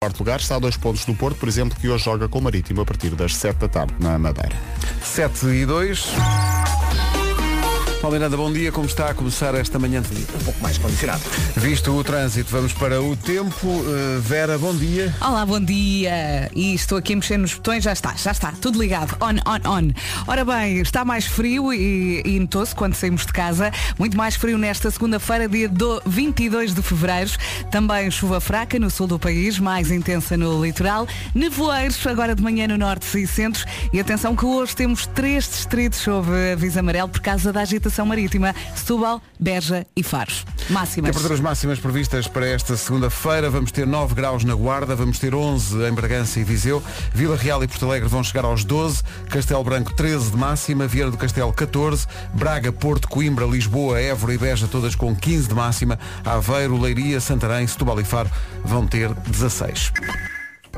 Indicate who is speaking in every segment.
Speaker 1: quarto lugar está a dois pontos do Porto, por exemplo, que hoje joga com o Marítimo a partir das 7 da tarde na Madeira.
Speaker 2: 7 e 2. Paulo Miranda, bom dia. Como está a começar esta manhã?
Speaker 3: Um pouco mais condicionado.
Speaker 2: Visto o trânsito, vamos para o tempo. Uh, Vera, bom dia.
Speaker 4: Olá, bom dia. E estou aqui a mexer nos botões, já está, já está, tudo ligado. On, on, on. Ora bem, está mais frio e, e notou-se quando saímos de casa. Muito mais frio nesta segunda-feira, dia do 22 de fevereiro. Também chuva fraca no sul do país, mais intensa no litoral. Nevoeiros agora de manhã no norte e centros. E atenção que hoje temos três distritos sob aviso amarelo por causa da agitação marítima. Setúbal, Beja e Faro. Máximas.
Speaker 2: Temperaturas máximas previstas para esta segunda-feira. Vamos ter 9 graus na Guarda, vamos ter 11 em Bragança e Viseu. Vila Real e Porto Alegre vão chegar aos 12. Castelo Branco, 13 de máxima. Vieira do Castelo, 14. Braga, Porto, Coimbra, Lisboa, Évora e Beja, todas com 15 de máxima. Aveiro, Leiria, Santarém, Setúbal e Faro vão ter 16.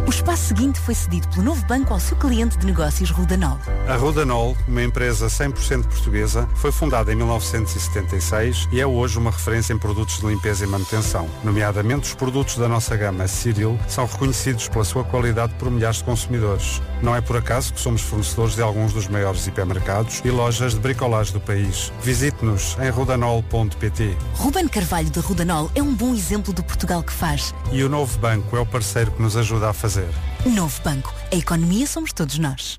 Speaker 5: O espaço seguinte foi cedido pelo novo banco ao seu cliente de negócios Rudanol.
Speaker 6: A Rodanol, uma empresa 100% portuguesa, foi fundada em 1976 e é hoje uma referência em produtos de limpeza e manutenção. Nomeadamente, os produtos da nossa gama Cyril são reconhecidos pela sua qualidade por milhares de consumidores. Não é por acaso que somos fornecedores de alguns dos maiores hipermercados e lojas de bricolagem do país. Visite-nos em rodanol.pt.
Speaker 5: Ruben Carvalho de Rudanol é um bom exemplo do Portugal que faz.
Speaker 6: E o novo banco é o parceiro que nos ajuda a fazer.
Speaker 5: Novo banco. A economia somos todos nós.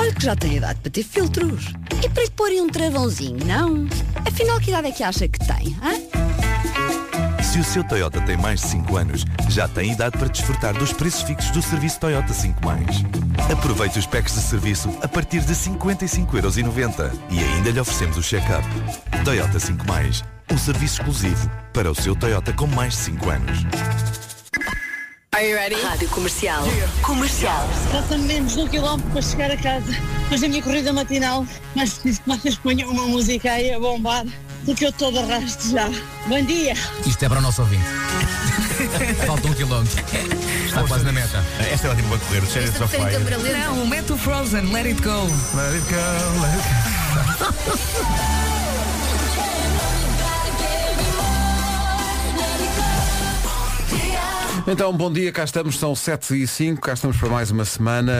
Speaker 7: Olha que já tem idade para ter filtros.
Speaker 8: É para lhe porem um travãozinho, não? Afinal, que idade é que acha que tem, hã?
Speaker 9: Se o seu Toyota tem mais de 5 anos, já tem idade para desfrutar dos preços fixos do serviço Toyota 5+. Aproveite os packs de serviço a partir de 55,90€ e ainda lhe oferecemos o check-up. Toyota 5+, um serviço exclusivo para o seu Toyota com mais de 5 anos.
Speaker 10: Are you ready?
Speaker 5: Rádio Comercial. Comercial.
Speaker 11: Falta menos de um quilómetro para chegar a casa. Mas a minha corrida matinal, mas preciso que vocês ponham uma música aí a bombar, porque eu todo arrasto já. Bom dia.
Speaker 12: Isto é para o nosso ouvinte. Falta um quilómetro. Está quase na meta.
Speaker 13: Esta é ótima para correr. Cheira de
Speaker 4: Fire. Não, Meto Frozen, let it go.
Speaker 2: Let it go, let it go. Então, bom dia, cá estamos, são 7 e 5 cá estamos para mais uma semana,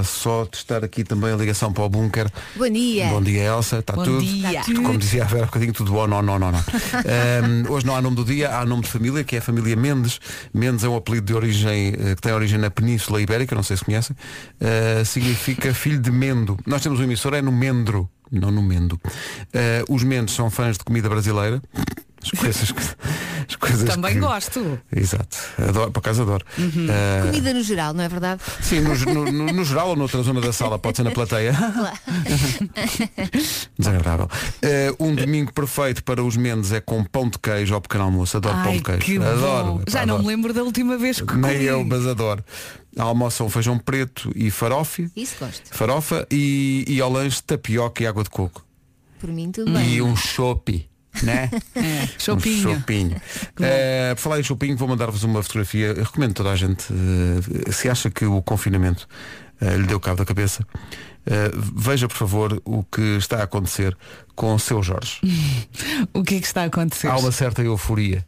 Speaker 2: uh, só testar aqui também a ligação para o bunker.
Speaker 14: Bom dia.
Speaker 2: Bom dia, Elsa, está
Speaker 14: bom
Speaker 2: tudo?
Speaker 14: Dia.
Speaker 2: Tudo, como dizia a Vera, um bocadinho tudo bom, não, não, não, não. Um, hoje não há nome do dia, há nome de família, que é a família Mendes. Mendes é um apelido de origem, eh, que tem origem na Península Ibérica, não sei se conhecem, uh, significa filho de Mendo. Nós temos uma emissora, é no Mendro, não no Mendo. Uh, os Mendes são fãs de comida brasileira. As coisas que, as coisas
Speaker 4: Também
Speaker 2: que...
Speaker 4: gosto.
Speaker 2: Exato. Adoro, por acaso adoro. Eh,
Speaker 14: Uhum. Uh... Comida no geral, não é verdade?
Speaker 2: Ah. Sim, no, no, no, no geral ou noutra zona da sala, pode ser na plateia. é. Desagradável. Uh, um domingo perfeito para os Mendes é com pão de queijo ao pequeno almoço. Adoro
Speaker 4: Ai,
Speaker 2: pão de queijo.
Speaker 4: que
Speaker 2: Adoro.
Speaker 4: bom.
Speaker 2: Epá,
Speaker 4: Já não
Speaker 2: adoro.
Speaker 4: me lembro da última vez que
Speaker 2: Nem
Speaker 4: comi.
Speaker 2: eu, mas adoro. Almoçam feijão preto e farofa.
Speaker 14: Isso gosto.
Speaker 2: Farofa e, e ao lanche tapioca e água de coco.
Speaker 14: Por mim tudo bem.
Speaker 2: E um chope. Né?
Speaker 4: É,
Speaker 2: Um
Speaker 4: chopinho.
Speaker 2: chopinho. Eh, por falar em chopinho, vou mandar-vos uma fotografia. Eu recomendo toda a gente, eh, se acha que o confinamento eh, lhe deu cabo da cabeça, eh, veja por favor o que está a acontecer com o seu Jorge.
Speaker 4: O que é que está a acontecer?
Speaker 2: Há uma certa euforia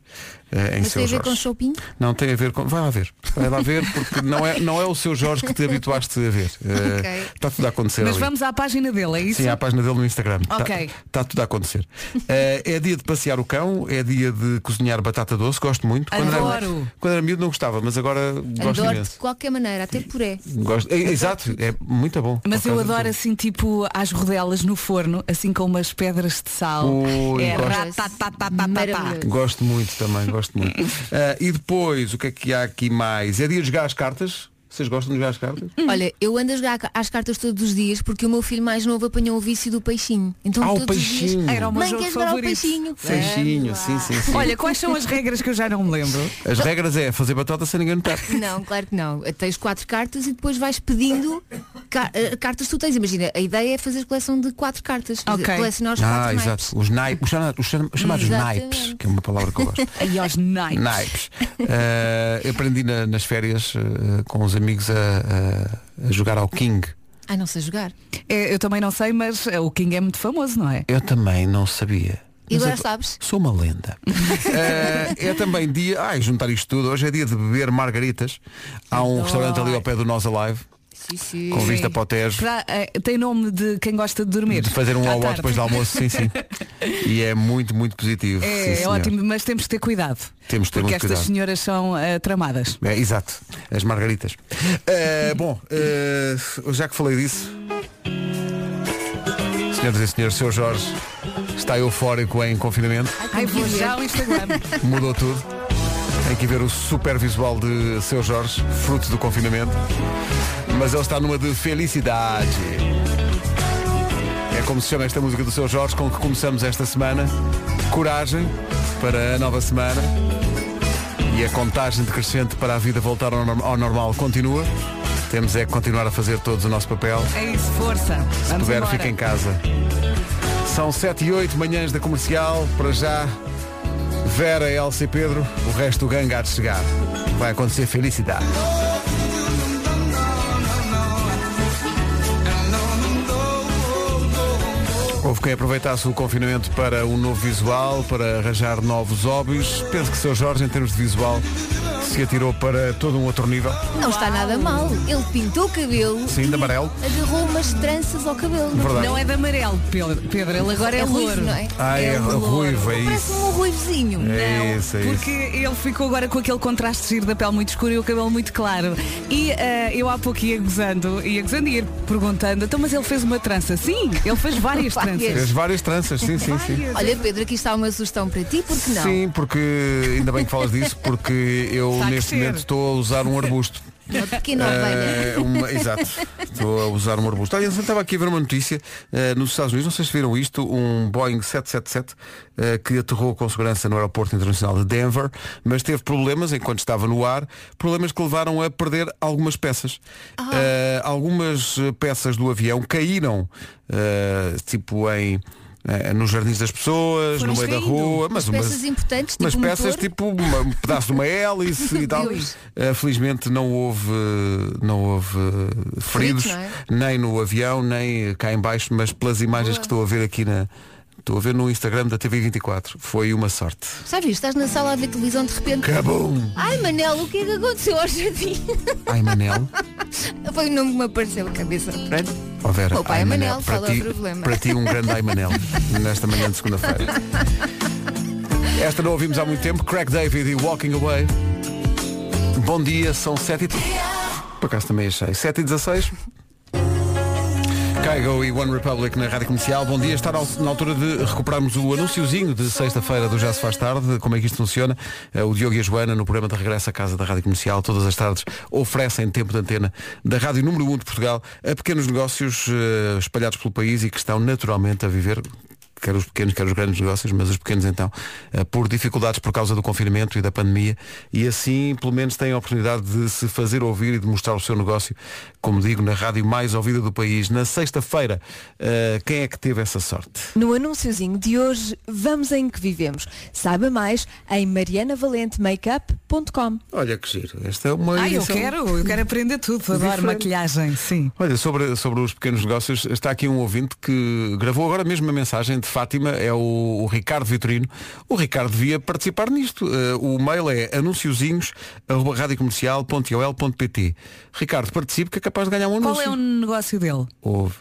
Speaker 2: eh, em
Speaker 14: Mas tem
Speaker 2: seu
Speaker 14: a ver com
Speaker 2: Jorge.
Speaker 14: shopping?
Speaker 2: Não tem a ver com. Vai lá ver. Vai lá ver, porque não é, não é o seu Jorge que te habituaste a ver. Eh,
Speaker 14: Ok.
Speaker 2: Está tudo a acontecer.
Speaker 4: Mas
Speaker 2: ali.
Speaker 4: vamos à página dele, é isso?
Speaker 2: Sim, há a página dele no Instagram.
Speaker 4: Ok.
Speaker 2: Está tudo a acontecer. Eh, é dia de passear o cão, é dia de cozinhar batata doce, gosto muito. Quando
Speaker 4: Adoro.
Speaker 2: era, quando era miúdo não gostava, mas agora gosto
Speaker 14: Adoro de
Speaker 2: imenso.
Speaker 14: qualquer maneira, até puré.
Speaker 2: Gosto, é, exato, é muito bom.
Speaker 4: Mas
Speaker 2: Por
Speaker 4: eu
Speaker 2: acaso,
Speaker 4: adoro assim, tipo, às rodelas no forno, assim com umas pedras de sal.
Speaker 2: Ui,
Speaker 4: é
Speaker 2: gosto.
Speaker 4: ratatatatá.
Speaker 14: Maravilhoso.
Speaker 2: Gosto muito também, gosto muito. Eh, e depois, o que é que há aqui mais? É dia de jogar as cartas? Vocês gostam de jogar as cartas?
Speaker 4: Hum.
Speaker 14: Olha, eu ando a jogar ca- às cartas todos os dias porque o meu filho mais novo apanhou o vício do peixinho. Então
Speaker 2: Ah, o
Speaker 14: todos os
Speaker 2: peixinho.
Speaker 14: dias.
Speaker 4: Era o meu
Speaker 14: Mãe,
Speaker 4: jogo
Speaker 14: queres jogar ao
Speaker 4: favorito.
Speaker 14: peixinho?
Speaker 2: Peixinho, sim, sim, sim.
Speaker 4: Olha, quais são as regras que eu já não me lembro?
Speaker 2: As regras é fazer batata sem ninguém notar.
Speaker 14: Não, claro que não. Tens quatro cartas e depois vais pedindo ca- eh, cartas que tu tens. Imagina, a ideia é fazer coleção de quatro cartas.
Speaker 4: Ok.
Speaker 14: Colecionar os
Speaker 2: Ah,
Speaker 14: quatro naipes.
Speaker 2: exato. Os, naipes, os chama- os chama- os chamados
Speaker 14: Exatamente.
Speaker 2: naipes, que é uma palavra que eu gosto.
Speaker 4: E aos naipes.
Speaker 2: Naipes. Eh, eu aprendi na- nas férias eh, com os amigos a, a- a jogar ao King.
Speaker 14: Ai, Ah, não sei jogar.
Speaker 4: É, eu também não sei, mas é, o King é muito famoso, não é?
Speaker 2: Eu também não sabia.
Speaker 14: E
Speaker 2: Mas
Speaker 14: agora
Speaker 2: eu tô-
Speaker 14: sabes?
Speaker 2: Sou uma lenda. Eh, é também dia. Ai, juntar isto tudo. Hoje é dia de beber margaritas. Há um
Speaker 4: Adoro.
Speaker 2: restaurante ali ao pé do Nós Alive.
Speaker 14: Sim, sim.
Speaker 2: Com vista para o Tejo.
Speaker 4: Pra- eh, tem nome de quem gosta de dormir.
Speaker 2: De fazer um
Speaker 4: À
Speaker 2: ao
Speaker 4: tarde.
Speaker 2: depois do almoço, sim, sim. E é muito, muito positivo.
Speaker 4: É,
Speaker 2: sim,
Speaker 4: é
Speaker 2: senhor.
Speaker 4: ótimo, mas temos que ter cuidado.
Speaker 2: Temos de ter muito
Speaker 4: porque estas
Speaker 2: cuidado.
Speaker 4: senhoras são eh, tramadas.
Speaker 2: É, exato, as margaritas. Eh, bom, eh, já que falei disso, senhoras e senhores, seu Jorge está eufórico em confinamento,
Speaker 4: Ai, vou já ao Instagram.
Speaker 2: mudou tudo. Tem que ver o super visual de seu Jorge, fruto do confinamento. Mas ele está numa de felicidade. É como se chama esta música do seu Jorge com que começamos esta semana. Coragem para a nova semana. E a contagem decrescente para a vida voltar ao, norm- ao normal continua. Temos é que continuar a fazer todos o nosso papel.
Speaker 4: É isso, força.
Speaker 2: Se
Speaker 4: Vamos
Speaker 2: puder,
Speaker 4: embora.
Speaker 2: fica em casa. São 7 e 8 manhãs da comercial. Para já, Vera, Elsa e Pedro. O resto do gangue há de chegar. Vai acontecer felicidade. Houve quem aproveitasse o confinamento para um novo visual, para arranjar novos hobbies. Penso que o Sr. Jorge, em termos de visual, se atirou para todo um outro nível.
Speaker 14: Não está nada mal. Ele pintou o cabelo,
Speaker 2: Sim, de amarelo.
Speaker 14: agarrou umas tranças ao cabelo.
Speaker 2: Verdade.
Speaker 4: Não é de amarelo, Pel- Pedro, ele agora é,
Speaker 14: ruivo,
Speaker 4: louro.
Speaker 14: não é?
Speaker 2: Ah, é, ruivo, é
Speaker 14: Parece
Speaker 2: isso.
Speaker 14: um ruivozinho.
Speaker 2: É isso, é isso.
Speaker 4: Porque ele ficou agora com aquele contraste giro da pele muito escura e o cabelo muito claro. E ah, eu há pouco ia gozando, ia gozando e ia perguntando, então mas ele fez uma trança. Sim, ele fez várias
Speaker 14: Várias.
Speaker 2: Fez
Speaker 4: tranças.
Speaker 2: várias tranças, sim, sim, sim.
Speaker 14: Olha, Pedro, aqui está uma sugestão para ti, porque não?
Speaker 2: Sim, porque ainda bem que falas disso, porque eu
Speaker 14: Está a
Speaker 2: neste
Speaker 14: crescer.
Speaker 2: momento estou a usar um arbusto.
Speaker 14: Uma pequena
Speaker 2: Eh,
Speaker 14: ovelha.
Speaker 2: uma- exato, estou a usar um arbusto. Aliás, eu estava aqui a ver uma notícia eh, nos Estados Unidos, não sei se viram isto, um Boeing 777 eh, que aterrou com segurança no aeroporto internacional de Denver, mas teve problemas enquanto estava no ar, problemas que levaram a perder algumas peças.
Speaker 14: Ah.
Speaker 2: Eh, algumas eh, peças do avião caíram, eh, tipo em eh, nos jardins das pessoas,
Speaker 14: Foram
Speaker 2: no meio da
Speaker 14: caindo.
Speaker 2: rua,
Speaker 14: As
Speaker 2: mas umas-
Speaker 14: peças importantes, tipo
Speaker 2: umas
Speaker 14: um
Speaker 2: peças
Speaker 14: motor.
Speaker 2: tipo uma- um pedaço de uma hélice e tal.
Speaker 14: Deus.
Speaker 2: Uh, felizmente não houve, uh, não houve uh, feridos,
Speaker 14: não é?
Speaker 2: nem no avião, nem uh, cá em baixo, mas pelas imagens que estou a ver aqui na. Estou a ver no Instagram da TV24. Foi uma sorte.
Speaker 14: Sabe, estás na sala a ver televisão de repente.
Speaker 2: Cabum!
Speaker 14: Ai, Manel, o que é que aconteceu ao jardim?
Speaker 2: Ai Manel,
Speaker 14: Foi o nome que me apareceu a cabeça. Pronto.
Speaker 2: ó Oh, Vera,
Speaker 14: Meu pai
Speaker 2: ai,
Speaker 14: é Manel,
Speaker 2: para,
Speaker 14: fala o
Speaker 2: ti,
Speaker 14: problema.
Speaker 2: para ti um grande Ai Manel, nesta manhã de segunda-feira. Esta não ouvimos há muito tempo, Craig David e Walking Away. Bom dia, são 7 e... Por acaso também achei. 7 e 16. Kygo e One Republic na Rádio Comercial. Bom dia, está na al- na altura de recuperarmos o anúnciozinho de sexta-feira do Já Se Faz Tarde, como é que isto funciona. Eh, O Diogo e a Joana, no programa de regresso à casa da Rádio Comercial, todas as tardes, oferecem tempo de antena da Rádio Número 1 de Portugal a pequenos negócios eh, espalhados pelo país e que estão naturalmente a viver quer os pequenos, quer os grandes negócios, mas os pequenos então, eh, por dificuldades por causa do confinamento e da pandemia, e assim pelo menos têm a oportunidade de se fazer ouvir e de mostrar o seu negócio, como digo, na rádio mais ouvida do país. Na sexta-feira, eh, quem é que teve essa sorte?
Speaker 3: No anúnciozinho de hoje, vamos em que vivemos. Saiba mais em marianavalentemakeup.com.
Speaker 2: Olha que giro, esta é uma
Speaker 4: Ai, Ah, eu
Speaker 2: edição-
Speaker 4: quero, eu quero aprender tudo, adoro
Speaker 2: Diferente.
Speaker 4: maquilhagem, sim.
Speaker 2: Olha, sobre, sobre os pequenos negócios, está aqui um ouvinte que gravou agora mesmo uma mensagem de Fátima, é o, o Ricardo Vitorino. O Ricardo devia participar nisto. Eh, o mail é anunciozinhos.radiocomercial.ol.pt Ricardo, participe que é capaz de ganhar um
Speaker 4: Qual
Speaker 2: anúncio.
Speaker 4: é o negócio dele?
Speaker 2: Ouve.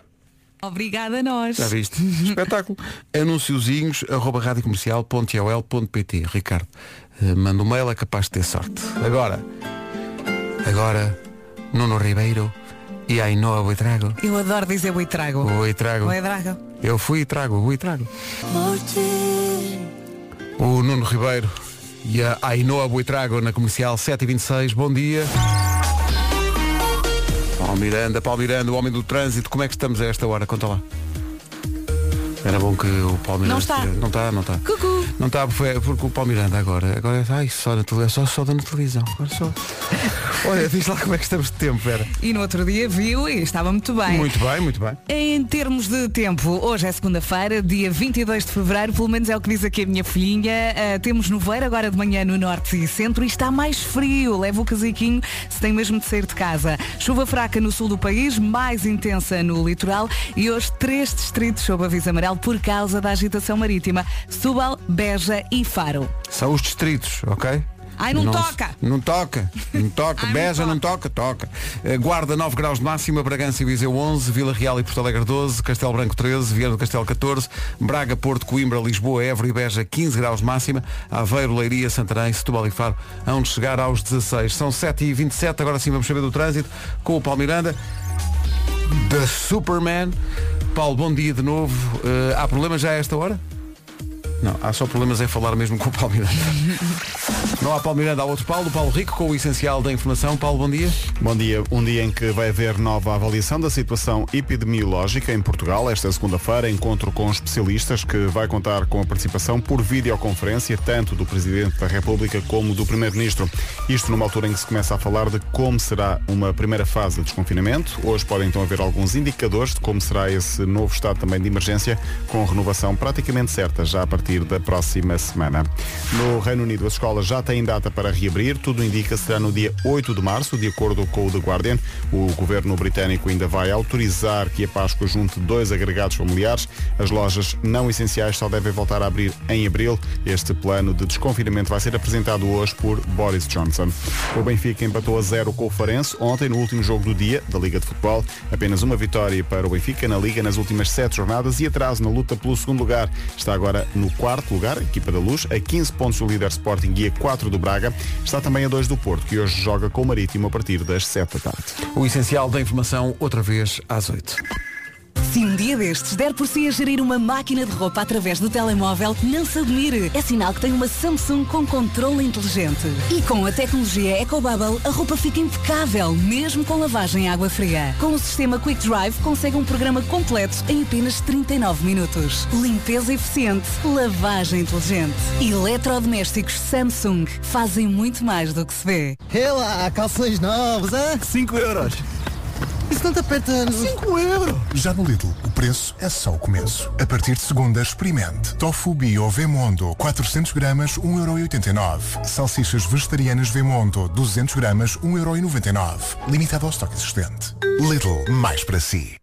Speaker 4: Obrigada a nós.
Speaker 2: Já viste? Espetáculo. Anunciozinhos, arroba radiocomercial.ol.pt Ricardo, eh, manda um mail, é capaz de ter sorte. Agora, agora, Nuno Ribeiro e Ainhoa Buitrago.
Speaker 4: Eu adoro dizer boi trago.
Speaker 2: Oi, trago.
Speaker 4: Oi, trago.
Speaker 2: Eu fui e trago, fui e trago. O Nuno Ribeiro e a Ainhoa Boitrago na comercial 726. Bom dia. Paulo Miranda, Paulo Miranda, o homem do trânsito, como é que estamos a esta hora? Conta lá. Era bom que o Paulo Miranda.
Speaker 4: Não está.
Speaker 2: estivesse- Não está, não está.
Speaker 4: Cucu.
Speaker 2: Não está, foi- porque o Paulo Miranda agora. Agora é. Ai, só na televisão, só, só dando televisão. Agora só. Olha, diz lá como é que estamos de tempo, Vera.
Speaker 4: E no outro dia viu e estava muito bem.
Speaker 2: Muito bem, muito bem.
Speaker 4: Em termos de tempo, hoje é segunda-feira, dia 22 de fevereiro, pelo menos é o que diz aqui a minha filhinha. Ah, temos noveiro agora de manhã no norte e centro e está mais frio. Leva o casaquinho se tem mesmo de sair de casa. Chuva fraca no sul do país, mais intensa no litoral e hoje três distritos sob aviso amarelo comercial por causa da agitação marítima. Subal, Beja e Faro.
Speaker 2: São os distritos, ok?
Speaker 4: Ai, não
Speaker 2: se-
Speaker 4: toca!
Speaker 2: Não toca, não toca. Beja não toca, toca. Eh, Guarda 9 graus de máxima, Bragança e Viseu 11, Vila Real e Porto Alegre 12, Castelo Branco 13, Viana do Castelo 14, Braga, Porto, Coimbra, Lisboa, Évora e Beja 15 graus de máxima, Aveiro, Leiria, Santarém, Setúbal e Faro onde chegar aos 16. São 7h27, agora sim vamos saber do trânsito com o Paulo Miranda. The Superman. Paulo, bom dia de novo. Eh, há problemas já a esta hora? Não, há só problemas em falar mesmo com o Paulo Miranda. Não há Paulo Miranda, há outro Paulo, Paulo Rico, com o essencial da informação. Paulo, bom dia.
Speaker 1: Bom dia. Um dia em que vai haver nova avaliação da situação epidemiológica em Portugal. Esta segunda-feira, encontro com especialistas que vai contar com a participação por videoconferência, tanto do Presidente da República como do Primeiro-Ministro. Isto numa altura em que se começa a falar de como será uma primeira fase de desconfinamento. Hoje podem então haver alguns indicadores de como será esse novo estado também de emergência, com renovação praticamente certa já a partir da próxima semana. No Reino Unido, as escolas já têm data para reabrir. Tudo indica que será no dia 8 de março, de acordo com o The Guardian. O governo britânico ainda vai autorizar que a Páscoa junte dois agregados familiares. As lojas não essenciais só devem voltar a abrir em abril. Este plano de desconfinamento vai ser apresentado hoje por Boris Johnson. O Benfica empatou a zero com o Farense ontem no último jogo do dia da Liga de Futebol. Apenas uma vitória para o Benfica na Liga nas últimas sete jornadas e atraso na luta pelo segundo lugar. Está agora no quarto lugar, a equipa da Luz, a 15 pontos do líder Sporting e a 4 do Braga. Está também a 2 do Porto, que hoje joga com o Marítimo a partir das 7 da tarde.
Speaker 2: O essencial da informação, outra vez às 8.
Speaker 15: Se um dia destes der por si a gerir uma máquina de roupa através do telemóvel, não se admire. É sinal que tem uma Samsung com controle inteligente. E com a tecnologia EcoBubble, a roupa fica impecável, mesmo com lavagem à água fria. Com o sistema Quick Drive, consegue um programa completo em apenas 39 minutos. Limpeza eficiente, lavagem inteligente. Eletrodomésticos Samsung fazem muito mais do que se vê.
Speaker 16: Ei lá, calções novos, hã? 5 euros. Isso não te aperta 5 euros.
Speaker 17: Já no Lidl, o preço é só o começo. A partir de segunda, experimente. Tofu Bio Vemondo, 400 gramas, 1,89€. Salsichas vegetarianas Vemondo, 200 gramas, 1,99€. Limitado ao estoque existente. Lidl, mais para si.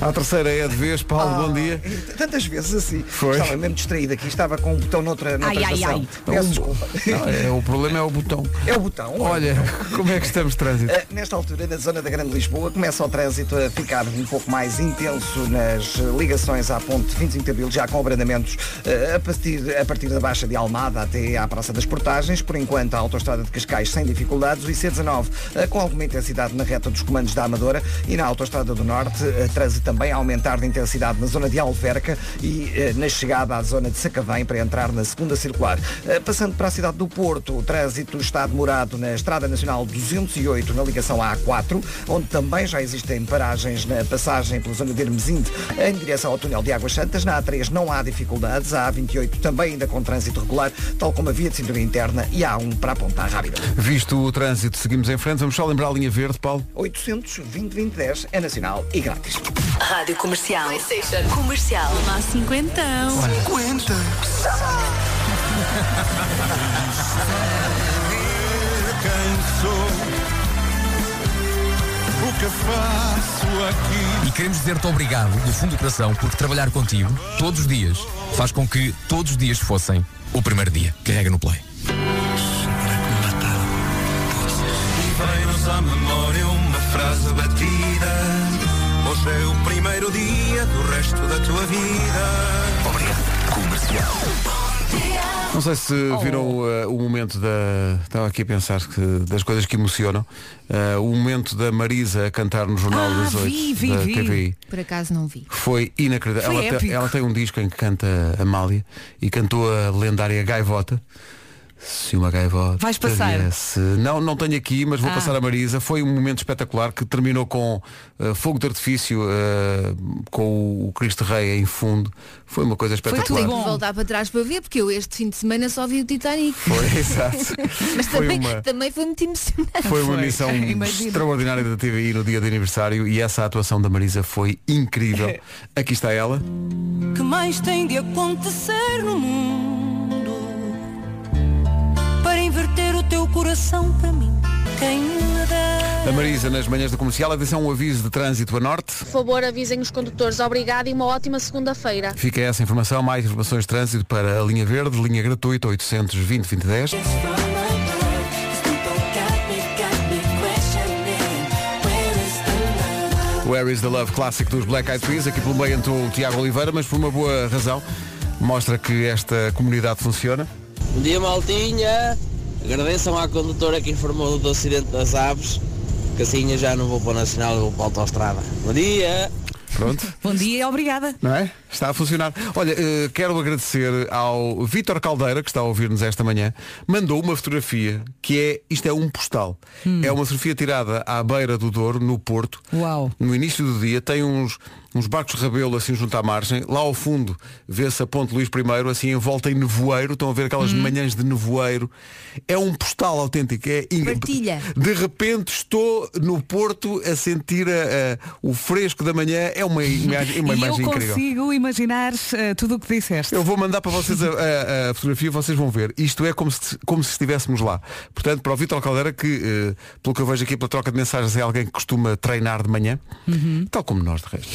Speaker 2: A terceira é de vez, Paulo, bom dia.
Speaker 18: Ah, Tantas vezes assim.
Speaker 2: Foi.
Speaker 18: Estava mesmo distraído aqui, estava com um botão noutra, noutra
Speaker 2: Ai, ai,
Speaker 18: estação.
Speaker 2: ai.
Speaker 18: Peço desculpa.
Speaker 2: Não, é, o problema é o botão.
Speaker 18: É o botão.
Speaker 2: Olha, como é que estamos de trânsito?
Speaker 18: Eh, Nesta altura, na zona da Grande Lisboa, começa o trânsito a ficar um pouco mais intenso nas eh, ligações à ponte 25 de Abril, já com abrandamentos eh, a partir, a partir da Baixa de Almada até à Praça das Portagens. Por enquanto, a Autostrada de Cascais sem dificuldades. O IC19 eh, com alguma intensidade na reta dos comandos da Amadora e na Autostrada do Norte, eh, trânsito também a aumentar de intensidade na zona de Alverca e eh, na chegada à zona de Sacavém para entrar na segunda circular. Eh, Passando para a cidade do Porto, o trânsito está demorado na Estrada Nacional 208, na ligação à A4, onde também já existem paragens na passagem pela zona de Hermesinde em direção ao túnel de Águas Santas. Na A3 não há dificuldades, a A28 também ainda com trânsito regular, tal como a via de cintura interna e a A1 para a Ponta Rábida.
Speaker 2: Visto o trânsito, seguimos em frente. Vamos só lembrar a linha verde, Paulo.
Speaker 18: 800 20 20 10 é nacional e grátis.
Speaker 5: Rádio Comercial. Comercial. Uma cinquentão.
Speaker 2: Olha.
Speaker 5: 50.
Speaker 12: E queremos dizer-te obrigado do fundo do coração porque trabalhar contigo todos os dias faz com que todos os dias fossem o primeiro dia. Carrega no play.
Speaker 19: Vem-nos à memória uma frase batida. Hoje é o primeiro dia do resto da tua vida. Obrigado. Comercial.
Speaker 2: Não sei se viram eh, o momento da. Estava aqui a pensar que, das coisas que emocionam. Eh, o momento da Marisa a cantar no Jornal
Speaker 14: Ah,
Speaker 2: das 8
Speaker 14: vi, vi,
Speaker 2: da
Speaker 14: vi.
Speaker 2: TVI.
Speaker 14: Por acaso não vi.
Speaker 2: Foi inacreditável.
Speaker 14: Foi
Speaker 2: ela, te-
Speaker 14: épico.
Speaker 2: ela tem um disco em que canta Amália e cantou a lendária Gaivota. Se uma gaivota.
Speaker 4: Vais passar?
Speaker 2: viesse- Não, não tenho aqui, mas vou
Speaker 4: Ah.
Speaker 2: passar a Marisa. Foi um momento espetacular que terminou com eh, fogo de artifício eh, com o Cristo Rei em fundo. Foi uma coisa
Speaker 14: Foi
Speaker 2: espetacular.
Speaker 14: tudo bom. voltar para trás para ver, porque eu este fim de semana só vi o Titanic.
Speaker 2: Foi, exato.
Speaker 14: Mas
Speaker 2: Foi
Speaker 14: também,
Speaker 2: uma-
Speaker 14: também foi muito emocionante.
Speaker 2: Foi uma missão extraordinária da TVI no dia de aniversário e essa atuação da Marisa foi incrível. Aqui está ela.
Speaker 20: que mais tem de acontecer no mundo para inverter o teu coração para mim? Quem me dera
Speaker 2: A Marisa, nas manhãs da comercial, atenção, um aviso de trânsito a norte.
Speaker 21: Por favor, avisem os condutores. Obrigada e uma ótima segunda-feira.
Speaker 2: Fica essa informação, mais informações de trânsito para a linha verde, linha gratuita 820-2010. Where is the Love clássico dos Black Eyed Peas, aqui pelo meio entrou o Tiago Oliveira, mas por uma boa razão, mostra que esta comunidade funciona.
Speaker 22: Bom dia, maltinha. Agradeçam à condutora que informou do acidente das aves. Que assim eu já não vou para o Nacional, eu vou para a Autostrada. Bom dia.
Speaker 2: Pronto.
Speaker 4: Bom dia e obrigada.
Speaker 2: Não é? Está a funcionar. Olha, eh, quero agradecer ao Vítor Caldeira, que está a ouvir-nos esta manhã, mandou uma fotografia que é, isto é um postal.
Speaker 4: Hum.
Speaker 2: É uma fotografia tirada à beira do Douro, no Porto.
Speaker 4: Uau.
Speaker 2: No início do dia tem uns, uns barcos de rabelo assim junto à margem. Lá ao fundo vê-se a Ponte Luís I, assim envolta em nevoeiro. Estão a ver
Speaker 4: Hum.
Speaker 2: aquelas manhãs de nevoeiro. É um postal autêntico. É incrível.
Speaker 14: Partilha.
Speaker 2: De repente estou no Porto a sentir a- a- o fresco da manhã. É uma, ima- uma
Speaker 4: e eu
Speaker 2: imagem incrível.
Speaker 4: consigo imaginar eh, tudo o que disseste.
Speaker 2: Eu vou mandar para vocês a, a- a fotografia, vocês vão ver. Isto é como se, como se estivéssemos lá. Portanto, para o Vitor Caldeira, que eh, pelo que eu vejo aqui pela troca de mensagens, é alguém que costuma treinar de manhã,
Speaker 4: Uhum.
Speaker 2: tal como nós de resto.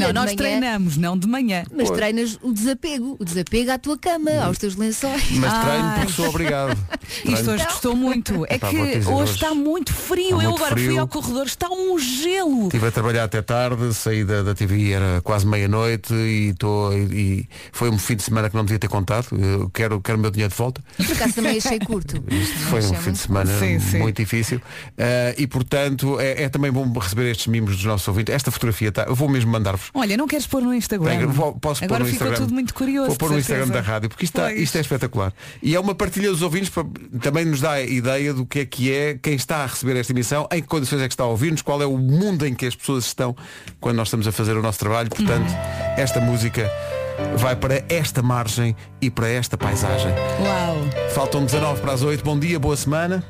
Speaker 4: não,
Speaker 14: de
Speaker 4: nós
Speaker 14: manhã-
Speaker 4: treinamos, não de manhã.
Speaker 14: Mas treinas o desapego, o desapego à tua cama, aos teus lençóis. Ah,
Speaker 2: Mas treino
Speaker 4: Ai.
Speaker 2: porque sou obrigado.
Speaker 4: Isto
Speaker 2: Treino.
Speaker 4: hoje custou muito. É
Speaker 2: Epá,
Speaker 4: que
Speaker 2: vou-te dizer,
Speaker 4: hoje,
Speaker 2: hoje
Speaker 4: está muito frio.
Speaker 2: está
Speaker 4: eu
Speaker 2: muito
Speaker 4: agora fui
Speaker 2: frio.
Speaker 4: ao corredor, está um gelo.
Speaker 2: Estive a trabalhar até tarde, saí da, da TV era quase meia-noite e, tô- e e foi um fim de semana que não devia ter contado. Eu quero, quero o meu dinheiro de volta.
Speaker 14: Por acaso também achei curto.
Speaker 2: Isto foi
Speaker 4: é
Speaker 2: um fim de semana
Speaker 14: Sim, sim.
Speaker 2: muito difícil. Eh, e portanto é, é também bom receber estes mimos dos nossos ouvintes. Esta fotografia está. Eu vou mesmo mandar-vos.
Speaker 4: Olha, não queres pôr no Instagram?
Speaker 2: Tenho- vou- posso pôr
Speaker 4: agora
Speaker 2: no
Speaker 4: ficou
Speaker 2: Instagram.
Speaker 4: tudo muito curioso.
Speaker 2: Vou pôr
Speaker 4: de
Speaker 2: no Instagram da
Speaker 4: certeza.
Speaker 2: rádio, porque isto, está,
Speaker 4: Pois.
Speaker 2: isto é espetacular. E é uma partilha dos ouvintes, para- também nos dá a ideia do que é que é, quem está a receber esta emissão, em que condições é que está a ouvir-nos, qual é o mundo em que as pessoas estão quando nós estamos a fazer o nosso trabalho. Portanto,
Speaker 4: Uhum.
Speaker 2: esta música vai para esta margem e para esta paisagem.
Speaker 4: Uau!
Speaker 2: Faltam 19 para as 8. Bom dia, boa semana.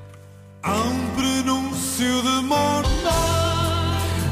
Speaker 19: Prenúncio de morte.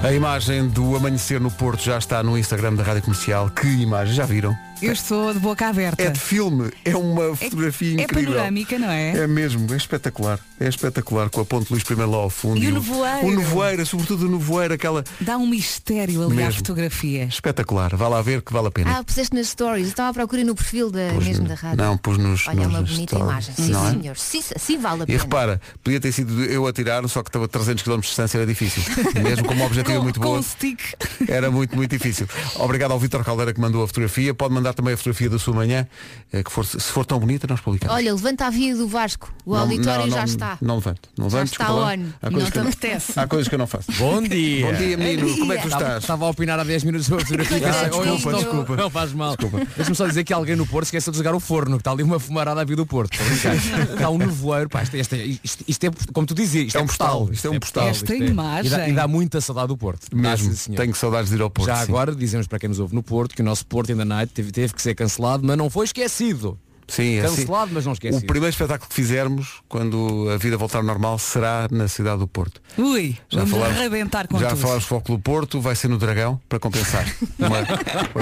Speaker 2: A imagem do amanhecer no Porto já está no Instagram da Rádio Comercial. Que imagem, já viram?
Speaker 4: Eu estou de boca aberta.
Speaker 2: É de filme, é uma fotografia
Speaker 4: é
Speaker 2: incrível.
Speaker 4: panorâmica, não é?
Speaker 2: É mesmo, é espetacular. É espetacular com a ponte de Luís primeiro lá ao fundo.
Speaker 4: E o nevoeiro.
Speaker 2: O nevoeiro, sobretudo o nevoeiro, aquela.
Speaker 4: Dá um mistério ali à
Speaker 2: Mesmo.
Speaker 4: fotografia.
Speaker 2: Espetacular, vá lá ver que vale a pena.
Speaker 14: Ah, puseste nas stories, estava à procura no perfil da, mesmo da rádio.
Speaker 2: Não, pus nos.
Speaker 14: Olha, é
Speaker 2: nos-
Speaker 14: uma
Speaker 2: nas
Speaker 14: bonita
Speaker 2: stories,
Speaker 14: imagem. Sim,
Speaker 2: não é?
Speaker 14: senhor. Sim, sim, vale a
Speaker 2: E
Speaker 14: pena.
Speaker 2: repara, podia ter sido eu a tirar, só que estava a 300 km de distância, era difícil. Mesmo com uma objetiva
Speaker 4: Com-
Speaker 2: muito
Speaker 4: com
Speaker 2: boa.
Speaker 4: um stick.
Speaker 2: Era muito, muito difícil. Obrigado ao Vitor Caldeira que mandou a fotografia. Pode mandar também a fotografia da sua manhã, eh, que for- se for tão bonita, nós publicamos.
Speaker 14: Olha, levanta a via do Vasco. O
Speaker 2: Não,
Speaker 14: auditório
Speaker 2: não,
Speaker 14: já
Speaker 2: não,
Speaker 14: está.
Speaker 2: Não levanto. Não
Speaker 14: Já
Speaker 2: levanto,
Speaker 14: está
Speaker 2: desculpa lá.
Speaker 14: on.
Speaker 2: Há
Speaker 14: Não
Speaker 2: coisas
Speaker 14: te
Speaker 2: que eu
Speaker 14: apetece.
Speaker 2: Há coisas que eu não faço.
Speaker 23: Bom dia.
Speaker 2: Bom dia, menino. Como é que tu
Speaker 23: Estava,
Speaker 2: estás?
Speaker 23: estava a opinar há 10 minutos sobre a fotografia.
Speaker 2: Ah,
Speaker 23: Ou
Speaker 2: desculpa,
Speaker 23: não,
Speaker 2: desculpa.
Speaker 23: Não faz mal. Deixa-me só dizer que alguém no Porto esqueceu de desligar o forno, que está ali uma fumarada à vida do Porto. Estou a brincar. Está um nevoeiro. Pá, isto, é- isto é- isto- isto é, como tu dizias, isto é, um postal. Isto é um
Speaker 2: postal.
Speaker 23: Isto
Speaker 2: Esta
Speaker 23: é-
Speaker 2: imagem.
Speaker 23: E dá, e dá muita saudade do Porto.
Speaker 2: Mesmo.
Speaker 23: Dá, sim, senhor.
Speaker 2: Tenho saudades de ir ao Porto.
Speaker 23: Já
Speaker 2: sim.
Speaker 23: agora dizemos para quem nos ouve no Porto que o nosso Porto in the Night teve, teve que ser cancelado, mas não foi esquecido.
Speaker 2: Sim, é assim.
Speaker 23: Cancelado, mas não
Speaker 2: O
Speaker 23: esquecido.
Speaker 2: primeiro espetáculo que fizermos, quando a vida voltar ao normal, será na cidade do Porto.
Speaker 4: Ui,
Speaker 2: Já
Speaker 4: vamos
Speaker 2: falámos-
Speaker 4: arrebentar com
Speaker 2: Já
Speaker 4: tudo.
Speaker 2: falámos foco do Porto, vai ser no Dragão, para compensar. Uma,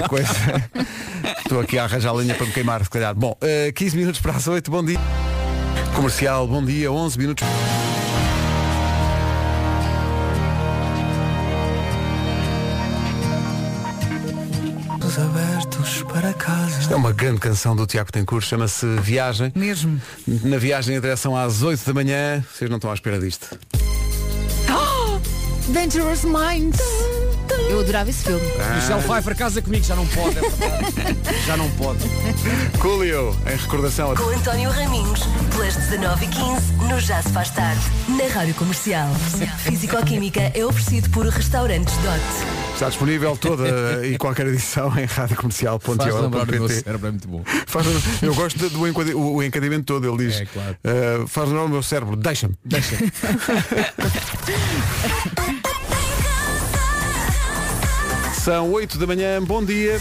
Speaker 2: uma coisa. Estou aqui a arranjar lenha para me queimar, se calhar. Bom, eh, 15 minutos para as 8, bom dia. Comercial, bom dia, 11 minutos.
Speaker 19: Os abertos para casa.
Speaker 2: Isto é uma grande canção do Tiago Tencourt, chama-se Viagem.
Speaker 4: Mesmo.
Speaker 2: Na viagem em direção às 8 da manhã, vocês não estão à espera disto.
Speaker 14: Dangerous Minds. Eu adorava esse filme.
Speaker 2: Ah.
Speaker 23: Michel vai para casa comigo, já não pode. é verdade. já não pode.
Speaker 2: Coolio, em recordação a
Speaker 24: Com António Raminhos, pelas 19h15, no Já Se Faz Tarde, na Rádio Comercial. Fisicoquímica é oferecido por Restaurantes Dot.
Speaker 2: Está disponível toda e qualquer edição em radiocomercial.pt
Speaker 23: Faz lembrar o meu cérebro, é muito bom.
Speaker 2: Eu gosto de- do encade- o- o encadeamento todo, ele diz.
Speaker 23: É, claro.
Speaker 2: eh, faz lembrar o meu cérebro, deixa-me, deixa-me. São 8 da manhã, bom dia.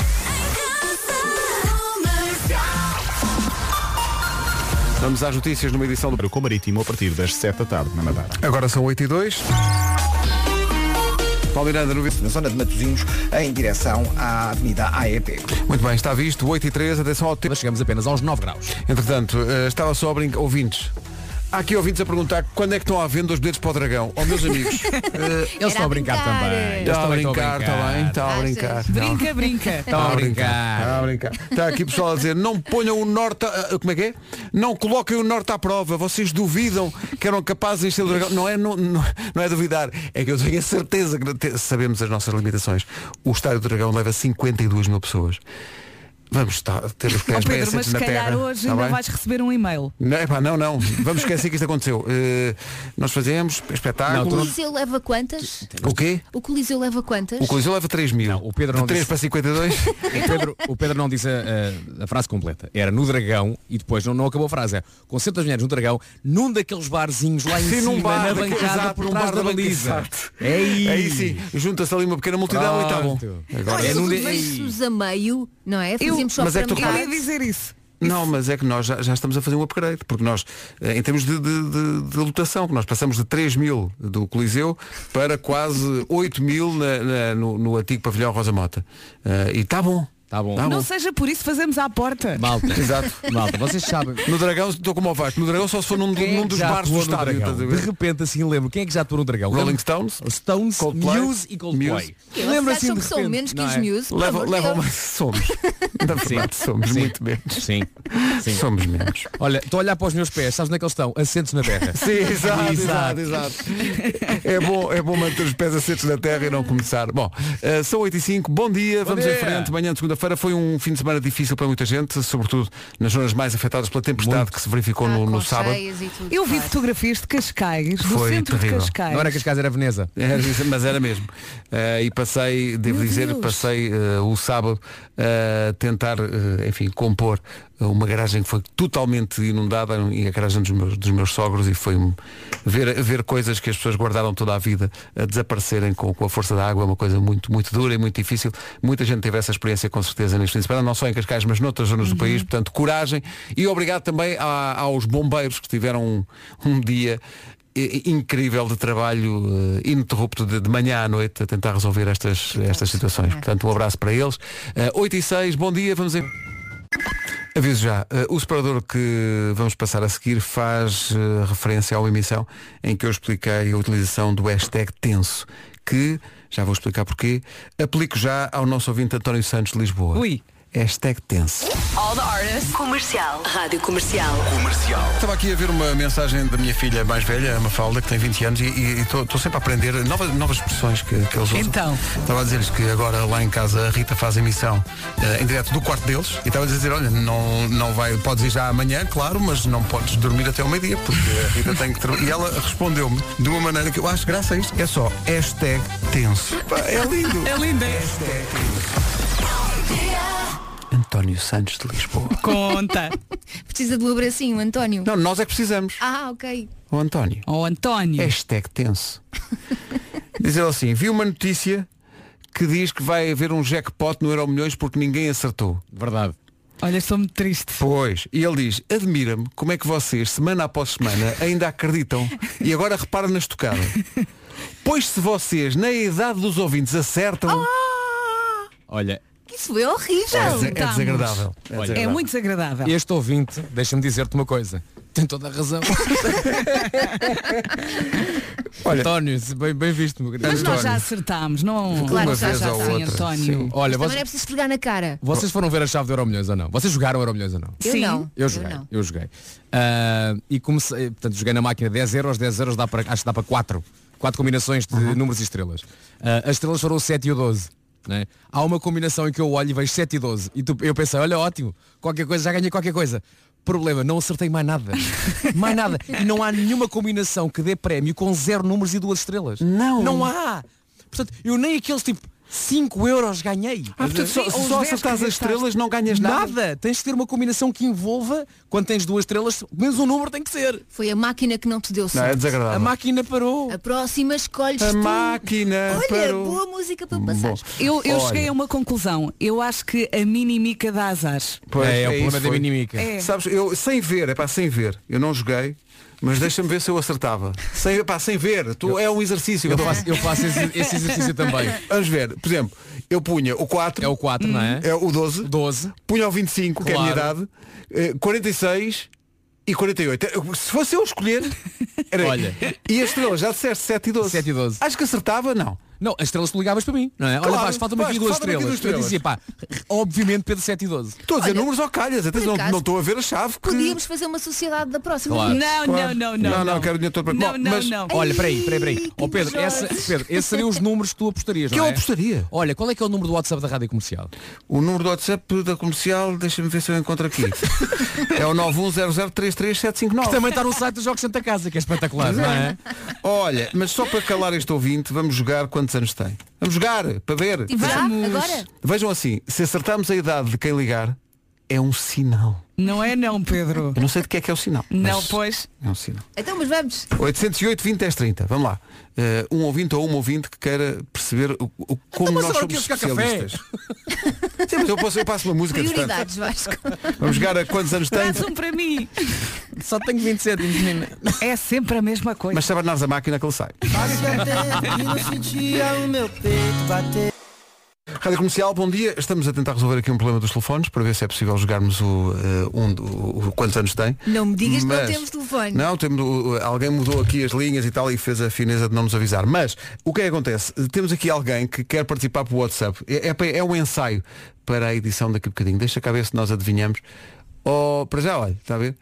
Speaker 2: Vamos às notícias numa edição do
Speaker 1: Com Marítimo a partir das 7 da tarde na Madeira.
Speaker 2: Agora são 8 e 2. Paulo Miranda, no...
Speaker 18: na zona de Matosinhos, em direção à Avenida AEP.
Speaker 2: Muito bem, está visto, 8 e 3, atenção ao tempo. Chegamos apenas aos 9 graus. Entretanto, eh, estava só a brincar, ouvintes, Há aqui ouvintes a perguntar quando é que estão à venda os bilhetes para o Dragão. Ó Oh, meus amigos,
Speaker 23: Eles estão a brincar também. Eles
Speaker 2: Está Tá a
Speaker 23: também estão
Speaker 2: brincar, está bem, está a brincar.
Speaker 4: Brinca, brinca.
Speaker 2: Está a brincar. Está a brincar. Está aqui pessoal a dizer, não ponham o norte, a- a- como é que é? Não coloquem o norte à prova. Vocês duvidam que eram capazes de encher o dragão. Não é, não, não- não é duvidar, é que eu tenho a certeza que não te- sabemos as nossas limitações. O estádio do dragão leva 52 mil pessoas. Vamos tá, ter os
Speaker 4: Ó
Speaker 2: pés bem
Speaker 4: Pedro, mas
Speaker 2: assentos
Speaker 4: se
Speaker 2: na terra.
Speaker 4: calhar hoje
Speaker 2: tá
Speaker 4: ainda
Speaker 2: bem?
Speaker 4: vais receber um e-mail.
Speaker 2: Não, epá, não, não. Vamos esquecer que isto aconteceu. Eh, nós fazemos
Speaker 14: O
Speaker 2: espetáculos.
Speaker 14: Coliseu leva quantas?
Speaker 2: o quê?
Speaker 14: O Coliseu leva quantas?
Speaker 2: O Coliseu leva 3 mil. o Pedro
Speaker 23: não
Speaker 2: de 3
Speaker 23: disse.
Speaker 2: para 52.
Speaker 23: O Pedro, o Pedro não disse a, a- a frase completa. Era no dragão e depois não, não acabou a frase. É concerto das mulheres no dragão, num daqueles barzinhos lá em
Speaker 2: Sim,
Speaker 23: cima,
Speaker 2: num bar,
Speaker 23: na
Speaker 2: daquele-
Speaker 23: bancada
Speaker 2: exato,
Speaker 23: por
Speaker 2: num
Speaker 23: trás
Speaker 2: bar
Speaker 23: da
Speaker 2: da banca-
Speaker 23: baliza.
Speaker 2: exato.
Speaker 23: É isso.
Speaker 2: Aí sim, junta-se ali uma pequena multidão e está bom.
Speaker 14: Nós
Speaker 2: é num de-
Speaker 14: reduzimos a meio, não é? Fazíamos só
Speaker 2: mas é
Speaker 14: para
Speaker 2: que tu
Speaker 14: metade.
Speaker 2: reparas- Eu ia
Speaker 4: dizer isso.
Speaker 2: Não, mas é que nós já, já estamos a fazer um upgrade, porque nós, eh, em termos de, de, de- de lotação, que nós passamos de 3 mil do Coliseu para quase 8 mil na- na- no, no antigo pavilhão Rosa Mota. Eh, e está bom. Está Tá bom.
Speaker 4: não seja por isso, fazemos à porta.
Speaker 23: Malta.
Speaker 2: Exato.
Speaker 23: Malta, vocês sabem.
Speaker 2: Ah, No Dragão, estou como o Vasco, no Dragão só se for num,
Speaker 23: Quem é
Speaker 2: num
Speaker 23: que
Speaker 2: dos
Speaker 23: já
Speaker 2: bares do
Speaker 23: atuou no
Speaker 2: estádio.
Speaker 23: Dragão?
Speaker 2: estás a ver?
Speaker 23: De repente assim lembro. Quem é que já atuou no dragão?
Speaker 2: Rolling
Speaker 23: Lembro-
Speaker 2: Stones?
Speaker 23: Stones,
Speaker 2: Coldplay?
Speaker 23: Muse e Coldplay.
Speaker 2: Muse.
Speaker 14: Vocês acham que são menos que
Speaker 23: não
Speaker 14: os
Speaker 23: é?
Speaker 14: Muse? Pelo
Speaker 2: Leva,
Speaker 14: amor de
Speaker 2: leva
Speaker 14: Deus.
Speaker 2: uma... Somos. Na verdade,
Speaker 23: Sim.
Speaker 2: somos
Speaker 23: Sim.
Speaker 2: muito menos.
Speaker 23: Sim. Sim.
Speaker 2: Somos menos.
Speaker 23: Olha, estou a olhar para os meus pés, sabes onde é que eles estão? Assentos na terra.
Speaker 2: Sim, exato, exato, exato. É bom, é bom manter os pés assentos na terra e não começar. Bom, eh, são 8 e 5 bom dia,
Speaker 23: Bom
Speaker 2: vamos
Speaker 23: dia.
Speaker 2: em frente. Manhã de segunda-feira foi um fim de semana difícil para muita gente, sobretudo nas zonas mais afetadas pela tempestade que se verificou no, no sábado.
Speaker 4: Eu vi fotografias de Cascais, do
Speaker 2: Foi
Speaker 4: centro
Speaker 2: terrível.
Speaker 4: de Cascais.
Speaker 2: Não
Speaker 23: Para que as casas era Veneza.
Speaker 2: Era É, isso, mas era mesmo. Eh, e passei, devo dizer, passei eh, o sábado eh, a tentar, eh, enfim, compor uma garagem que foi totalmente inundada e a garagem dos meus, dos meus sogros e foi um- ver, ver coisas que as pessoas guardaram toda a vida a desaparecerem com, com a força da água, uma coisa muito, muito dura e muito difícil. Muita gente teve essa experiência com certeza neste fim de semana, não só em Cascais, mas noutras zonas do país, portanto, coragem e obrigado também a- aos bombeiros que tiveram um, um dia i- incrível de trabalho eh, ininterrupto de, de manhã à noite a tentar resolver estas, estas situações. Portanto, um abraço para eles. Eh, 8 e 6, bom dia, vamos em. Aviso já, eh, o separador que vamos passar a seguir faz eh, referência a uma emissão em que eu expliquei a utilização do hashtag tenso, que, já vou explicar porquê, aplico já ao nosso ouvinte António Santos de Lisboa. Ui. Hashtag tenso.
Speaker 24: All the Artists Comercial. Rádio Comercial.
Speaker 2: Estava aqui a ver uma mensagem da minha filha mais velha, a Mafalda, que tem 20 anos, e estou sempre a aprender novas, novas expressões que, que eles usam.
Speaker 4: Então.
Speaker 2: Estava a dizer-lhes que agora lá em casa a Rita faz emissão eh, em direto do quarto deles, e estava a dizer, olha, não, não vai, podes ir já amanhã, claro, mas não podes dormir até ao meio-dia, porque a Rita tem que trabalhar. E ela respondeu-me de uma maneira que eu acho graça a isto, é só hashtag tenso. Pá, É lindo.
Speaker 4: É lindo. é?
Speaker 2: António Santos de Lisboa.
Speaker 4: Conta.
Speaker 14: Precisa de um abracinho, António.
Speaker 2: Não, nós é que precisamos.
Speaker 14: Ah, ok.
Speaker 2: O António.
Speaker 4: O António.
Speaker 2: Hashtag tenso. diz ele assim, vi uma notícia que diz que vai haver um jackpot no Euro Milhões porque ninguém acertou.
Speaker 23: Verdade.
Speaker 4: Olha, estou muito triste.
Speaker 2: Pois, e ele diz, admira-me como é que vocês, semana após semana, ainda acreditam e agora repara na estocada. Pois se vocês, na idade dos ouvintes,
Speaker 4: Ah,
Speaker 2: acertam,
Speaker 23: Olha,
Speaker 14: Isso foi horrível.
Speaker 2: é, des- é desagradável. É
Speaker 23: Olha,
Speaker 4: É
Speaker 2: desagradável.
Speaker 4: muito desagradável.
Speaker 23: este ouvinte, deixa-me dizer-te uma coisa. Tem toda a razão.
Speaker 2: Olha-
Speaker 23: António, bem, bem visto, meu querido.
Speaker 4: Mas nós já acertámos, não?
Speaker 14: Claro que já
Speaker 2: vez
Speaker 14: já
Speaker 2: ou
Speaker 14: sim,
Speaker 2: outra,
Speaker 4: António.
Speaker 14: Mas
Speaker 23: Olha,
Speaker 14: também não é
Speaker 23: vocês,
Speaker 14: preciso esfregar na cara.
Speaker 23: vocês foram ver a chave do Euromilhões ou não? Vocês jogaram Euromilhões ou não?
Speaker 14: Eu
Speaker 4: Sim.
Speaker 14: não.
Speaker 23: Eu joguei, eu,
Speaker 14: não.
Speaker 23: joguei. Ah, e comecei, portanto, joguei na máquina 10 euros, 10 euros dá para, acho que dá para 4. 4 combinações de números e estrelas. Ah, as estrelas foram o 7 e o 12. Né? Há uma combinação em que eu olho e vejo 7 e 12. E tu- eu pensei, olha, ótimo, qualquer coisa, já ganhei qualquer coisa. Problema, não acertei mais nada. mais nada. E não há nenhuma combinação que dê prémio com zero números e duas estrelas.
Speaker 2: Não.
Speaker 23: Não há. Portanto, eu nem aqueles tipo 5 euros ganhei.
Speaker 2: Ah, portanto, só,
Speaker 4: Sim,
Speaker 2: se
Speaker 4: ou
Speaker 2: só
Speaker 4: os dez que
Speaker 2: acertares as
Speaker 4: gastaste.
Speaker 2: estrelas não ganhas nada.
Speaker 23: Nada. Tens de ter uma combinação que envolva, quando tens duas estrelas, pelo menos um número tem que ser.
Speaker 14: Foi a máquina que não te deu
Speaker 2: Não, é
Speaker 14: certo.
Speaker 2: desagradável.
Speaker 23: A máquina parou.
Speaker 14: A próxima escolhes
Speaker 2: A
Speaker 14: tu.
Speaker 2: máquina
Speaker 14: Olha,
Speaker 2: parou.
Speaker 14: boa música para passar.
Speaker 4: Eu, eu
Speaker 2: Olha.
Speaker 4: cheguei a uma conclusão. Eu acho que a minimica dá azar.
Speaker 2: Pois,
Speaker 23: É, é o problema
Speaker 2: isso,
Speaker 23: da
Speaker 2: foi.
Speaker 23: minimica.
Speaker 4: É.
Speaker 2: Sabes, eu sem ver, é pá, sem ver. Eu não joguei, mas deixa-me ver se eu acertava. Sem, epá, sem ver. Tu, é um exercício.
Speaker 23: Eu
Speaker 2: que eu
Speaker 23: faço, eu faço esse, esse exercício também.
Speaker 2: Vamos ver, por exemplo, eu punha o 4,
Speaker 23: É o 4, não é?
Speaker 2: é o 12,
Speaker 23: 12.
Speaker 2: punha o 25, que é a minha
Speaker 23: Claro.
Speaker 2: idade, eh, 46 e 48. Eu- Se fosse eu escolher, era...
Speaker 23: Olha.
Speaker 2: E as estrelas, já disseste 7 e 12. 7 e 12. Acho que acertava, não.
Speaker 23: Não, as estrelas tu ligavas para mim, não é? Olha,
Speaker 2: Claro,
Speaker 23: faz falta-me aqui
Speaker 2: faz,
Speaker 23: duas
Speaker 2: falta-me aqui
Speaker 23: estrelas.
Speaker 2: duas
Speaker 23: Eu dizia, pá, obviamente Pedro 7 e 12.
Speaker 2: Estou a dizer
Speaker 23: Olha,
Speaker 2: números ao calhas, até
Speaker 23: por
Speaker 2: não
Speaker 23: acaso,
Speaker 2: não estou a ver a chave. que-
Speaker 14: Podíamos fazer uma sociedade da próxima.
Speaker 23: Claro.
Speaker 2: Claro. Não, não, quero o dinheiro todo para Bom, mas-
Speaker 23: Olha, peraí, peraí, peraí. Ó Pedro,
Speaker 14: nojo.
Speaker 23: essa, Pedro, esses seriam os números que tu apostarias,
Speaker 2: Que
Speaker 23: não
Speaker 2: eu
Speaker 23: é?
Speaker 2: apostaria.
Speaker 23: Olha, qual é que é o número do WhatsApp da Rádio Comercial?
Speaker 2: O número do WhatsApp da comercial, deixa-me ver se eu encontro aqui. é o 910033759.
Speaker 23: Que também está no site dos Jogos Santa Casa, que é espetacular, não é?
Speaker 2: Olha, mas só para calar este ouvinte, vamos jogar quantos anos tem. Vamos jogar, para ver.
Speaker 14: E vá, agora?
Speaker 2: Vejam assim, se acertarmos a idade de quem ligar, é um sinal.
Speaker 4: Não é não, Pedro.
Speaker 2: Eu não sei de que é que é o sinal.
Speaker 4: Não,
Speaker 2: mas
Speaker 4: pois.
Speaker 2: É um sinal.
Speaker 14: Então, mas vamos.
Speaker 2: 808 20 10 30. Vamos lá. Eh, um ouvinte ou uma ouvinte que queira perceber o, o- como
Speaker 14: mas
Speaker 2: nós
Speaker 14: agora que
Speaker 2: somos
Speaker 14: eu buscar café.
Speaker 2: especialistas. Sim, mas eu, passo, eu passo uma música distante.
Speaker 14: Prioridades, Vasco.
Speaker 2: Vamos jogar a quantos anos tem.
Speaker 4: Traz um para mim.
Speaker 23: Só tenho 27, menina.
Speaker 4: É sempre a mesma coisa.
Speaker 2: Mas se abandonares a máquina que ele sai. Rádio Comercial, bom dia. Estamos a tentar resolver aqui um problema dos telefones para ver se é possível jogarmos o, eh, um, do- o- quantos anos tem.
Speaker 14: Não me digas que
Speaker 2: Mas-
Speaker 14: não temos telefone.
Speaker 2: Não, temos, o- o- alguém mudou aqui as linhas e tal e fez a fineza de não nos avisar. Mas o que é que acontece? Temos aqui alguém que quer participar por WhatsApp. É, é, pa- é um ensaio para a edição daqui a bocadinho. Deixa cá ver se nós adivinhamos. Oh, para já, olha, está a ver?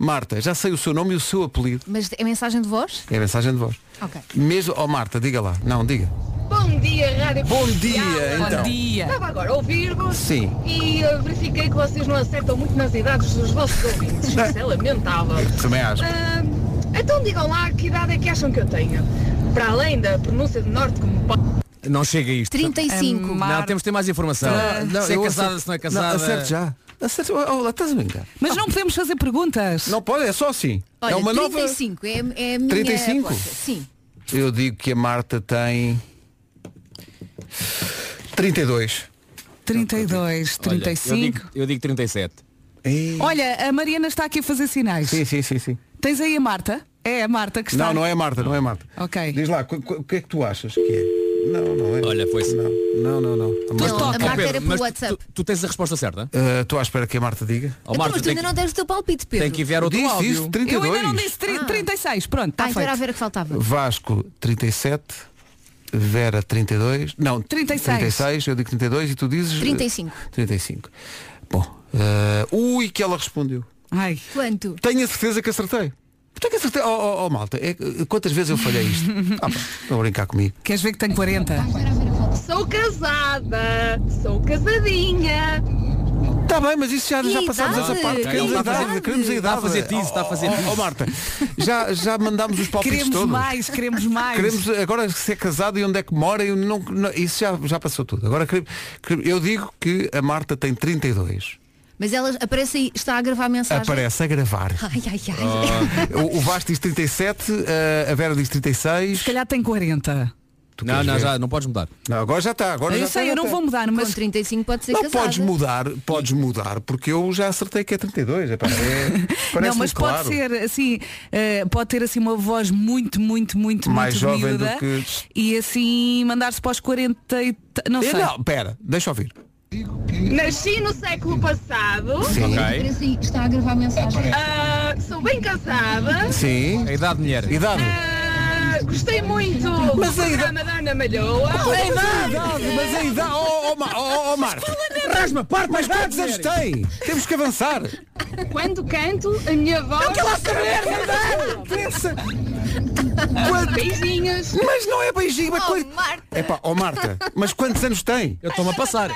Speaker 2: Marta, já sei o seu nome e o seu apelido.
Speaker 14: Mas é mensagem de voz?
Speaker 2: É a mensagem de voz.
Speaker 14: Ok.
Speaker 2: Mesmo, oh Marta, diga lá. Não, diga.
Speaker 6: Bom dia, Rádio
Speaker 2: Bom
Speaker 6: Comercial.
Speaker 2: dia, então. Bom dia.
Speaker 6: Estava agora a ouvir-vos
Speaker 2: Sim.
Speaker 6: e eh, verifiquei que vocês não acertam muito nas idades dos vossos ouvintes. Isso é lamentável.
Speaker 2: Também acho.
Speaker 6: Ah, então digam lá que idade é que acham que eu tenho. Para além da pronúncia de norte como pode.
Speaker 23: Não chega a isto.
Speaker 6: 35.
Speaker 23: Não, temos de ter mais informação. se é
Speaker 2: eu
Speaker 23: casada,
Speaker 2: acerto-
Speaker 23: se não é casada.
Speaker 2: acerte já. Acerte, olá, estás a brincar.
Speaker 4: Mas não podemos fazer perguntas.
Speaker 2: Não pode, é só assim.
Speaker 14: Olha,
Speaker 2: é uma nova.
Speaker 14: 35 é, é a minha
Speaker 2: 35?
Speaker 14: aposta. Sim.
Speaker 2: Eu digo que a Marta tem 32.
Speaker 4: 32,
Speaker 23: Olha,
Speaker 4: 35.
Speaker 23: eu, digo, eu digo 37.
Speaker 4: Olha, a Mariana está aqui a fazer sinais.
Speaker 2: Sim, sim, sim, sim.
Speaker 4: Tens aí a Marta? É a Marta que está.
Speaker 2: Não, não é a Marta, não é a Marta.
Speaker 4: Ok.
Speaker 2: Diz lá, qu- qu- o que é que tu achas que é? Não, não é. Olha, foi não. Não, não, não. A
Speaker 14: Não, a Marta
Speaker 23: Pedro,
Speaker 14: era
Speaker 23: assim. mas
Speaker 14: por WhatsApp.
Speaker 23: Tu, tu tens a resposta certa?
Speaker 2: Ah, Estou à espera que a Marta diga.
Speaker 23: Ó
Speaker 14: Então,
Speaker 23: Marta,
Speaker 14: mas tu
Speaker 23: tem
Speaker 14: ainda
Speaker 23: que,
Speaker 14: não deves o teu palpite, Pedro.
Speaker 23: tem que enviar outro
Speaker 2: Disse
Speaker 23: áudio.
Speaker 2: isso, 32.
Speaker 4: Eu ainda não disse tri- 36. Pronto, está
Speaker 14: Ah, então
Speaker 4: feito.
Speaker 14: era a ver que faltava.
Speaker 2: Vasco 37, Vera 32, não,
Speaker 14: 36.
Speaker 2: 36, eu digo 32 e tu dizes eh,
Speaker 14: 35.
Speaker 2: 35. Bom, eh, ui que ela respondeu.
Speaker 4: Ai.
Speaker 14: Quanto?
Speaker 2: Tenho a certeza que acertei. Tenho a certeza, oh, oh, oh, malta, é que- quantas vezes eu falhei isto? Ah, pá, estão a brincar comigo.
Speaker 4: Queres ver que tenho 40?
Speaker 6: Sou casada, sou casadinha.
Speaker 2: Está Tá bem, mas isso já,
Speaker 6: E
Speaker 2: já
Speaker 6: a
Speaker 2: passámos
Speaker 6: idade?
Speaker 2: essa parte.
Speaker 23: Ele
Speaker 2: Queremos a
Speaker 23: está a fazer-
Speaker 2: idade, queremos a idade.
Speaker 23: está Tá a fazer tease, está a fazer
Speaker 2: Oh, oh,
Speaker 23: tease.
Speaker 2: Oh, Marta, já, já mandámos os palpites
Speaker 4: Queremos
Speaker 2: todos.
Speaker 4: mais, queremos mais.
Speaker 2: Queremos agora ser casado e onde é que mora e não, não- isso já, já passou tudo. Agora quere- quere- eu digo que a Marta tem 32.
Speaker 14: Mas ela aparece aí, está a gravar a mensagem.
Speaker 2: Aparece a gravar.
Speaker 14: Ai, ai, ai.
Speaker 2: Ah.
Speaker 4: Ah.
Speaker 2: O, o Vasco diz 37, a- a Vera diz 36. Se
Speaker 4: calhar tem 40.
Speaker 23: Não, não, já não podes mudar.
Speaker 2: Não, agora já está. Agora
Speaker 4: eu
Speaker 2: já está,
Speaker 4: sei,
Speaker 2: já
Speaker 4: É eu não
Speaker 2: está.
Speaker 4: vou mudar, mas.
Speaker 14: Com 35 pode ser
Speaker 2: Não
Speaker 14: casada.
Speaker 2: podes mudar, podes mudar, porque eu já acertei que é 32. Epá, é,
Speaker 4: Não,
Speaker 2: parece-me
Speaker 4: mas
Speaker 2: claro.
Speaker 4: pode ser assim, eh, pode ter assim uma voz muito, muito, muito,
Speaker 2: Mais
Speaker 4: muito
Speaker 2: jovem do
Speaker 4: miúda
Speaker 2: que-
Speaker 4: e assim mandar-se para os 40 e t- não
Speaker 2: Eh,
Speaker 4: sei.
Speaker 2: Não, pera, deixa eu ouvir.
Speaker 6: Nasci no século passado.
Speaker 2: Sim. Ok.
Speaker 14: Sim, está a gravar a mensagem.
Speaker 6: Ah, sou bem casada.
Speaker 2: Sim.
Speaker 23: A idade, mulher.
Speaker 2: Idade.
Speaker 6: Ah, gostei muito
Speaker 2: Mas
Speaker 6: do
Speaker 2: a idade-
Speaker 6: programa da Ana Malhoa.
Speaker 2: Mas a idade, mas a idade. Oh, oh, Ma- oh, oh Marta. Rasma, parte, mas quantos anos tem? Temos que avançar.
Speaker 6: Quando canto, a minha voz...
Speaker 2: Não quero lá saber, não interessa. Quanto-
Speaker 6: Beijinhos. Oh,
Speaker 2: Mas não é beijinho, mas quanto-
Speaker 6: Marta.
Speaker 2: Epá, oh Marta, mas quantos anos tem?
Speaker 23: Eu estou-me a passar.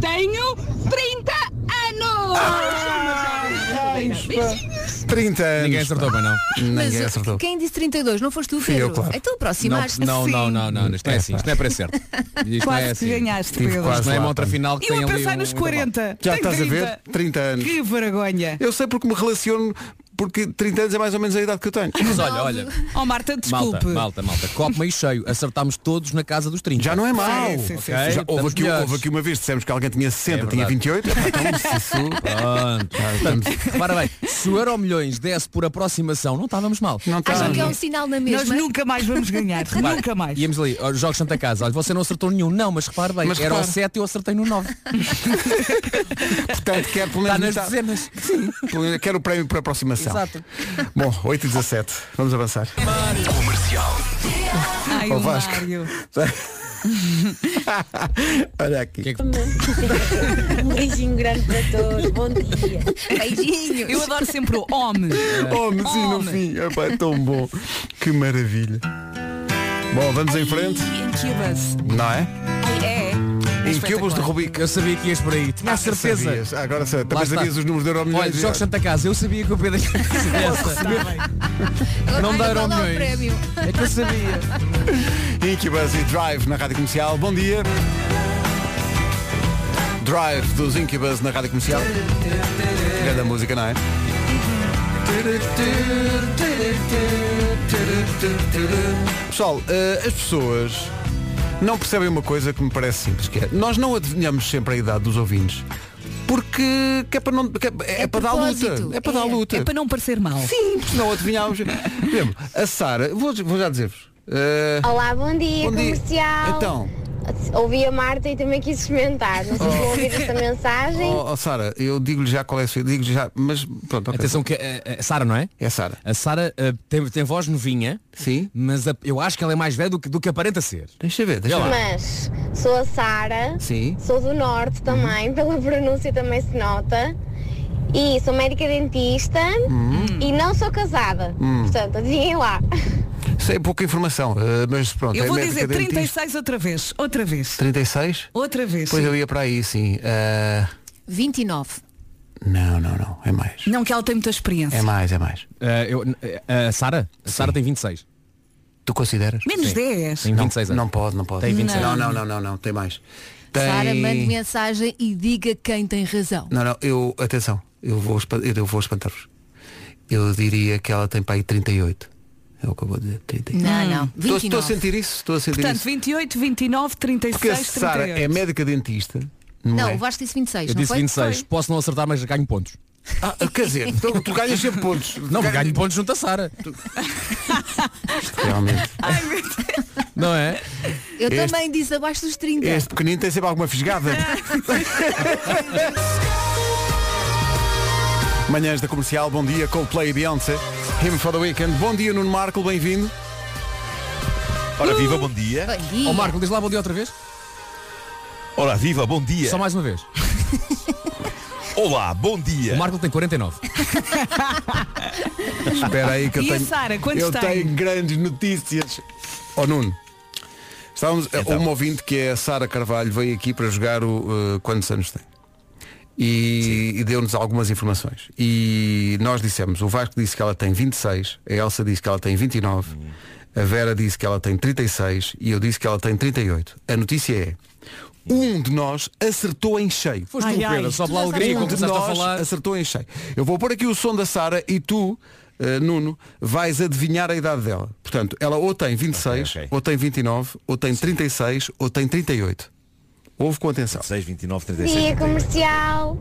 Speaker 6: Tenho 30 anos.
Speaker 23: Ah,
Speaker 6: Beijinhos.
Speaker 2: 30 anos.
Speaker 23: Ninguém acertou, bem não.
Speaker 14: Mas
Speaker 23: Ninguém
Speaker 14: uh,
Speaker 23: é acertou.
Speaker 14: quem disse 32? Não foste tu,
Speaker 23: Fui
Speaker 14: Pedro?
Speaker 23: eu, claro.
Speaker 14: Então aproximaste-te.
Speaker 23: Não, não,
Speaker 14: Sim.
Speaker 23: não, não, não, isto não é assim, isto não é para certo. Isto não é
Speaker 4: Quase que
Speaker 23: assim.
Speaker 4: ganhaste,
Speaker 23: Tive
Speaker 4: Pedro.
Speaker 23: Quase não é
Speaker 2: lá,
Speaker 23: uma outra
Speaker 2: pá.
Speaker 23: final que
Speaker 4: Eu
Speaker 23: tem
Speaker 4: a
Speaker 23: ali
Speaker 4: pensar
Speaker 23: um
Speaker 4: nos
Speaker 23: intervalo.
Speaker 4: 40.
Speaker 2: Já
Speaker 4: Tem
Speaker 2: estás a ver? 30 anos.
Speaker 4: Que vergonha.
Speaker 2: Eu sei porque me relaciono porque 30 anos é mais ou menos a idade que eu tenho.
Speaker 23: Mas olha, olha.
Speaker 4: Oh Marta, desculpe.
Speaker 23: Malta, malta, malta. Copo meio cheio. Acertámos todos na casa dos 30.
Speaker 2: Já não é mau.
Speaker 23: Ok?
Speaker 2: Já houve,
Speaker 23: Estamos É
Speaker 2: aqui,
Speaker 23: melhores.
Speaker 2: houve aqui uma vez, dissemos que alguém tinha 60, tinha 28.
Speaker 23: Pronto. Portanto, Repara bem, se o Euro Milhões desse por aproximação, não estávamos mal. Não
Speaker 2: tá
Speaker 14: Acham que é um sinal na mesma?
Speaker 4: Nós nunca mais vamos ganhar. nunca mais.
Speaker 23: Íamos ali, ó, jogos Santa Casa, olha, você não acertou nenhum, não, mas repare bem,
Speaker 4: Mas
Speaker 23: era
Speaker 4: repare.
Speaker 23: o 7 e eu acertei no 9.
Speaker 2: Portanto, quer pelo menos.
Speaker 23: Está nas
Speaker 2: dezenas. Sim, pelo menos quero o prémio por aproximação.
Speaker 23: Exato.
Speaker 2: Bom, 8 e 17. Vamos avançar.
Speaker 19: Comercial.
Speaker 4: Ai,
Speaker 2: Ó
Speaker 4: o
Speaker 2: Vasco.
Speaker 4: Mário.
Speaker 2: Olha aqui.
Speaker 7: Um beijinho grande para todos. Bom dia.
Speaker 4: Beijinhos. Eu adoro sempre o homem.
Speaker 2: Homem, Oh, sim, no
Speaker 4: Homem.
Speaker 2: fim. Epá, é tão bom. Que maravilha. Bom, vamos em frente.
Speaker 4: Incubus.
Speaker 2: Não é?
Speaker 4: É.
Speaker 2: Incubos de Rubik.
Speaker 23: Eu sabia que ias por aí. Tinha a certeza.
Speaker 2: Sabias. Ah, Agora sei.
Speaker 23: Lá
Speaker 2: também
Speaker 23: está.
Speaker 2: sabias os números de Euro
Speaker 23: Olha,
Speaker 2: Milhões.
Speaker 23: jogos Santa Casa, eu sabia que o Pedro ia fazer essa. Não
Speaker 14: Agora
Speaker 23: deram
Speaker 14: qual é o
Speaker 23: milhões.
Speaker 14: prémio?
Speaker 23: É que eu sabia.
Speaker 2: Incubus e Drive na Rádio Comercial. Bom dia. Drive dos Incubus na Rádio Comercial. Grande música, não é? Pessoal, eh, as pessoas não percebem uma coisa que me parece simples, que é nós não adivinhamos sempre a idade dos ouvintes. Porque que é para, não, que é, é para dar luta. É para dar luta.
Speaker 4: É para não parecer mal.
Speaker 2: Sim, porque não adivinhámos. Por exemplo, a Sara, vou, vou já dizer-vos. eh,
Speaker 7: Olá, bom dia,
Speaker 2: Bom dia.
Speaker 7: comercial.
Speaker 2: Então,
Speaker 7: Ouvi a Marta e também quis experimentar. Não sei se vão
Speaker 2: Oh.
Speaker 7: ouvir esta mensagem.
Speaker 2: ó, ó, Sara, eu digo-lhe já qual é a sua. Digo-lhe já, mas pronto. ok.
Speaker 23: Atenção que eh, eh, a Sara, não é?
Speaker 2: É a Sara.
Speaker 23: A Sara eh, tem, tem voz novinha.
Speaker 2: Sim.
Speaker 23: Mas a- eu acho que ela é mais velha do que, do que aparenta ser.
Speaker 2: Deixa ver,
Speaker 7: Mas sou a Sara,
Speaker 23: Sim.
Speaker 7: sou do Norte
Speaker 2: Uhum.
Speaker 7: também, pela pronúncia também se nota. E sou médica dentista
Speaker 2: Uhum.
Speaker 7: e não sou casada.
Speaker 2: Hum.
Speaker 7: Portanto, adivinhem lá.
Speaker 2: Isso é pouca informação, eh, mas pronto.
Speaker 4: Eu
Speaker 2: é
Speaker 4: vou
Speaker 2: médica
Speaker 4: dizer
Speaker 2: dentista.
Speaker 4: 36 outra vez. Outra vez.
Speaker 2: 36?
Speaker 4: Outra vez.
Speaker 2: Pois
Speaker 4: sim.
Speaker 2: eu ia para aí, sim. Eh,
Speaker 4: 29.
Speaker 2: não, não, não. É mais.
Speaker 4: Não que ela tem muita experiência.
Speaker 2: É mais, é mais.
Speaker 23: Eh, eu- eh, a Sara? A Sara tem 26.
Speaker 2: Tu consideras?
Speaker 4: Menos 10.
Speaker 23: Tem 26
Speaker 2: não,
Speaker 23: anos.
Speaker 2: não pode, não pode.
Speaker 23: Tem 26
Speaker 2: Não,
Speaker 23: anos.
Speaker 2: não, não, não, não. Tem mais.
Speaker 23: É
Speaker 2: Tem...
Speaker 14: Sara, mande mensagem e diga quem tem razão.
Speaker 2: Não, não, eu, atenção, eu vou, espan- eu vou espantar-vos. Eu diria que ela tem para aí 38. É o que eu vou dizer, 38.
Speaker 14: Ah, Não,
Speaker 23: Hum.
Speaker 14: não,
Speaker 2: Estou- Estou a
Speaker 14: 29.
Speaker 2: sentir isso, estou a sentir
Speaker 4: Portanto,
Speaker 2: isso.
Speaker 4: 28, 29, 36,
Speaker 2: Porque a
Speaker 4: 38.
Speaker 2: Sara é médica dentista. Não,
Speaker 14: Não,
Speaker 2: é?
Speaker 14: o Vasco disse 26,
Speaker 23: Eu
Speaker 14: não
Speaker 23: disse
Speaker 14: foi?
Speaker 23: 26.
Speaker 14: Foi.
Speaker 23: Posso não acertar, mas ganho pontos.
Speaker 2: Ah, quer dizer, tu, tu ganhas sempre pontos.
Speaker 23: Não, ganho pontos junto à Sara.
Speaker 2: Realmente.
Speaker 23: Não é?
Speaker 14: Eu
Speaker 2: Este-
Speaker 14: também disse abaixo dos 30.
Speaker 2: Este pequenino tem sempre alguma fisgada. Manhãs da Comercial, bom dia, Coldplay e Beyoncé. Him for the Weekend. Bom dia, Nuno Marco, bem-vindo.
Speaker 13: Ora viva, bom dia.
Speaker 23: Ó Oh, Marco, diz lá bom dia outra vez.
Speaker 13: Ora viva, bom dia.
Speaker 23: Só mais uma vez.
Speaker 13: Olá, bom dia.
Speaker 23: O Marco tem 49.
Speaker 2: Espera aí que eu
Speaker 4: E a
Speaker 2: tenho.
Speaker 4: Sara, quantos
Speaker 2: eu
Speaker 4: tem?
Speaker 2: tenho grandes notícias. Ó Nuno. Estávamos, Uma ouvinte que é a Sara Carvalho veio aqui para jogar o eh, quantos anos tem. E, e deu-nos algumas informações. E nós dissemos, o Vasco disse que ela tem 26, a Elsa disse que ela tem 29, a Vera disse que ela tem 36 e eu disse que ela tem 38. A notícia é, um de nós acertou em cheio.
Speaker 23: Foste tu, Ai, ai, Pedro, só tu pela já alegria sabes.
Speaker 2: Um
Speaker 23: quando
Speaker 2: de
Speaker 23: começaste a
Speaker 2: nós
Speaker 23: falar.
Speaker 2: acertou em cheio. Eu vou pôr aqui o som da Sara e tu, eh, Nuno, vais adivinhar a idade dela. Portanto, ela ou tem 26, ou tem 29, ou tem 36, ou tem 38. Ouve com atenção.
Speaker 13: 26, 29,
Speaker 2: é
Speaker 7: Dia é comercial.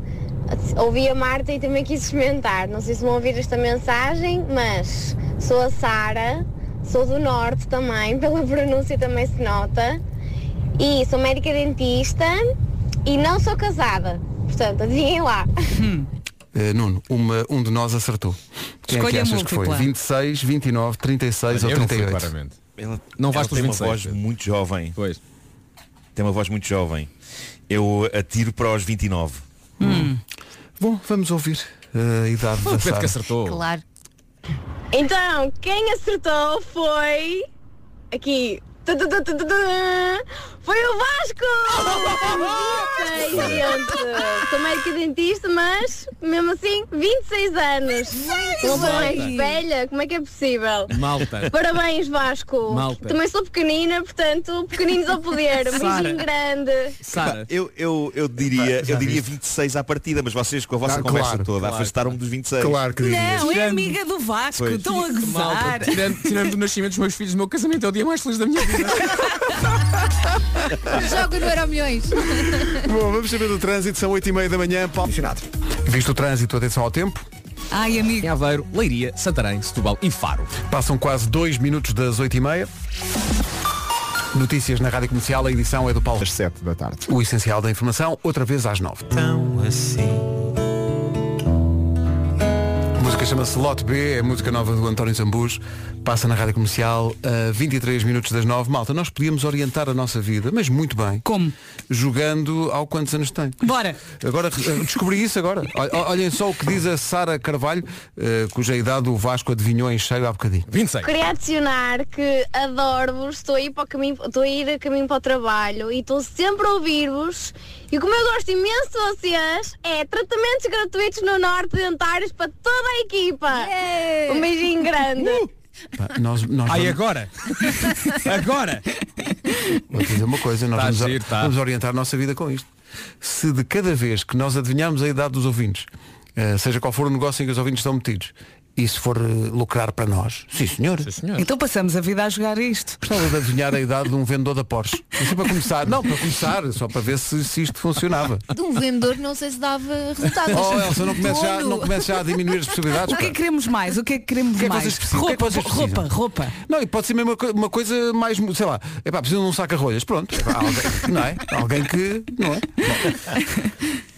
Speaker 7: Ouvi a Marta e também quis experimentar. Não sei se vão ouvir esta mensagem, mas sou a Sara, sou do Norte também, pela pronúncia também se nota. E sou médica dentista e não sou casada. Portanto, adivinhem lá.
Speaker 2: Eh, Nuno, uma- um de nós acertou. Quem é que
Speaker 7: Escolha
Speaker 2: achas que foi?
Speaker 7: múltipla.
Speaker 2: 26, 29,
Speaker 13: Olha,
Speaker 2: 36 ou
Speaker 13: eu não fui,
Speaker 2: 38?
Speaker 13: claramente. Ela,
Speaker 2: Não vais
Speaker 13: ela
Speaker 2: pelos
Speaker 13: tem uma
Speaker 2: 26,
Speaker 13: voz
Speaker 2: Pedro.
Speaker 13: muito jovem. Tem uma voz muito jovem. Eu atiro para os 29.
Speaker 7: Hum.
Speaker 2: Bom, vamos ouvir eh, a idade
Speaker 13: Foi o
Speaker 2: da
Speaker 13: Pedro
Speaker 2: Sara.
Speaker 13: que acertou.
Speaker 7: Claro. Então, quem acertou foi. Aqui. Tu, tu, tu, tu, tu, tu. Foi o Vasco! 26, gente. Sou médica dentista, mas mesmo assim, 26 anos. Uma pessoa mais
Speaker 23: Malta.
Speaker 7: velha, como é que é possível?
Speaker 23: Malta.
Speaker 7: Parabéns, Vasco.
Speaker 23: Malta.
Speaker 7: Também sou pequenina, portanto, pequeninos ao poder. Um
Speaker 13: Sara.
Speaker 7: beijinho grande.
Speaker 13: Pá, Eu, eu, eu diria, eu diria 26 à partida, mas vocês com a vossa
Speaker 2: Claro,
Speaker 13: conversa
Speaker 2: claro,
Speaker 13: toda
Speaker 2: claro.
Speaker 13: afastaram-me dos 26.
Speaker 2: Claro que
Speaker 4: Não, é amiga do Vasco,
Speaker 13: Pois.
Speaker 4: estão a gozar.
Speaker 23: Malta, tirando, tirando o nascimento dos meus filhos, o meu casamento é o dia mais feliz da minha vida.
Speaker 14: Jogo no Euro Milhões.
Speaker 2: Bom, vamos saber do trânsito, é são 8h30 da manhã, Paulo. Visto o trânsito, atenção ao tempo.
Speaker 4: Ai, amigo.
Speaker 23: Em Aveiro, Leiria, Santarém, Setúbal e Faro.
Speaker 2: Passam quase dois minutos das 8h30. Notícias na Rádio Comercial, a edição é do Paulo. Às
Speaker 1: 7 da tarde.
Speaker 2: O essencial da informação, outra vez às 9.
Speaker 19: Tão assim.
Speaker 2: A música chama-se Lot B, é a música nova do António Zambus. Passa na Rádio Comercial a 23 minutos das 9. Malta, nós podíamos orientar a nossa vida, mas muito bem.
Speaker 4: Como?
Speaker 2: Jogando ao quantos anos tem.
Speaker 4: Bora!
Speaker 2: Agora, eh, descobri isso agora. Ol- Olhem só o que diz a Sara Carvalho, eh, cuja idade o Vasco adivinhou em cheio há bocadinho.
Speaker 23: 26.
Speaker 7: Queria adicionar que adoro-vos, estou a ir para o caminho, estou a ir a caminho para o trabalho e estou sempre a ouvir-vos. E como eu gosto imenso de vocês, é tratamentos gratuitos no Norte dentários para toda a equipa. Um beijinho grande.
Speaker 2: Pá, Nós, nós
Speaker 23: Ai,
Speaker 2: vamos-
Speaker 23: agora! agora!
Speaker 2: Vou dizer uma coisa, nós
Speaker 23: Tá
Speaker 2: vamos,
Speaker 23: giro, tá.
Speaker 2: vamos orientar a nossa vida com isto. Se de cada vez que nós adivinharmos a idade dos ouvintes, eh, seja qual for o negócio em que os ouvintes estão metidos, e se for eh, lucrar para nós, sim senhor.
Speaker 4: Então passamos a vida a jogar isto.
Speaker 2: Gostava de adivinhar a idade de um vendedor da Porsche. Assim para começar, não, para começar, só para ver se, se isto funcionava.
Speaker 14: De um vendedor não sei se dava
Speaker 4: tá
Speaker 14: resultados.
Speaker 2: Oh Elsa, não comece, já,
Speaker 14: Dono.
Speaker 2: não comece já a diminuir as possibilidades.
Speaker 4: O que é que
Speaker 2: pá.
Speaker 4: queremos mais? O que é que queremos
Speaker 2: O que é que
Speaker 4: mais?
Speaker 2: vocês precisam? O que é que
Speaker 4: roupa,
Speaker 2: vocês
Speaker 4: roupa,
Speaker 2: precisam?
Speaker 4: roupa.
Speaker 2: Não, e pode ser mesmo uma, co- uma coisa mais, sei lá, é pá, precisam de um saca-rolhas, pronto. Epá, alguém- não é? Alguém que, não é?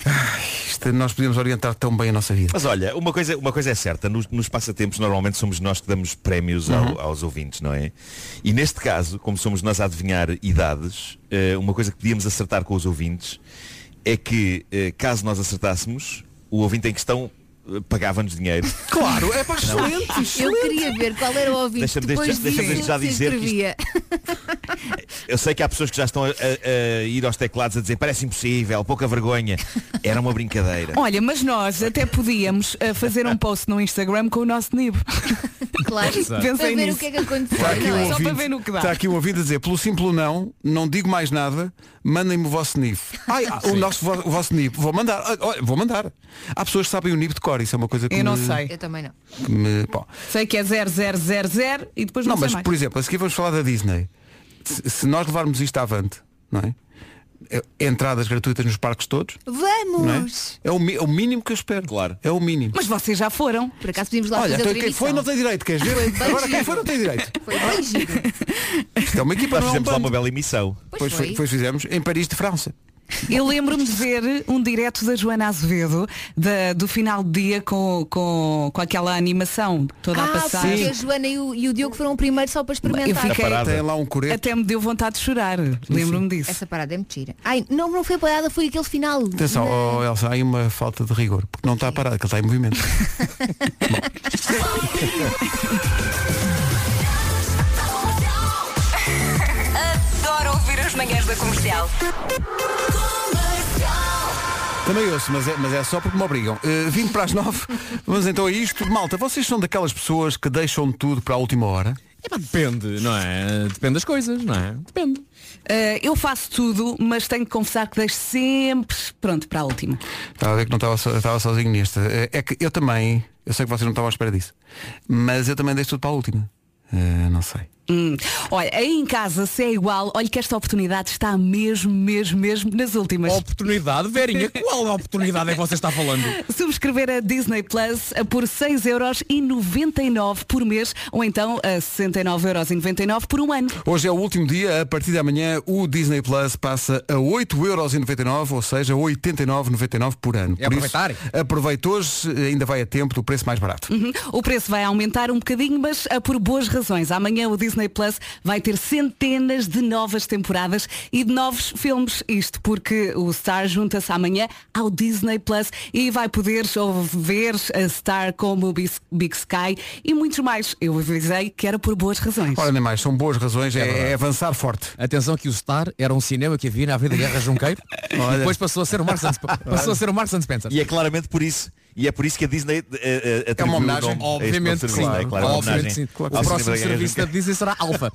Speaker 2: Ai, isto, nós podíamos orientar tão bem a nossa vida.
Speaker 13: Mas olha, uma coisa, uma coisa é certa, nos, nos passatempos normalmente somos nós que damos prémios ao-
Speaker 2: Uhum.
Speaker 13: aos ouvintes, não é? E neste caso, como somos nós a adivinhar idades, eh, uma coisa que podíamos acertar com os ouvintes é que, eh, caso nós acertássemos, o ouvinte em questão eh, pagava-nos dinheiro.
Speaker 2: Claro, é para
Speaker 13: Não.
Speaker 14: Eu queria ver qual era o ouvinte que
Speaker 13: Deixa-me
Speaker 14: depois
Speaker 13: desde- deixa-me
Speaker 14: disso
Speaker 13: desde já
Speaker 14: se
Speaker 13: dizer que isto-
Speaker 14: inscrevia.
Speaker 13: Eu sei que há pessoas que já estão a, a- a ir aos teclados a dizer parece impossível, pouca vergonha. Era uma brincadeira.
Speaker 4: Olha, mas nós até podíamos eh, fazer um post no Instagram com o nosso NIB.
Speaker 14: Claro,
Speaker 2: Exato.
Speaker 14: para
Speaker 4: Pensei
Speaker 14: ver
Speaker 4: nisso.
Speaker 14: o que é que aconteceu.
Speaker 2: Está aqui,
Speaker 14: não é?
Speaker 2: um ouvinte, está aqui um ouvinte a dizer, pelo simples não, não digo mais nada, mandem-me o vosso NIF. Ai, ah, o, nosso, vo- o vosso NIF, vou mandar, Ah, olha, vou mandar. Há pessoas que sabem o NIF de cor, isso é uma coisa que
Speaker 4: Eu não
Speaker 2: me-
Speaker 4: sei.
Speaker 14: Eu também não.
Speaker 2: que me- bom.
Speaker 4: Sei que é 0000 e depois não,
Speaker 2: Não,
Speaker 4: sei
Speaker 2: mas
Speaker 4: mais.
Speaker 2: por exemplo, a seguir vamos falar da Disney. Se, se nós levarmos isto avante, não é? É- Entradas gratuitas nos parques todos. Não é?
Speaker 14: Vamos!
Speaker 2: É o, mi- é o mínimo que eu espero. Claro. É o mínimo.
Speaker 4: Mas vocês já foram.
Speaker 14: Por acaso podíamos lá
Speaker 2: Olha,
Speaker 14: fazer
Speaker 2: então
Speaker 14: outra
Speaker 2: quem foi não
Speaker 14: emissão.
Speaker 2: tem direito, queres ver?
Speaker 14: Foi um bem
Speaker 2: Agora quem
Speaker 14: giro.
Speaker 2: foi não tem direito.
Speaker 14: Foi bem giro.
Speaker 2: Isto é uma equipa,
Speaker 13: Nós
Speaker 2: não é um
Speaker 13: fizemos lá
Speaker 2: bando.
Speaker 13: uma bela emissão.
Speaker 14: Pois
Speaker 2: Pois,
Speaker 14: foi.
Speaker 2: foi- pois fizemos em Paris de França.
Speaker 4: Eu lembro-me de ver um direto da Joana Azevedo da- do final de dia com, com, com aquela animação toda a
Speaker 14: Ah,
Speaker 4: passar.
Speaker 14: porque a Joana e o, e o Diogo foram o primeiro só para experimentar.
Speaker 4: Eu fiquei
Speaker 2: Tem lá um coreto.
Speaker 4: Até me deu vontade de chorar. Lembro-me disso.
Speaker 14: Essa parada é mentira. Ai, não, não foi a parada, foi aquele final.
Speaker 2: Atenção,
Speaker 14: Não.
Speaker 2: oh, Elsa, há aí uma falta de rigor, porque não está parado, que ele está em movimento.
Speaker 24: Adoro ouvir as manhãs da comercial.
Speaker 2: Também ouço, mas é, mas é só porque me obrigam. Uh, vim para as nove, vamos então a isto. Malta, vocês são daquelas pessoas que deixam tudo para a última hora?
Speaker 23: Depende, não é? Depende das coisas, não é?
Speaker 4: Depende. Eh, eu faço tudo, mas tenho que confessar que deixo sempre pronto para a última.
Speaker 2: Estava a ver que não estava, so- estava sozinho neste. Eh, É que eu também, eu sei que vocês não estavam à espera disso, mas eu também deixo tudo para a última. Eh, não sei.
Speaker 4: Hum. Olha, aí em casa, se é igual, olha que esta oportunidade está mesmo, mesmo, mesmo nas últimas.
Speaker 23: Oportunidade, Verinha, qual a oportunidade é que você está falando?
Speaker 4: Subscrever a Disney Plus por 6,99€ por mês ou então a 69,99€ por um ano.
Speaker 2: Hoje é o último dia, a partir de amanhã o Disney Plus passa a 8,99€, ou seja, 89,99€ por ano.
Speaker 23: É
Speaker 2: Por
Speaker 23: aproveitar.
Speaker 2: Isso, aproveite hoje, ainda vai a tempo do preço mais barato.
Speaker 4: Uhum. O preço vai aumentar um bocadinho, mas ah, por boas razões. Amanhã o Disney Disney Plus vai ter centenas de novas temporadas e de novos filmes. Isto porque o Star junta-se amanhã ao Disney Plus e vai poder ou ver a Star como o Big Big Sky e muitos mais. Eu avisei que era por boas razões.
Speaker 2: Ora, nem mais, são boas razões, é, é avançar forte.
Speaker 23: Atenção que o Star era um cinema que havia na Avenida Guerra Junqueiro e
Speaker 13: Olha.
Speaker 23: depois passou a ser o Marks and Sp- passou a ser o Marks and Spencer.
Speaker 13: E é claramente por isso. E é por isso que a Disney eh, eh, atribuiu o nome a este
Speaker 23: É Obviamente que sim.
Speaker 13: nosso serviço. É claro, uma
Speaker 23: Obviamente
Speaker 13: homenagem
Speaker 23: sim. O
Speaker 13: ao cinema
Speaker 23: próximo
Speaker 13: da Guerra
Speaker 23: serviço da
Speaker 13: Junqueira.
Speaker 23: Disney será Alfa.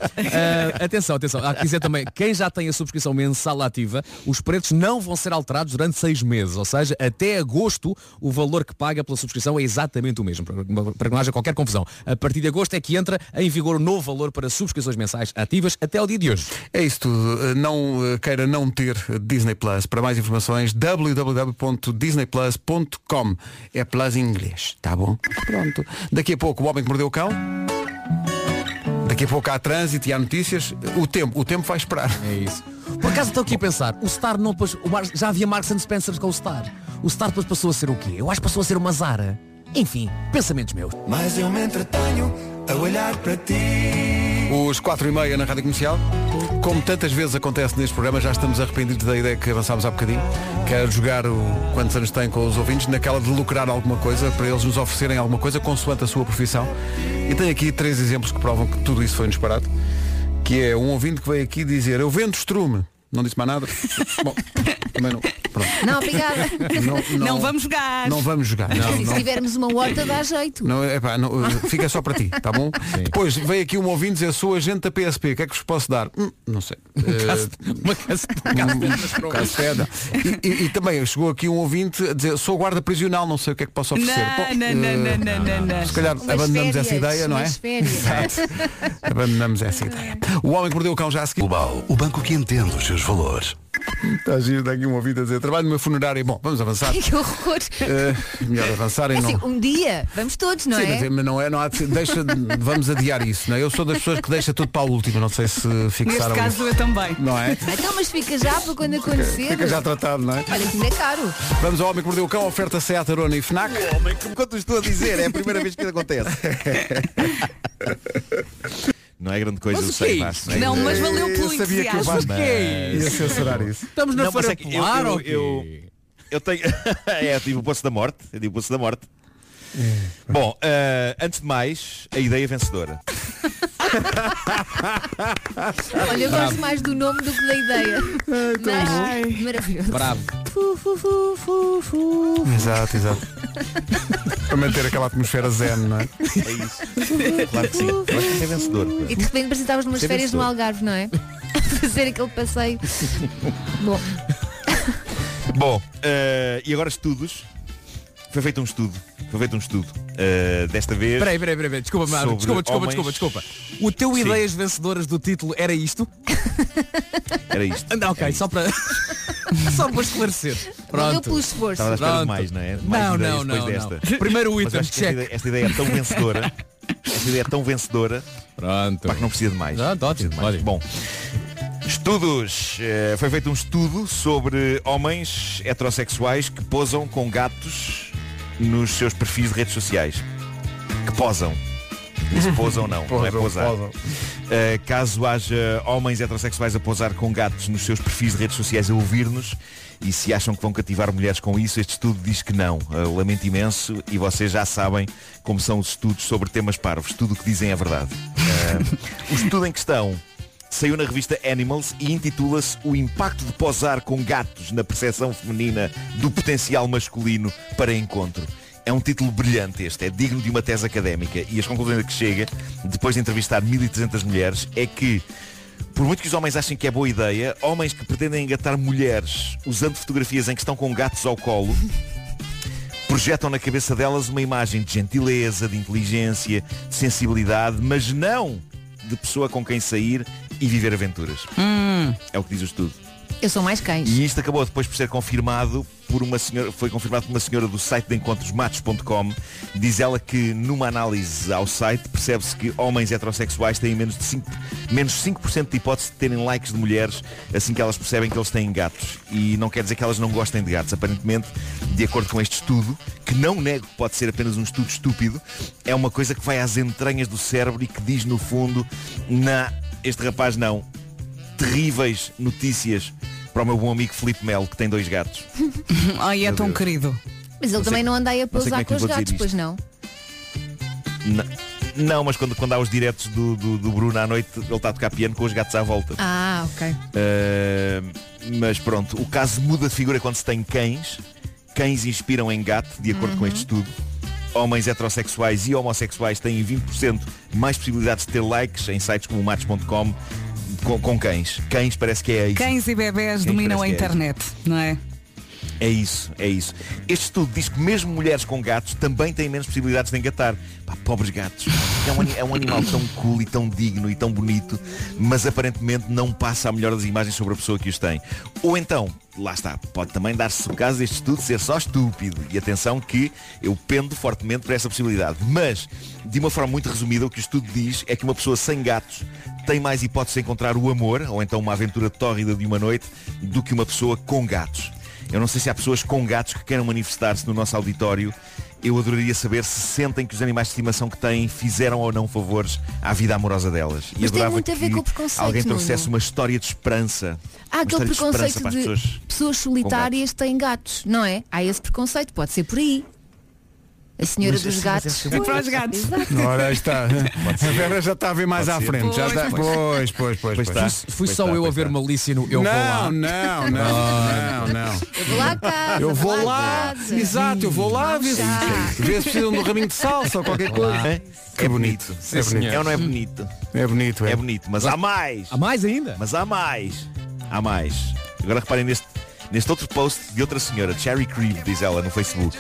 Speaker 23: Ah, atenção, atenção. Há que dizer também, quem já tem a subscrição mensal ativa, os preços não vão ser alterados durante seis meses. Ou seja, até agosto, o valor que paga pela subscrição é exatamente o mesmo. Para para que não haja qualquer confusão. A partir de agosto é que entra em vigor o novo valor para subscrições mensais ativas até ao dia de hoje.
Speaker 2: É isso tudo. Eh, Não eh, queira não ter eh, Disney Plus. Para mais informações, www.disneyplus.com. É Plus em inglês, tá bom? Pronto. Daqui a pouco, o homem que mordeu o cão. Daqui a pouco há trânsito e há notícias. O tempo, o tempo vai esperar.
Speaker 23: É isso. Por acaso estou aqui a pensar, o Star não pôs, o Mar- já havia Marks and Spencer com o Star. O Star depois passou a ser o quê? Eu acho que passou a ser uma Zara. Enfim, pensamentos meus.
Speaker 19: Mas eu me entretenho a olhar para ti.
Speaker 2: Os 4 e meia na Rádio Comercial. Como tantas vezes acontece neste programa, já estamos arrependidos da ideia que avançámos há bocadinho. Quero jogar o quantos anos tem com os ouvintes, naquela de lucrar alguma coisa, para eles nos oferecerem alguma coisa consoante a sua profissão. E tenho aqui três exemplos que provam que tudo isso foi um disparate. Que é um ouvinte que veio aqui dizer, eu vendo estrume. Não disse mais nada. Bom, também não. Pronto.
Speaker 14: Não, obrigada.
Speaker 2: Não, não-
Speaker 4: jogar.
Speaker 2: Não vamos jogar.
Speaker 14: Se tivermos uma horta dá jeito.
Speaker 2: Não, epá, não, eh, fica só para ti, tá bom? Depois veio aqui um ouvinte dizer, sou agente da PSP, o que é que vos posso dar? Hum, não sei. Eh,
Speaker 23: Uma casa
Speaker 2: um caceda. E, e- e também chegou aqui um ouvinte a dizer, sou guarda prisional, não sei o que é que posso
Speaker 4: Não,
Speaker 2: oferecer.
Speaker 4: não, não,
Speaker 2: eh,
Speaker 4: não, não, não, não.
Speaker 2: Se calhar
Speaker 4: Umas
Speaker 2: abandonamos
Speaker 4: férias,
Speaker 2: essa ideia, não é?
Speaker 4: umas férias.
Speaker 2: Exato. abandonamos essa ideia. O homem que mordeu o cão já a seguir.
Speaker 19: O banco que entende os seus valores.
Speaker 2: Está giro, está aqui um ouvinte a dizer, trabalho numa funerária. Bom, vamos avançar.
Speaker 14: Que horror.
Speaker 2: Eh, melhor avançar
Speaker 14: É
Speaker 2: e
Speaker 14: assim,
Speaker 2: não.
Speaker 14: um dia, vamos todos, não
Speaker 2: Sim,
Speaker 14: é?
Speaker 2: mas- mas não é, não há de ser- deixa, vamos adiar isso, não é? Eu sou das pessoas que deixa tudo para a última, não sei se fixaram
Speaker 14: Neste caso,
Speaker 2: isso.
Speaker 4: eu também.
Speaker 2: Não é?
Speaker 14: Então, mas fica já para quando
Speaker 2: Fica-
Speaker 14: acontecer.
Speaker 2: Fica já tratado, não é?
Speaker 14: Olha, que não é caro.
Speaker 2: Vamos ao Homem que Mordeu o Cão, oferta Seat Arona e FNAC. O homem que quanto estou a dizer, é a primeira vez que acontece.
Speaker 13: Não é grande coisa,
Speaker 2: Mas
Speaker 13: eu
Speaker 2: o
Speaker 13: sei,
Speaker 2: que é
Speaker 13: Vasco,
Speaker 2: isto?
Speaker 13: não é
Speaker 2: Não,
Speaker 13: grande
Speaker 2: mas
Speaker 13: coisa.
Speaker 2: valeu pelo Eu sabia que o entusiasmo. Vasco ia censurar isso. Estamos na
Speaker 13: Não, mas
Speaker 2: feira
Speaker 13: é que eu,
Speaker 2: polar,
Speaker 13: eu,
Speaker 2: ou quê?
Speaker 13: eu, eu tenho... é, tive o Poço da Morte. Eu digo Poço da Morte. Bom, eh, antes de mais, a ideia vencedora.
Speaker 14: Olha, eu
Speaker 13: Bravo.
Speaker 14: gosto mais do nome do que da ideia. Mas, maravilhoso.
Speaker 2: Bravo.
Speaker 14: Fu, fu, fu, fu, fu.
Speaker 2: Exato, exato. Para manter aquela atmosfera zen, não é?
Speaker 13: É isso. Claro que sim. Eu acho que isso é vencedor.
Speaker 14: E de repente apresentavas umas
Speaker 13: Sim,
Speaker 14: férias
Speaker 13: vencedor.
Speaker 14: no Algarve, não é? Fazer aquele passeio. Bom,
Speaker 13: Bom, eh, e agora estudos. Foi feito um estudo. Foi feito um estudo. Eh, desta vez.
Speaker 23: Peraí, peraí, peraí, peraí. desculpa, Mário,
Speaker 13: sobre
Speaker 23: desculpa, desculpa,
Speaker 13: homens-
Speaker 23: desculpa, desculpa. O teu
Speaker 13: Sim.
Speaker 23: ideias vencedoras do título era isto?
Speaker 13: Era isto.
Speaker 23: Não, ok, só para só para esclarecer.
Speaker 14: valeu
Speaker 23: Pronto.
Speaker 14: pelo esforço.
Speaker 13: Estava à espera de mais, não é? Mais
Speaker 23: não,
Speaker 13: ideias
Speaker 23: não,
Speaker 13: depois
Speaker 23: não,
Speaker 13: desta.
Speaker 23: não. Primeiro
Speaker 13: Mas
Speaker 23: item,
Speaker 13: eu acho que
Speaker 23: check.
Speaker 13: Esta ideia, esta ideia é tão vencedora. esta ideia é tão vencedora.
Speaker 23: Pronto.
Speaker 13: Para que não precisa de mais.
Speaker 23: Pronto, ótimo, ótimo.
Speaker 13: Bom. Estudos. Eh, foi feito um estudo sobre homens heterossexuais que posam com gatos nos seus perfis de redes sociais. Que posam. Isso posam não, não é
Speaker 2: Posam,
Speaker 13: posar.
Speaker 2: posam.
Speaker 13: Eh, caso haja homens heterossexuais a posar com gatos nos seus perfis de redes sociais a ouvir-nos e se acham que vão cativar mulheres com isso, este estudo diz que não. Eh, lamento imenso e vocês já sabem como são os estudos sobre temas parvos. Tudo o que dizem é verdade. Eh, o estudo em questão saiu na revista Animals e intitula-se O impacto de posar com gatos na percepção feminina do potencial masculino para encontro. É um título brilhante este, é digno de uma tese académica e as conclusões a que chega, depois de entrevistar 1300 mulheres, é que por muito que os homens achem que é boa ideia, homens que pretendem engatar mulheres usando fotografias em que estão com gatos ao colo, projetam na cabeça delas uma imagem de gentileza, de inteligência, de sensibilidade, mas não de pessoa com quem sair e viver aventuras. É o que diz o estudo.
Speaker 14: eu sou mais cães.
Speaker 13: E isto acabou depois por ser confirmado por uma senhora, foi confirmado por uma senhora do site de encontrosmatos.com. Diz ela que numa análise ao site percebe-se que homens heterossexuais têm menos de 5%, menos 5 de hipótese de terem likes de mulheres assim que elas percebem que eles têm gatos. E não quer dizer que elas não gostem de gatos. Aparentemente, de acordo com este estudo, que não nego que pode ser apenas um estudo estúpido, é uma coisa que vai às entranhas do cérebro e que diz no fundo, na este rapaz não. Terríveis notícias para o meu bom amigo Filipe Melo, que tem dois gatos.
Speaker 4: Ai, é
Speaker 13: Meu
Speaker 4: tão
Speaker 13: Deus.
Speaker 4: querido.
Speaker 14: Mas ele
Speaker 13: Não sei-
Speaker 14: também não anda aí a
Speaker 13: não sei como
Speaker 14: pousar
Speaker 13: é que
Speaker 14: com
Speaker 13: lhe
Speaker 14: os
Speaker 13: vou dizer
Speaker 14: gatos,
Speaker 13: isto.
Speaker 14: pois não.
Speaker 13: Na- Não, mas quando, quando há os diretos do, do, do Bruno à noite, ele está a tocar piano com os gatos à volta.
Speaker 14: Ah, ok.
Speaker 13: Uh, mas pronto, o caso muda de figura quando se tem cães. Cães inspiram em gato, de acordo com
Speaker 14: Uhum.
Speaker 13: este estudo. Homens heterossexuais e homossexuais têm 20% mais possibilidades de ter likes em sites como o Match.com com, com cães. Cães parece que é isso.
Speaker 4: Cães e bebés
Speaker 13: Quem
Speaker 4: dominam a
Speaker 13: parece que é
Speaker 4: internet, não é?
Speaker 13: É isso, é isso. Este estudo diz que mesmo mulheres com gatos também têm menos possibilidades de engatar. Pá, pobres gatos. É um, ani- é um animal tão cool e tão digno e tão bonito, mas aparentemente não passa a melhor das imagens sobre a pessoa que os tem. Ou então, lá está, pode também dar-se o caso deste estudo ser só estúpido. E atenção que eu pendo fortemente para essa possibilidade. Mas, de uma forma muito resumida, o que o estudo diz é que uma pessoa sem gatos tem mais hipótese de encontrar o amor, ou então uma aventura tórrida de uma noite, do que uma pessoa com gatos. Eu não sei se há pessoas com gatos que queiram manifestar-se no nosso auditório. Eu adoraria saber se sentem que os animais de estimação que têm fizeram ou não favores à vida amorosa delas.
Speaker 14: Mas
Speaker 13: E
Speaker 14: tem
Speaker 13: adorava
Speaker 14: muito a ver
Speaker 13: que
Speaker 14: com o preconceito,
Speaker 13: alguém
Speaker 14: Nuno.
Speaker 13: trouxesse uma história de esperança.
Speaker 14: Há
Speaker 13: uma
Speaker 14: aquele
Speaker 13: história de
Speaker 14: preconceito
Speaker 13: esperança para as
Speaker 14: de
Speaker 13: pessoas.
Speaker 14: pessoas, solitárias têm gatos, não é? Há esse preconceito, pode ser por aí. A senhora
Speaker 2: Mas
Speaker 14: dos
Speaker 2: assim, mas
Speaker 14: gatos.
Speaker 2: é sempre- É para os
Speaker 4: gatos.
Speaker 2: Ora, aí está. A Vera já está a ver mais
Speaker 13: Pode
Speaker 2: à
Speaker 13: ser.
Speaker 2: frente. Já
Speaker 13: Pois,
Speaker 2: está.
Speaker 13: pois.
Speaker 2: Pois, pois, pois.
Speaker 13: Pois está.
Speaker 2: pois.
Speaker 13: Fui Pois só está, eu a pois ver está.
Speaker 2: malícia no
Speaker 13: Eu
Speaker 2: não,
Speaker 13: Vou Lá. Ah.
Speaker 2: Não, não, não, não.
Speaker 14: Eu vou lá a casa,
Speaker 2: Eu
Speaker 14: vou lá
Speaker 2: vou lá.
Speaker 14: a casa.
Speaker 2: Exato, eu vou lá ver se, ver se precisam de um raminho de salsa ou qualquer coisa.
Speaker 13: É,
Speaker 2: Que bonito.
Speaker 13: Sim, senhor. É ou não é bonito?
Speaker 2: É bonito, é.
Speaker 13: É bonito, mas há mais. Há
Speaker 23: mais ainda?
Speaker 13: Mas há mais. Há mais. Agora reparem neste, neste outro post de outra senhora, Cherry Creve, diz ela no Facebook.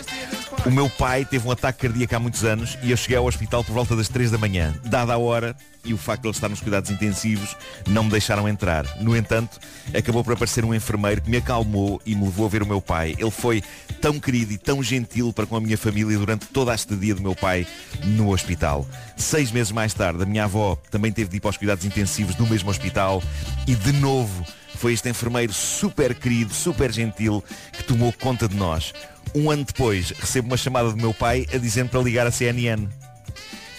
Speaker 13: O meu pai teve um ataque cardíaco há muitos anos e eu cheguei ao hospital por volta das 3 da manhã. Dada a hora e o facto de ele estar nos cuidados intensivos, não me deixaram entrar. No entanto, acabou por aparecer um enfermeiro que me acalmou e me levou a ver o meu pai. Ele foi tão querido e tão gentil para com a minha família durante toda a estadia do meu pai no hospital. Seis meses mais tarde, a minha avó também teve de ir para os cuidados intensivos do mesmo hospital e de novo foi este enfermeiro super querido, super gentil que tomou conta de nós. Um ano depois, recebo uma chamada do meu pai a dizer para ligar a CNN.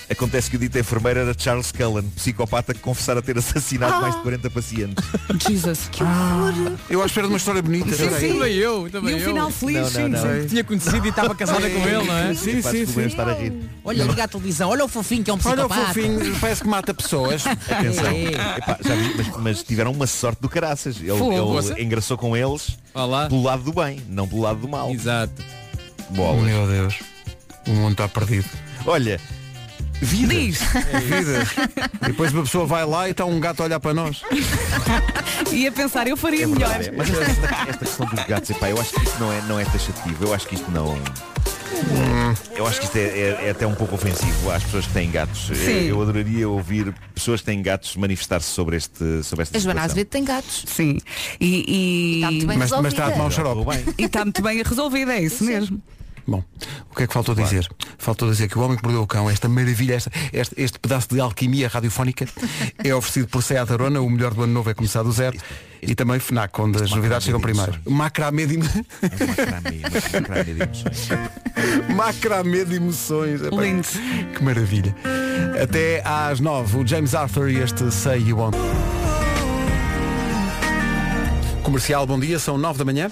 Speaker 13: Acontece que o dito enfermeiro era Charles Cullen, psicopata que confessara ter assassinado
Speaker 14: Ah.
Speaker 13: mais de 40 pacientes.
Speaker 4: Jesus.
Speaker 14: Que horror.
Speaker 2: Ah, Eu à espera de uma história bonita.
Speaker 13: Sim,
Speaker 2: espera aí.
Speaker 13: sim. Também
Speaker 23: eu, também
Speaker 4: E um
Speaker 23: eu.
Speaker 4: final feliz,
Speaker 23: Não,
Speaker 4: sim.
Speaker 23: não, não.
Speaker 4: sim.
Speaker 23: Tinha conhecido e estava casada com ele, não é?
Speaker 2: Sim, sim, sim.
Speaker 13: estar a rir.
Speaker 8: Olha, liga a televisão, olha o fofinho que é um
Speaker 2: Olha
Speaker 8: psicopata.
Speaker 2: o fofinho, parece que mata pessoas.
Speaker 13: Atenção.
Speaker 8: É.
Speaker 13: Epá, já vi, mas, mas tiveram uma sorte do caraças. Ele,
Speaker 2: Fogo.
Speaker 13: ele
Speaker 2: Poça.
Speaker 13: engraçou com eles pelo lado do bem, não pelo lado do mal.
Speaker 23: Exato.
Speaker 13: Bolas.
Speaker 2: Meu Deus. O mundo está perdido.
Speaker 13: Olha, vida.
Speaker 2: Vidas. E depois uma pessoa vai lá e está um gato a olhar para nós.
Speaker 4: E a pensar, eu faria
Speaker 13: É
Speaker 4: melhor.
Speaker 13: verdade, é. Mas esta, esta- esta questão dos gatos, epá, eu acho que isto não é, não é taxativo, eu acho que isto não.
Speaker 2: Hum.
Speaker 13: Eu acho que isto é, é- é até um pouco ofensivo às pessoas que têm gatos. Eu-
Speaker 14: Sim.
Speaker 13: Eu adoraria ouvir pessoas que têm gatos manifestar-se sobre, este, sobre esta
Speaker 14: A Joana
Speaker 13: situação.
Speaker 14: Azevedo tem gatos.
Speaker 4: Sim. E, e...
Speaker 14: muito bem Mas- mas está a tomar um
Speaker 2: xarope.
Speaker 4: E está muito bem resolvida, é isso mesmo.
Speaker 2: Bom, o que é que faltou dizer? Faltou dizer que o Homem que Mordeu o Cão, esta maravilha, esta, este, este pedaço de alquimia radiofónica, é oferecido por Seat Arona, o melhor do ano novo é começar do zero, e também FNAC, onde as novidades chegam primeiro. Macramé de,
Speaker 13: Macramé de emoções.
Speaker 2: Macramé de emoções. epá, Que, maravilha. Até às nove, o James Arthur e este Say You Want. Comercial, bom dia, são nove da manhã.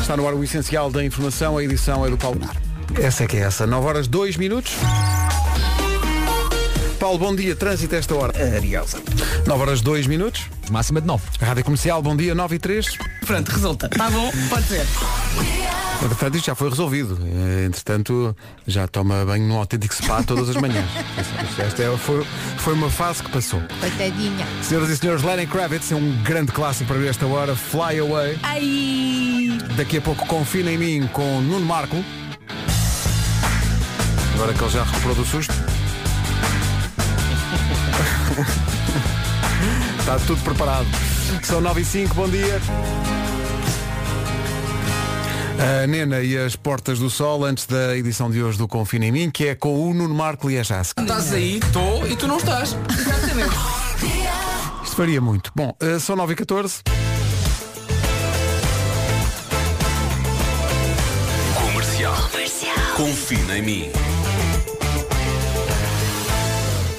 Speaker 2: Está no ar o essencial da informação, a edição é do Paulo Nar. Essa é que é essa. 9 horas 2 minutos. Paulo, bom dia. Trânsito a esta hora. Ariosa. 9 horas 2 minutos.
Speaker 23: Máxima de 9.
Speaker 2: Rádio Comercial, bom dia, 9 e 3.
Speaker 4: Pronto, resulta.
Speaker 8: Tá
Speaker 4: Está bom, pode ser.
Speaker 2: Entretanto, isto já foi resolvido. Eh, Entretanto, já toma banho num autêntico spa todas as manhãs. Esta é- foi, foi uma fase que passou.
Speaker 14: Coitadinha.
Speaker 2: Senhoras e senhores, Lenny Kravitz é um grande clássico para esta hora. Fly Away.
Speaker 14: Ai.
Speaker 2: Daqui a pouco confina em mim com Nuno Marco. Agora que ele já recuperou do susto. Está tudo preparado. São 9 e 5, bom dia. A Nena e as Portas do Sol, antes da edição de hoje do Confina em Mim, que é com o Nuno Marco e a Jasca.
Speaker 3: Estás aí, estou e tu não estás. Exatamente.
Speaker 2: Isto varia muito. Bom, eh, são 9 e 14.
Speaker 19: Comercial. Confina em mim.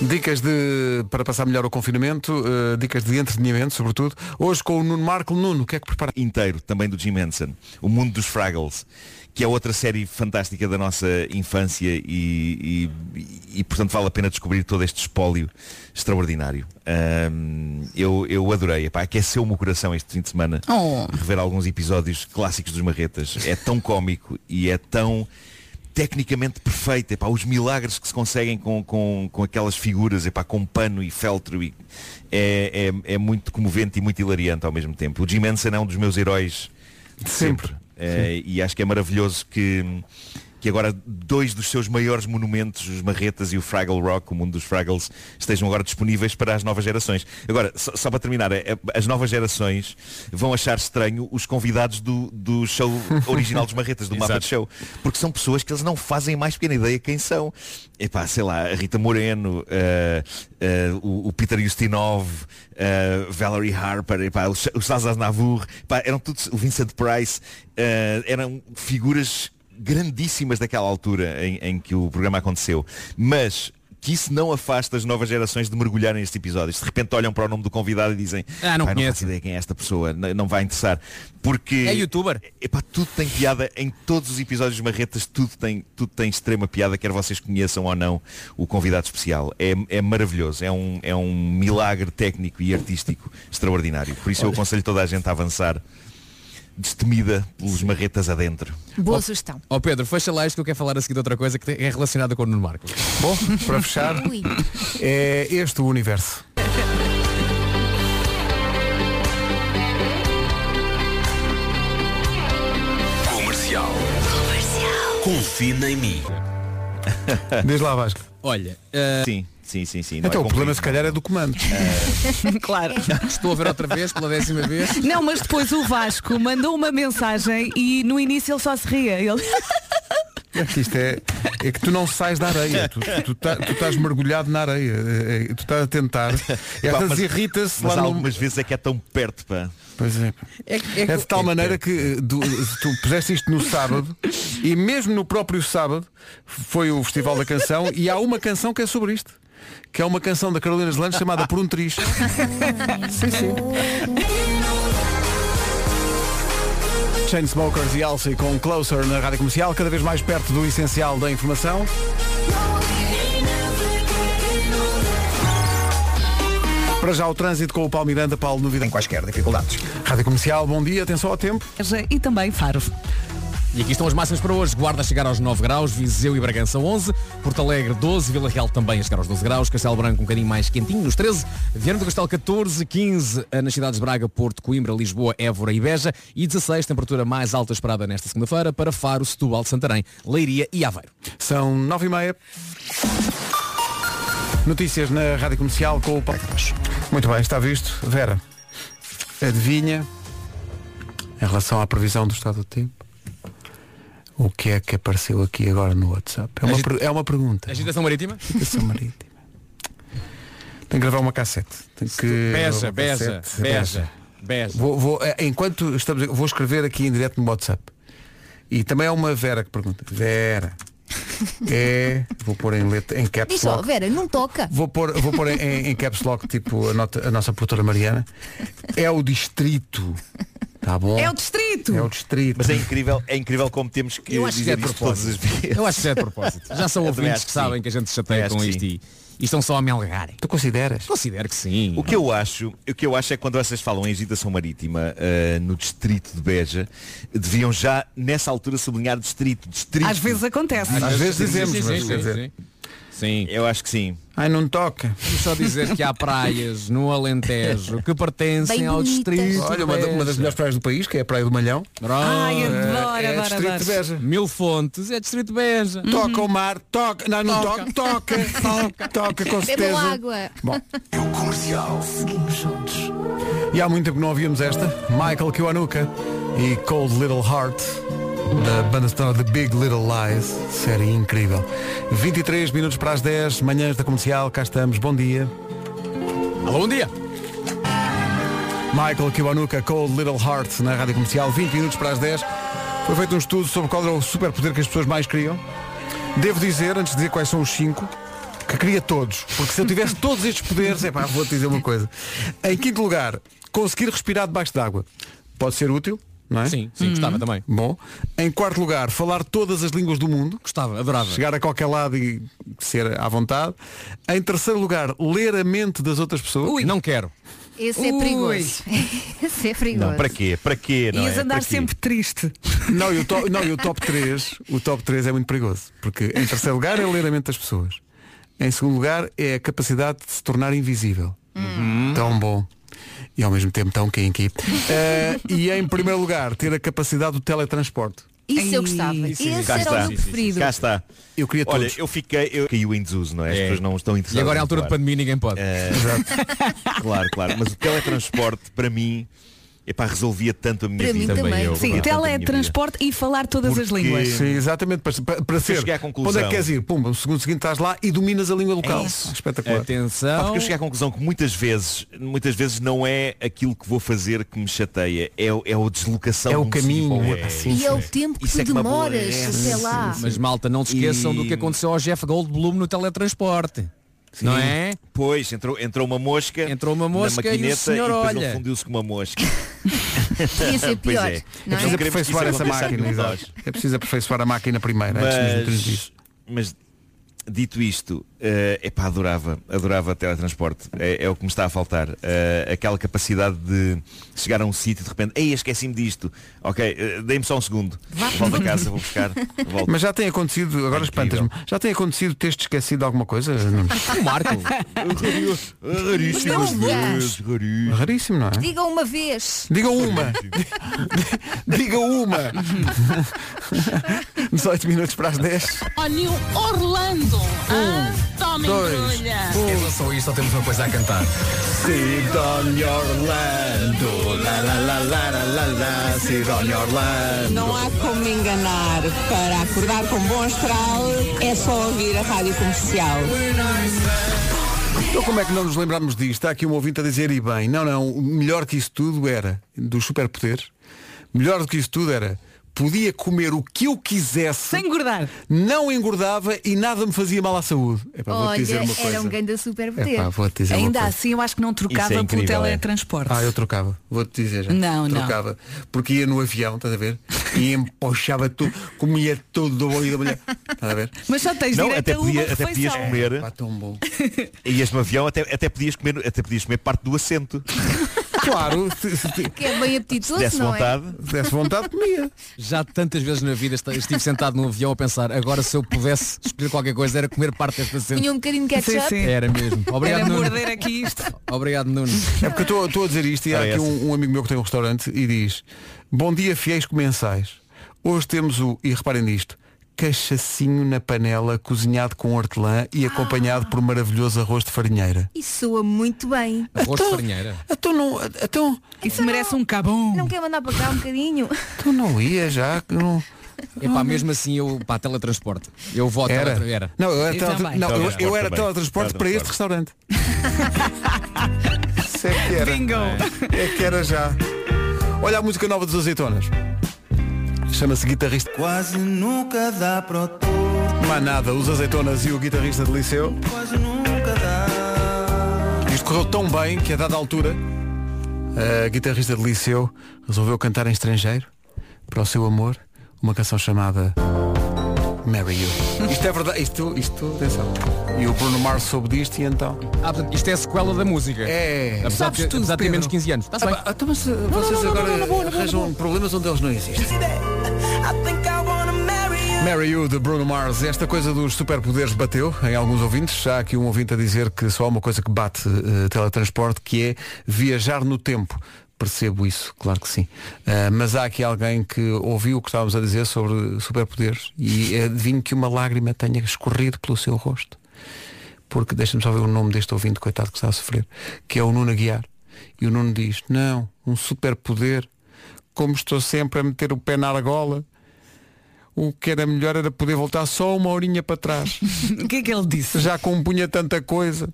Speaker 2: Dicas de para passar melhor o confinamento, eh, dicas de entretenimento, sobretudo. Hoje com o Nuno Marco. Nuno, o que é que prepara?
Speaker 13: Inteiro, também do Jim Henson. O Mundo dos Fraggles, que é outra série fantástica da nossa infância e, e- e, portanto, vale a pena descobrir todo este espólio extraordinário. Ahm, eu, eu adorei. Epá, aqueceu-me o coração este fim de semana.
Speaker 4: Oh.
Speaker 13: Rever alguns episódios clássicos dos Marretas. É tão cómico e é tão tecnicamente perfeito, epá, os milagres que se conseguem com, com, com aquelas figuras, epá, com pano e feltro e é, é, é muito comovente e muito hilariante ao mesmo tempo. O Jim Henson é um dos meus heróis de sempre, Eh, e acho que é maravilhoso que, que agora dois dos seus maiores monumentos, os Marretas e o Fraggle Rock, o mundo dos Fraggles, estejam agora disponíveis para as novas gerações. Agora, só, só para terminar, eh, as novas gerações vão achar estranho os convidados do, do show original dos Marretas, do Mapa de
Speaker 9: Exato.
Speaker 13: Show, porque são pessoas que eles não fazem mais pequena ideia quem são. Epá, sei lá, a Rita Moreno, eh, eh, o, o Peter Justinov, eh, Valerie Harper, epá, o, Sa- o Sazaz Navour, epá, eram todos, o Vincent Price, eh, eram figuras grandíssimas daquela altura em, em que o programa aconteceu. Mas que isso não afasta as novas gerações de mergulhar nestes episódios. De repente olham para o nome do convidado e dizem
Speaker 3: Ah, não
Speaker 13: "Pá, não
Speaker 3: conheço."
Speaker 13: faço ideia quem é esta pessoa, não, não vai interessar. Porque
Speaker 3: É youtuber?
Speaker 13: Epá, tudo tem piada em todos os episódios de Marretas, tudo tem, tudo tem extrema piada, quer vocês conheçam ou não o convidado especial. É, é maravilhoso, é um, é um milagre técnico e artístico extraordinário. Por isso eu
Speaker 14: Olha.
Speaker 13: aconselho toda a gente a avançar destemida pelos Marretas adentro.
Speaker 14: Boa sugestão.
Speaker 23: Ó Pedro, fecha lá isto que eu quero falar a seguir de outra coisa que tem- é relacionada com o Nuno Marco.
Speaker 2: Bom, para fechar, é este o universo.
Speaker 19: Comercial. Confina em mim.
Speaker 2: Diz lá, Vasco.
Speaker 23: Olha,
Speaker 13: Sim, sim, sim, sim. não
Speaker 2: Então,
Speaker 13: é
Speaker 2: o problema se calhar é do comando.
Speaker 4: claro.
Speaker 23: É.
Speaker 8: É.
Speaker 23: Estou a ver outra vez, pela décima vez.
Speaker 4: Não, mas depois o Vasco mandou uma mensagem e no início ele só se ria. Ele...
Speaker 2: É que isto é, é que tu não sais da areia, tu, tu, tá- tu estás mergulhado na areia, é, é, tu estás a tentar. E às
Speaker 13: Pá,
Speaker 2: vezes
Speaker 13: mas-
Speaker 2: irrita-se
Speaker 13: mas
Speaker 2: lá no.
Speaker 13: algumas vezes é que é tão perto, pá.
Speaker 2: Pois é.
Speaker 13: É que- é
Speaker 2: É de
Speaker 13: que-
Speaker 2: tal
Speaker 13: é
Speaker 2: maneira que eh, do- se tu puseste isto no sábado e mesmo no próprio sábado foi o Festival da Canção e há uma canção que é sobre isto, que é uma canção da Carolina Zelandes chamada Por um Triz. sim, sim. Chainsmokers e Alce com Closer na Rádio Comercial, cada vez mais perto do essencial da informação. Para já o trânsito com o Paulo Miranda, Paulo Novidade. Em
Speaker 18: quaisquer dificuldades.
Speaker 2: Rádio Comercial, bom dia, atenção ao tempo.
Speaker 4: E também Faro.
Speaker 23: E aqui estão as máximas para hoje. Guarda a chegar aos 9 graus, Viseu e Bragança 11, Porto Alegre 12, Vila Real também a chegar aos 12 graus, Castelo Branco um bocadinho mais quentinho nos 13, Viana do Castelo 14, 15 eh, nas cidades de Braga, Porto, Coimbra, Lisboa, Évora e Beja e 16, temperatura mais alta esperada nesta segunda-feira para Faro, Setúbal, Santarém, Leiria e Aveiro.
Speaker 2: São 9 e meia. Notícias na Rádio Comercial com o Paulo Carlos. Muito bem, está visto. Vera, adivinha em relação à previsão do estado do tempo? O que é que apareceu aqui agora no WhatsApp? É uma, per- é uma pergunta.
Speaker 23: Agitação marítima?
Speaker 2: Agitação marítima. Tenho que gravar uma cassete. Tenho que
Speaker 23: Beja,
Speaker 2: gravar uma
Speaker 23: Beja,
Speaker 2: cassete.
Speaker 23: Beja, Beja.
Speaker 2: Vou, vou- eh, enquanto estamos, vou escrever aqui em direto no WhatsApp. E também há uma Vera que pergunta. Vera. É. Vou pôr em letra,
Speaker 13: é
Speaker 2: em
Speaker 14: Diz
Speaker 2: caps
Speaker 14: só,
Speaker 2: lock.
Speaker 14: Vera, não toca.
Speaker 2: Vou pôr, vou pôr em, em caps lock, tipo a, nota- a nossa produtora Mariana. É o distrito. Tá bom?
Speaker 4: É o distrito.
Speaker 2: É o distrito.
Speaker 13: Mas é incrível, é incrível como temos que
Speaker 23: Eu acho que
Speaker 13: dizer
Speaker 23: é de
Speaker 13: isto todas as
Speaker 23: propósito.
Speaker 13: vezes.
Speaker 23: Eu acho que é de propósito. Já são
Speaker 13: Eu também
Speaker 23: ouvintes
Speaker 13: acho
Speaker 23: que sabem
Speaker 13: sim.
Speaker 23: que a gente se
Speaker 13: Também
Speaker 23: chateia
Speaker 13: acho
Speaker 23: com
Speaker 13: que
Speaker 23: isto
Speaker 13: sim.
Speaker 23: e, e estão só a me algarem.
Speaker 2: Tu consideras?
Speaker 23: Considero que sim.
Speaker 13: O que eu acho, o que eu acho é que quando vocês falam em agitação marítima eh, no distrito de Beja, deviam já nessa altura sublinhar distrito, distrito.
Speaker 4: Às vezes acontece.
Speaker 2: Às vezes dizemos, mas quer dizer.
Speaker 23: Sim.
Speaker 13: Eu acho que sim.
Speaker 2: Ai, não toca.
Speaker 23: Só dizer que há praias no Alentejo que pertencem
Speaker 2: Bem
Speaker 23: ao
Speaker 2: bonitas.
Speaker 23: distrito.
Speaker 2: Olha, uma da- uma das melhores praias do país, que é a Praia do Malhão. Ai, adoro,
Speaker 23: é,
Speaker 2: adoro,
Speaker 23: distrito
Speaker 2: adoro.
Speaker 23: de Beja. Mil fontes, é distrito de Beja.
Speaker 2: Toca o mar, toca. Não, não toca, toca, toca, toca, com certeza. Bom.
Speaker 19: É o comercial.
Speaker 24: Seguimos juntos.
Speaker 2: E há muito tempo que não ouvíamos esta. Michael Kiwanuka e Cold Little Heart da banda sonora The Big Little Lies. Série incrível. 23 minutos para as 10, manhãs da comercial, cá estamos. Bom dia.
Speaker 23: Alô, bom dia.
Speaker 2: Michael Kiwanuka, Cold Little Heart na rádio comercial, 20 minutos para as 10. Foi feito um estudo sobre qual era o superpoder que as pessoas mais queriam. Devo dizer, antes de dizer quais são os 5, que queria todos. Porque se eu tivesse todos estes poderes, é pá, vou-te dizer uma coisa. Em quinto lugar, conseguir respirar debaixo d'água. Pode ser útil, não é?
Speaker 23: Sim, sim, gostava também.
Speaker 2: Bom. Em quarto lugar, falar todas as línguas do mundo.
Speaker 23: Gostava, adorava.
Speaker 2: Chegar a qualquer lado e ser à vontade. Em terceiro lugar, ler a mente das outras pessoas.
Speaker 23: Não quero.
Speaker 14: Esse é
Speaker 4: Ui.
Speaker 14: perigoso. Esse é perigoso.
Speaker 13: Não, para quê? Para quê? Não
Speaker 4: Ias
Speaker 13: é?
Speaker 4: andar
Speaker 13: Para quê?
Speaker 4: sempre triste.
Speaker 2: Não, e o top, não, e o top 3, o top 3 é muito perigoso, porque em terceiro lugar é o ler a mente das pessoas. Em segundo lugar é a capacidade de se tornar invisível. Tão bom. E ao mesmo tempo tão quem aqui. e em primeiro lugar, ter a capacidade do teletransporte.
Speaker 14: Isso eu gostava.
Speaker 13: Isso,
Speaker 14: Esse
Speaker 13: cá
Speaker 14: era
Speaker 13: está.
Speaker 14: o meu preferido.
Speaker 13: Cá está.
Speaker 2: Eu queria
Speaker 13: Olha,
Speaker 2: todos.
Speaker 13: eu fiquei, eu caiu em desuso, não é? As
Speaker 23: É.
Speaker 13: pessoas não estão interessadas.
Speaker 23: E agora é a
Speaker 13: em
Speaker 23: altura de
Speaker 13: voar.
Speaker 23: pandemia, ninguém pode.
Speaker 13: Eh, claro, claro. Mas o teletransporte, para mim, epá, resolvia tanto a minha
Speaker 4: Para mim
Speaker 13: vida.
Speaker 4: também.
Speaker 13: eu,
Speaker 4: Sim,
Speaker 13: resolvia tanto a minha
Speaker 4: teletransporte e falar todas as
Speaker 2: Porque-
Speaker 4: línguas.
Speaker 2: Sim, exatamente. Para, para, para
Speaker 13: Eu
Speaker 2: ser.
Speaker 13: cheguei à conclusão.
Speaker 2: Onde é que queres ir? Pumba, o segundo seguinte estás lá e dominas a língua local.
Speaker 13: isso.
Speaker 2: Espetacular.
Speaker 13: Pá,
Speaker 23: Atenção.
Speaker 13: porque eu cheguei à conclusão que muitas vezes, muitas vezes não é aquilo que vou fazer que me chateia, é, o- é a deslocação.
Speaker 2: É o
Speaker 13: de um
Speaker 2: caminho,
Speaker 13: sítio ao
Speaker 2: é pá,
Speaker 13: outro.
Speaker 2: sim,
Speaker 14: E é o tempo que
Speaker 13: Isso
Speaker 14: tu
Speaker 13: é que me
Speaker 14: demoras
Speaker 13: aborrece.
Speaker 14: até lá.
Speaker 23: Ah, Mas malta, não se esqueçam
Speaker 13: E-
Speaker 23: do que aconteceu ao Jeff Goldblum no teletransporte. Não é?
Speaker 13: Pois, entrou, entrou uma mosca. Entrou uma
Speaker 23: mosca
Speaker 13: na
Speaker 23: e o
Speaker 13: maquineta
Speaker 23: senhor
Speaker 13: depois
Speaker 23: olha.
Speaker 13: ele fundiu-se com uma mosca.
Speaker 14: Podia ser
Speaker 13: Pois
Speaker 14: pior.
Speaker 13: é.
Speaker 14: não
Speaker 2: É preciso
Speaker 14: é?
Speaker 2: aperfeiçoar essa máquina. exato. É preciso aperfeiçoar a máquina primeiro. antes mesmo de nos dizer.
Speaker 13: Mas, mas dito isto, eh, epá, adorava, adorava teletransporte. É, é o que me está a faltar. Eh, aquela capacidade de chegar a um sítio e de repente, ei, esqueci-me disto. Ok, eh, dei-me só um segundo. Volto a casa, vou buscar. Volto.
Speaker 2: Mas já tem acontecido, agora espantas-me, já tem acontecido teres esquecido de alguma coisa? Nuno?
Speaker 23: O Marco.
Speaker 14: Raríssimas vezes,
Speaker 2: Raríssimo. não é?
Speaker 14: Diga uma vez.
Speaker 2: Diga uma. Diga uma. 18 minutos para as 10.
Speaker 20: Ó New Orlando! Um, Toma
Speaker 2: dois,
Speaker 20: embrulha!
Speaker 13: um.
Speaker 12: Esqueçam só isto, só temos uma coisa a cantar.
Speaker 19: Sidónia Orlando, la la la la la la la, Sidónia Orlando.
Speaker 9: Não há como me enganar. Para acordar com bom astral, é só ouvir a rádio comercial.
Speaker 2: Então como é que não nos lembramos disto? Há aqui um ouvinte a dizer, e bem, não, não, o melhor que isso tudo era, dos superpoderes, melhor do que isso tudo era, podia comer o que eu quisesse. Sem
Speaker 4: engordar.
Speaker 2: Não engordava e nada me fazia mal à saúde. Epá, vou-te dizer
Speaker 14: Olha,
Speaker 2: uma coisa.
Speaker 14: era um grande superpoder.
Speaker 2: Epá, vou-te dizer uma
Speaker 4: Ainda
Speaker 2: coisa.
Speaker 4: assim, eu acho que não trocava
Speaker 2: Isso é
Speaker 4: pelo
Speaker 2: incrível, é.
Speaker 4: teletransporte.
Speaker 2: Ah, eu trocava, vou-te dizer já.
Speaker 4: Não, não.
Speaker 2: trocava. Porque ia no avião, estás a ver? E empochava tudo, comia tudo do olho da mulher. Estás a ver?
Speaker 4: Mas só tens
Speaker 13: Não,
Speaker 4: direito
Speaker 13: até,
Speaker 4: a uma
Speaker 13: podia- até
Speaker 4: refeição.
Speaker 13: podias comer.
Speaker 2: Pá, tão bom.
Speaker 13: E este avião até, até, podias comer, até podias comer parte do assento.
Speaker 2: Claro, se, se, se
Speaker 14: Que é bem apetitoso,
Speaker 13: desse
Speaker 14: não é?
Speaker 13: vontade.
Speaker 2: desse vontade, comia.
Speaker 23: Já tantas vezes na vida est- estive sentado num avião a pensar, agora se eu pudesse escolher qualquer coisa era comer parte desta cena.
Speaker 14: Tinha um bocadinho de ketchup.
Speaker 23: Era mesmo. Obrigado,
Speaker 4: Era
Speaker 23: Nuno.
Speaker 4: morder aqui isto.
Speaker 23: Obrigado, Nuno.
Speaker 2: É porque eu estou a dizer isto e há aqui um, um amigo meu que tem um restaurante e diz Bom dia fiéis comensais Hoje temos o, e reparem nisto Cachacinho na panela cozinhado com hortelã e acompanhado por maravilhoso arroz de farinheira
Speaker 14: Isso soa muito bem.
Speaker 23: Arroz de farinheira.
Speaker 2: Então não, então,
Speaker 4: Isso merece um cabum.
Speaker 14: Não quer mandar para cá um bocadinho?
Speaker 2: então não ia já que não...
Speaker 23: Epá, mesmo assim eu, pá, teletransporte. Eu voto
Speaker 2: Era.
Speaker 23: teletra- era.
Speaker 2: Não, eu
Speaker 23: Eu
Speaker 2: era, teletra-
Speaker 23: também.
Speaker 2: não, eu- eu,
Speaker 23: Teletransporte
Speaker 2: era
Speaker 23: também.
Speaker 2: teletransporte para este restaurante. Isso é que era.
Speaker 4: Bingo.
Speaker 2: É que era já. Olha a música nova dos Azeitonas. Chama-se Guitarrista.
Speaker 19: Quase nunca dá pro
Speaker 2: Manada, os Azeitonas e o guitarrista de Liceu.
Speaker 19: quase nunca dá.
Speaker 2: Isto correu tão bem que a dada altura a guitarrista de Liceu resolveu cantar em estrangeiro para o seu amor uma canção chamada Marry You. Isto é verdade, isto, isto, atenção. E o Bruno Mars soube disto e então.
Speaker 23: Ah, portanto, isto é a sequela da música.
Speaker 2: É.
Speaker 23: Apesar
Speaker 2: Sabes
Speaker 23: de,
Speaker 2: tudo,
Speaker 23: apesar de ter menos
Speaker 2: Pedro.
Speaker 23: 15 anos. Está-se
Speaker 2: Ah,
Speaker 23: bem.
Speaker 2: pá, então, mas, uh, vocês
Speaker 23: não, na
Speaker 2: agora
Speaker 23: boa, na boa, na
Speaker 2: arranjam problemas onde eles não existem.
Speaker 19: I think I wanna marry you.
Speaker 2: Mary You de Bruno Mars, esta coisa dos superpoderes bateu em alguns ouvintes. Há aqui um ouvinte a dizer que só há uma coisa que bate eh, teletransporte, que é viajar no tempo. Percebo isso, claro que sim. Ah, mas há aqui alguém que ouviu o que estávamos a dizer sobre superpoderes e é adivinho que uma lágrima tenha escorrido pelo seu rosto. Porque deixa-me só ver o nome deste ouvinte, coitado que está a sofrer, que é o Nuno Aguiar. E o Nuno diz, não, um superpoder, como estou sempre a meter o pé na argola, o que era melhor era poder voltar só uma horinha para trás.
Speaker 4: o que é que ele disse?
Speaker 2: Já compunha tanta coisa.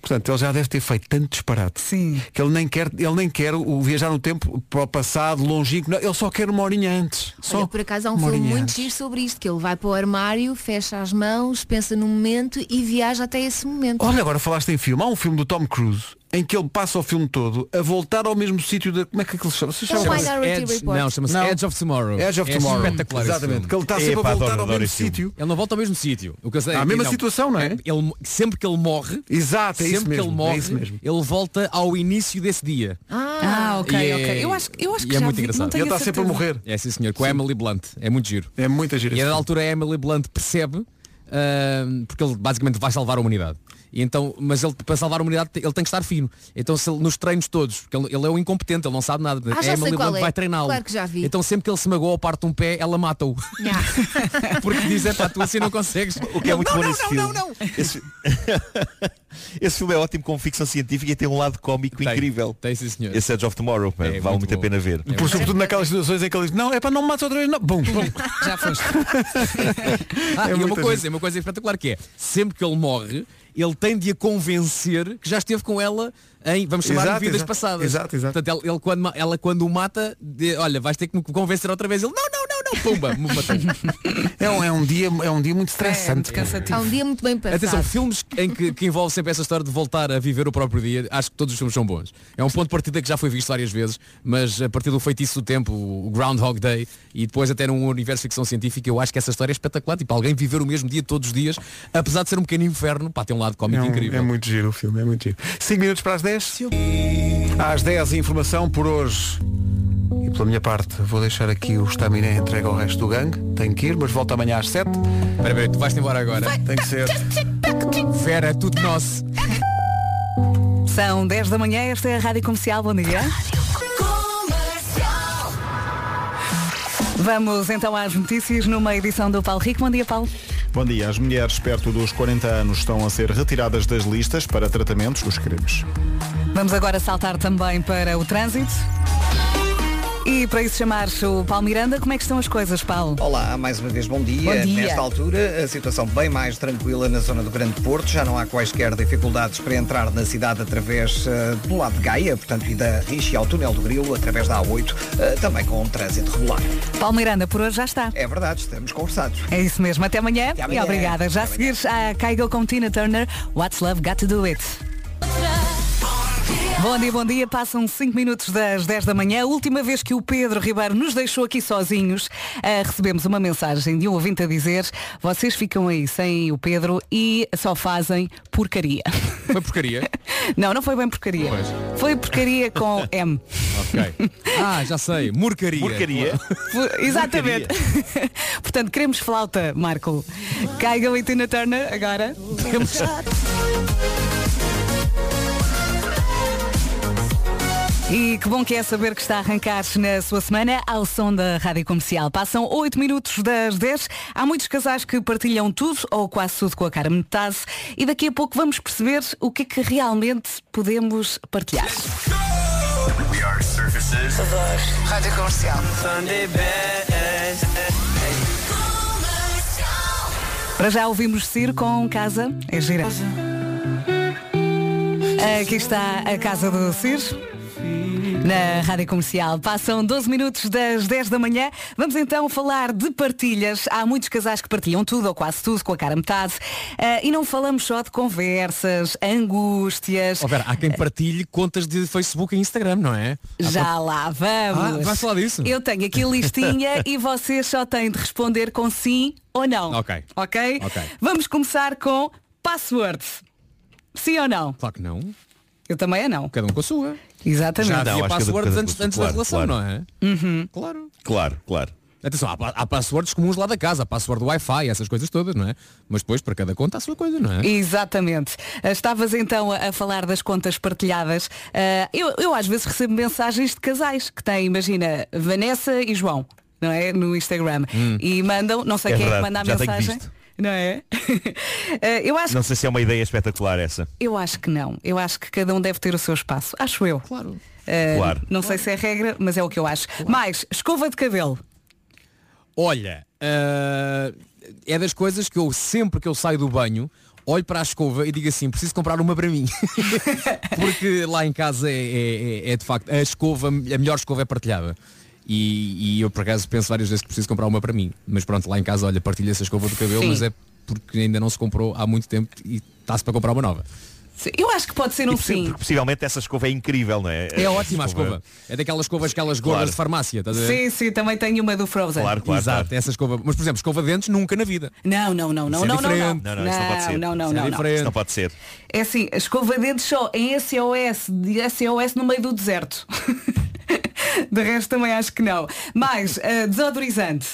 Speaker 2: Portanto, ele já deve ter feito tanto disparate.
Speaker 4: Sim.
Speaker 2: Que ele nem quer, ele nem quer o viajar no tempo para o passado, longínquo. Não, ele só quer uma horinha antes. Só
Speaker 14: Olha, por acaso há um
Speaker 2: uma
Speaker 14: filme
Speaker 2: horinha
Speaker 14: muito
Speaker 2: antes.
Speaker 14: giro sobre isto, que ele vai para o armário, fecha as mãos, pensa no momento e viaja até esse momento.
Speaker 2: Olha, agora falaste em filme. Há um filme do Tom Cruise em que ele passa o filme todo a voltar ao mesmo sítio da. Como é que aquilo se chama? Se chama
Speaker 14: Chama-se Minority Edge- Report. não,
Speaker 23: chama-se Edge of Tomorrow.
Speaker 2: Edge of
Speaker 23: É
Speaker 2: Tomorrow.
Speaker 23: espetacular esse
Speaker 2: Exatamente.
Speaker 23: filme.
Speaker 2: Que ele está sempre a
Speaker 23: Epá,
Speaker 2: voltar
Speaker 23: adoro,
Speaker 2: ao
Speaker 23: adoro
Speaker 2: mesmo
Speaker 23: esse filme.
Speaker 2: sítio.
Speaker 23: Ele não volta ao mesmo sítio. O que eu sei é
Speaker 2: À
Speaker 23: que
Speaker 2: mesma
Speaker 23: não.
Speaker 2: situação, não é?
Speaker 23: Ele, sempre que ele morre,
Speaker 2: Exato, é
Speaker 23: sempre
Speaker 2: isso
Speaker 23: que
Speaker 2: mesmo,
Speaker 23: ele
Speaker 2: é
Speaker 23: morre,
Speaker 2: isso mesmo.
Speaker 23: ele volta ao início desse dia.
Speaker 4: Ah, ok,
Speaker 23: E é-
Speaker 4: ok. Eu acho, eu acho
Speaker 23: e
Speaker 4: que
Speaker 23: é
Speaker 4: já
Speaker 23: muito
Speaker 4: vi,
Speaker 23: engraçado.
Speaker 4: não tenho
Speaker 24: tá
Speaker 19: tá
Speaker 4: a certeza.
Speaker 23: É sim senhor, com a Emily Blunt. É muito giro.
Speaker 2: É muito giro.
Speaker 23: E a da altura a Emily Blunt percebe, ahm, porque ele basicamente vai salvar a humanidade. E então, mas ele, para salvar a humanidade ele tem que estar fino. Então se ele- nos treinos todos, porque ele, ele é um incompetente, ele não sabe nada.
Speaker 14: Ah,
Speaker 23: a
Speaker 14: já sei
Speaker 23: Emily
Speaker 14: qual
Speaker 23: Blunt
Speaker 14: é.
Speaker 23: vai treiná-lo.
Speaker 14: Claro que já vi.
Speaker 23: Então sempre que ele se magoa ou parte um pé, ela mata-o. porque diz, é pá, tu assim não consegues.
Speaker 13: O que é muito bom nesse filme. Esse... Esse filme é ótimo com ficção científica e tem um lado cómico incrível.
Speaker 23: Tem, sim, senhor. É
Speaker 13: Esse Edge of Tomorrow, pá, vale muito a pena ver.
Speaker 2: Por sobretudo naquelas situações em que ele diz, não, é para não me mates outra vez, não. Bum, bum.
Speaker 23: Já foste. Ah,
Speaker 2: É
Speaker 23: e
Speaker 2: muito
Speaker 23: uma coisa,
Speaker 2: giro.
Speaker 23: uma coisa espetacular que é, sempre que ele morre, ele tem de a convencer que já esteve com ela em, vamos chamar
Speaker 2: Exato,
Speaker 23: de vidas
Speaker 2: exato.
Speaker 23: passadas.
Speaker 2: Exato, exato.
Speaker 23: Portanto, ele, ele quando, ma- ela quando o mata, de- olha, vais ter que me convencer outra vez. Ele, não, não, não, não, pumba, me matou.
Speaker 2: É um, é um dia, é um dia muito estressante.
Speaker 4: é
Speaker 14: Há um dia muito bem passado.
Speaker 23: Oh, Atenção, filmes em que, que envolve sempre essa história de voltar a viver o próprio dia, acho que todos os filmes são bons. É um ponto de partida que já foi visto várias vezes, mas a partir do feitiço do tempo, o Groundhog Day, e depois até num universo de ficção científica, eu acho que essa história é espetacular. Tipo, alguém viver o mesmo dia todos os dias, apesar de ser um pequeno inferno, pá, tem um lado cómico
Speaker 2: É um-
Speaker 23: incrível.
Speaker 2: É muito giro o filme, é muito giro. 5 minutos para as 10. Às 10, informação por hoje. E pela minha parte, vou deixar aqui o estaminé entregue ao resto do gangue. Tenho que ir, mas volto amanhã às 7.
Speaker 23: Espera aí, tu vais-te embora agora.
Speaker 2: Tem que ser.
Speaker 23: Vera, é tudo nosso.
Speaker 4: São 10 da manhã, esta é a Rádio Comercial, bom dia. Vamos então às notícias numa edição do Paulo Rico. Bom dia, Paulo.
Speaker 1: Bom dia. As mulheres perto dos 40 anos estão a ser retiradas das listas para tratamentos dos crimes.
Speaker 4: Vamos agora saltar também para o trânsito. E para isso chamar o Paulo Miranda, como é que estão as coisas, Paulo?
Speaker 18: Olá, mais uma vez bom dia.
Speaker 4: Bom dia.
Speaker 18: é Nesta altura, a situação bem mais tranquila na zona do Grande Porto. Já não há quaisquer dificuldades para entrar na cidade através eh, do lado de Gaia, portanto, e da Rixa ao Túnel do Grilo, através da A8, eh, também com um trânsito regular.
Speaker 4: Paulo Miranda, por hoje já está.
Speaker 18: É verdade, estamos conversados.
Speaker 4: É isso mesmo, até amanhã,
Speaker 18: amanhã.
Speaker 4: e obrigada. Já a seguir a Caigo com Tina Turner, What's Love Got to Do It. Bom dia, bom dia. Passam 5 minutos das 10 da manhã. A última vez que o Pedro Ribeiro nos deixou aqui sozinhos, ah, recebemos uma mensagem de um ouvinte a dizer vocês ficam aí sem o Pedro e só fazem porcaria.
Speaker 23: Foi porcaria.
Speaker 4: Não, não foi bem porcaria.
Speaker 23: Pois.
Speaker 4: Foi porcaria com M.
Speaker 23: ok. Ah, já sei. Murcaria.
Speaker 4: Murcaria? Por- Exatamente. Portanto, queremos flauta, Marco. Caiga e Tina Turner agora. E que bom que é saber que está a arrancar na sua semana ao som da Rádio Comercial. Passam 8 minutos das 10. Há muitos casais que partilham tudo ou quase tudo com a cara metade. E daqui a pouco vamos perceber o que é que realmente podemos partilhar.
Speaker 19: We are surfaces.
Speaker 4: Rádio Comercial.
Speaker 19: Sunday best.
Speaker 4: Para já ouvimos Ciro com Casa é Gira. Aqui está a Casa do Ciro. Na Rádio Comercial. Passam 12 minutos das 10 da manhã. Vamos então falar de partilhas. Há muitos casais que partilham tudo ou quase tudo com a cara metade. Ah, e não falamos só de conversas, angústias.
Speaker 23: Ó, Oh, Vera, há quem partilhe contas de Facebook e Instagram, não é? Há
Speaker 4: Já
Speaker 23: quant-
Speaker 4: lá vamos.
Speaker 23: Ah, vais falar disso?
Speaker 4: Eu tenho aqui a listinha e vocês só têm de responder com sim ou não.
Speaker 23: Ok.
Speaker 4: Ok?
Speaker 23: Ok.
Speaker 4: Vamos começar com password. Sim ou não?
Speaker 23: Claro que não.
Speaker 4: Eu também é não.
Speaker 23: Cada um com a sua.
Speaker 4: Exatamente.
Speaker 23: Já havia
Speaker 13: acho que é
Speaker 23: passwords
Speaker 13: cada
Speaker 23: antes,
Speaker 13: coisa,
Speaker 23: antes da
Speaker 13: claro,
Speaker 23: relação,
Speaker 13: claro.
Speaker 23: não é?
Speaker 4: Uhum.
Speaker 23: Claro.
Speaker 13: Claro, claro.
Speaker 23: Atenção, há, pa- há passwords comuns lá da casa, há password do Wi-Fi, essas coisas todas, não é? Mas depois, para cada conta, há a sua coisa, não é?
Speaker 4: Exatamente. Ah, Estavas então a a falar das contas partilhadas. Ah, eu, eu às vezes recebo mensagens de casais que têm, imagina, Vanessa e João, não é? No Instagram.
Speaker 13: Hum.
Speaker 4: E mandam, não sei
Speaker 13: É
Speaker 4: quem é que
Speaker 13: verdade,
Speaker 4: manda a
Speaker 13: já tenho
Speaker 4: mensagem.
Speaker 13: visto.
Speaker 4: Não é? Ah, eu acho
Speaker 13: Não sei se é uma ideia espetacular essa.
Speaker 4: Eu acho que não. Eu acho que cada um deve ter o seu espaço. Acho eu. Claro.
Speaker 13: Claro.
Speaker 4: Não sei se é regra, mas é o que eu acho. Mais, escova de cabelo.
Speaker 23: Olha, ah, é das coisas que eu sempre que eu saio do banho olho para a escova e digo assim, preciso comprar uma para mim. Porque lá em casa é, é- é- é de facto a escova, a melhor escova é partilhada. E, e eu por acaso penso várias vezes que preciso comprar uma para mim. Mas pronto, lá em casa, olha, partilha essa escova do cabelo,
Speaker 4: Sim.
Speaker 23: mas é porque ainda não se comprou há muito tempo e está-se para comprar uma nova.
Speaker 4: Eu acho que pode ser um
Speaker 13: E possi-
Speaker 4: sim.
Speaker 13: Porque possivelmente essa escova é incrível, não é?
Speaker 23: É ótima a escova. É daquelas escovas que elas gordas
Speaker 13: Claro.
Speaker 23: de farmácia, estás a ver?
Speaker 4: Sim, sim, também tenho uma do Frozen.
Speaker 23: Exato, essa escova. Mas por exemplo, escova de dentes nunca na vida.
Speaker 4: Não, não, não,
Speaker 23: Isso
Speaker 4: não,
Speaker 23: é
Speaker 4: não, não, não.
Speaker 23: diferente. Não, não, isso não pode ser.
Speaker 4: não, não,
Speaker 23: Isso é
Speaker 4: não, não.
Speaker 23: diferente. Isso não
Speaker 13: pode ser.
Speaker 4: É assim, a escova de dentes só em SOS, de SOS no meio do deserto. de resto também acho que não. Mais, ah, desodorizante.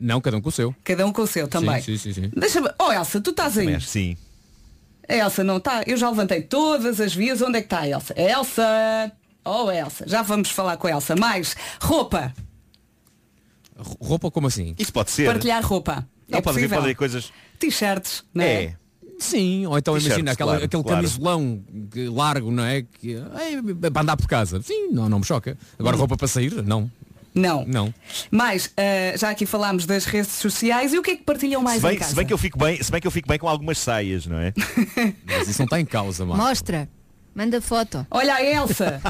Speaker 23: Não, cada um com o seu.
Speaker 4: Cada um com o seu também.
Speaker 23: Sim, sim, sim. sim.
Speaker 4: Deixa-me. Oh Elsa, tu estás aí.
Speaker 13: Sim.
Speaker 4: A Elsa não está. Eu já levantei todas as vias. Onde é que está a Elsa? Elsa! Oh Elsa, já vamos falar com a Elsa. Mais, roupa.
Speaker 23: Roupa como assim?
Speaker 13: Isso pode ser.
Speaker 4: Partilhar roupa.
Speaker 13: Não,
Speaker 4: é
Speaker 13: pode haver,
Speaker 4: possível.
Speaker 13: pode haver coisas.
Speaker 4: T-shirts, não é?
Speaker 13: É.
Speaker 23: Sim, ou então
Speaker 13: T-shirts,
Speaker 23: imagina aquela-
Speaker 13: claro,
Speaker 23: aquele
Speaker 13: claro.
Speaker 23: camisolão que- largo, não é? Que, é? Para andar por casa. Sim, não, não me choca.
Speaker 4: Uhum.
Speaker 23: Agora roupa para sair? Não.
Speaker 4: Não.
Speaker 23: Não.
Speaker 4: Mais, ah, já aqui falámos das redes sociais e o que é que partilham mais
Speaker 13: Se bem,
Speaker 4: em casa?
Speaker 13: se bem que eu fico bem, se bem que eu fico bem com algumas saias, não é?
Speaker 23: Mas isso não está em causa,
Speaker 14: Mostra. Manda foto.
Speaker 4: Olha a Elsa.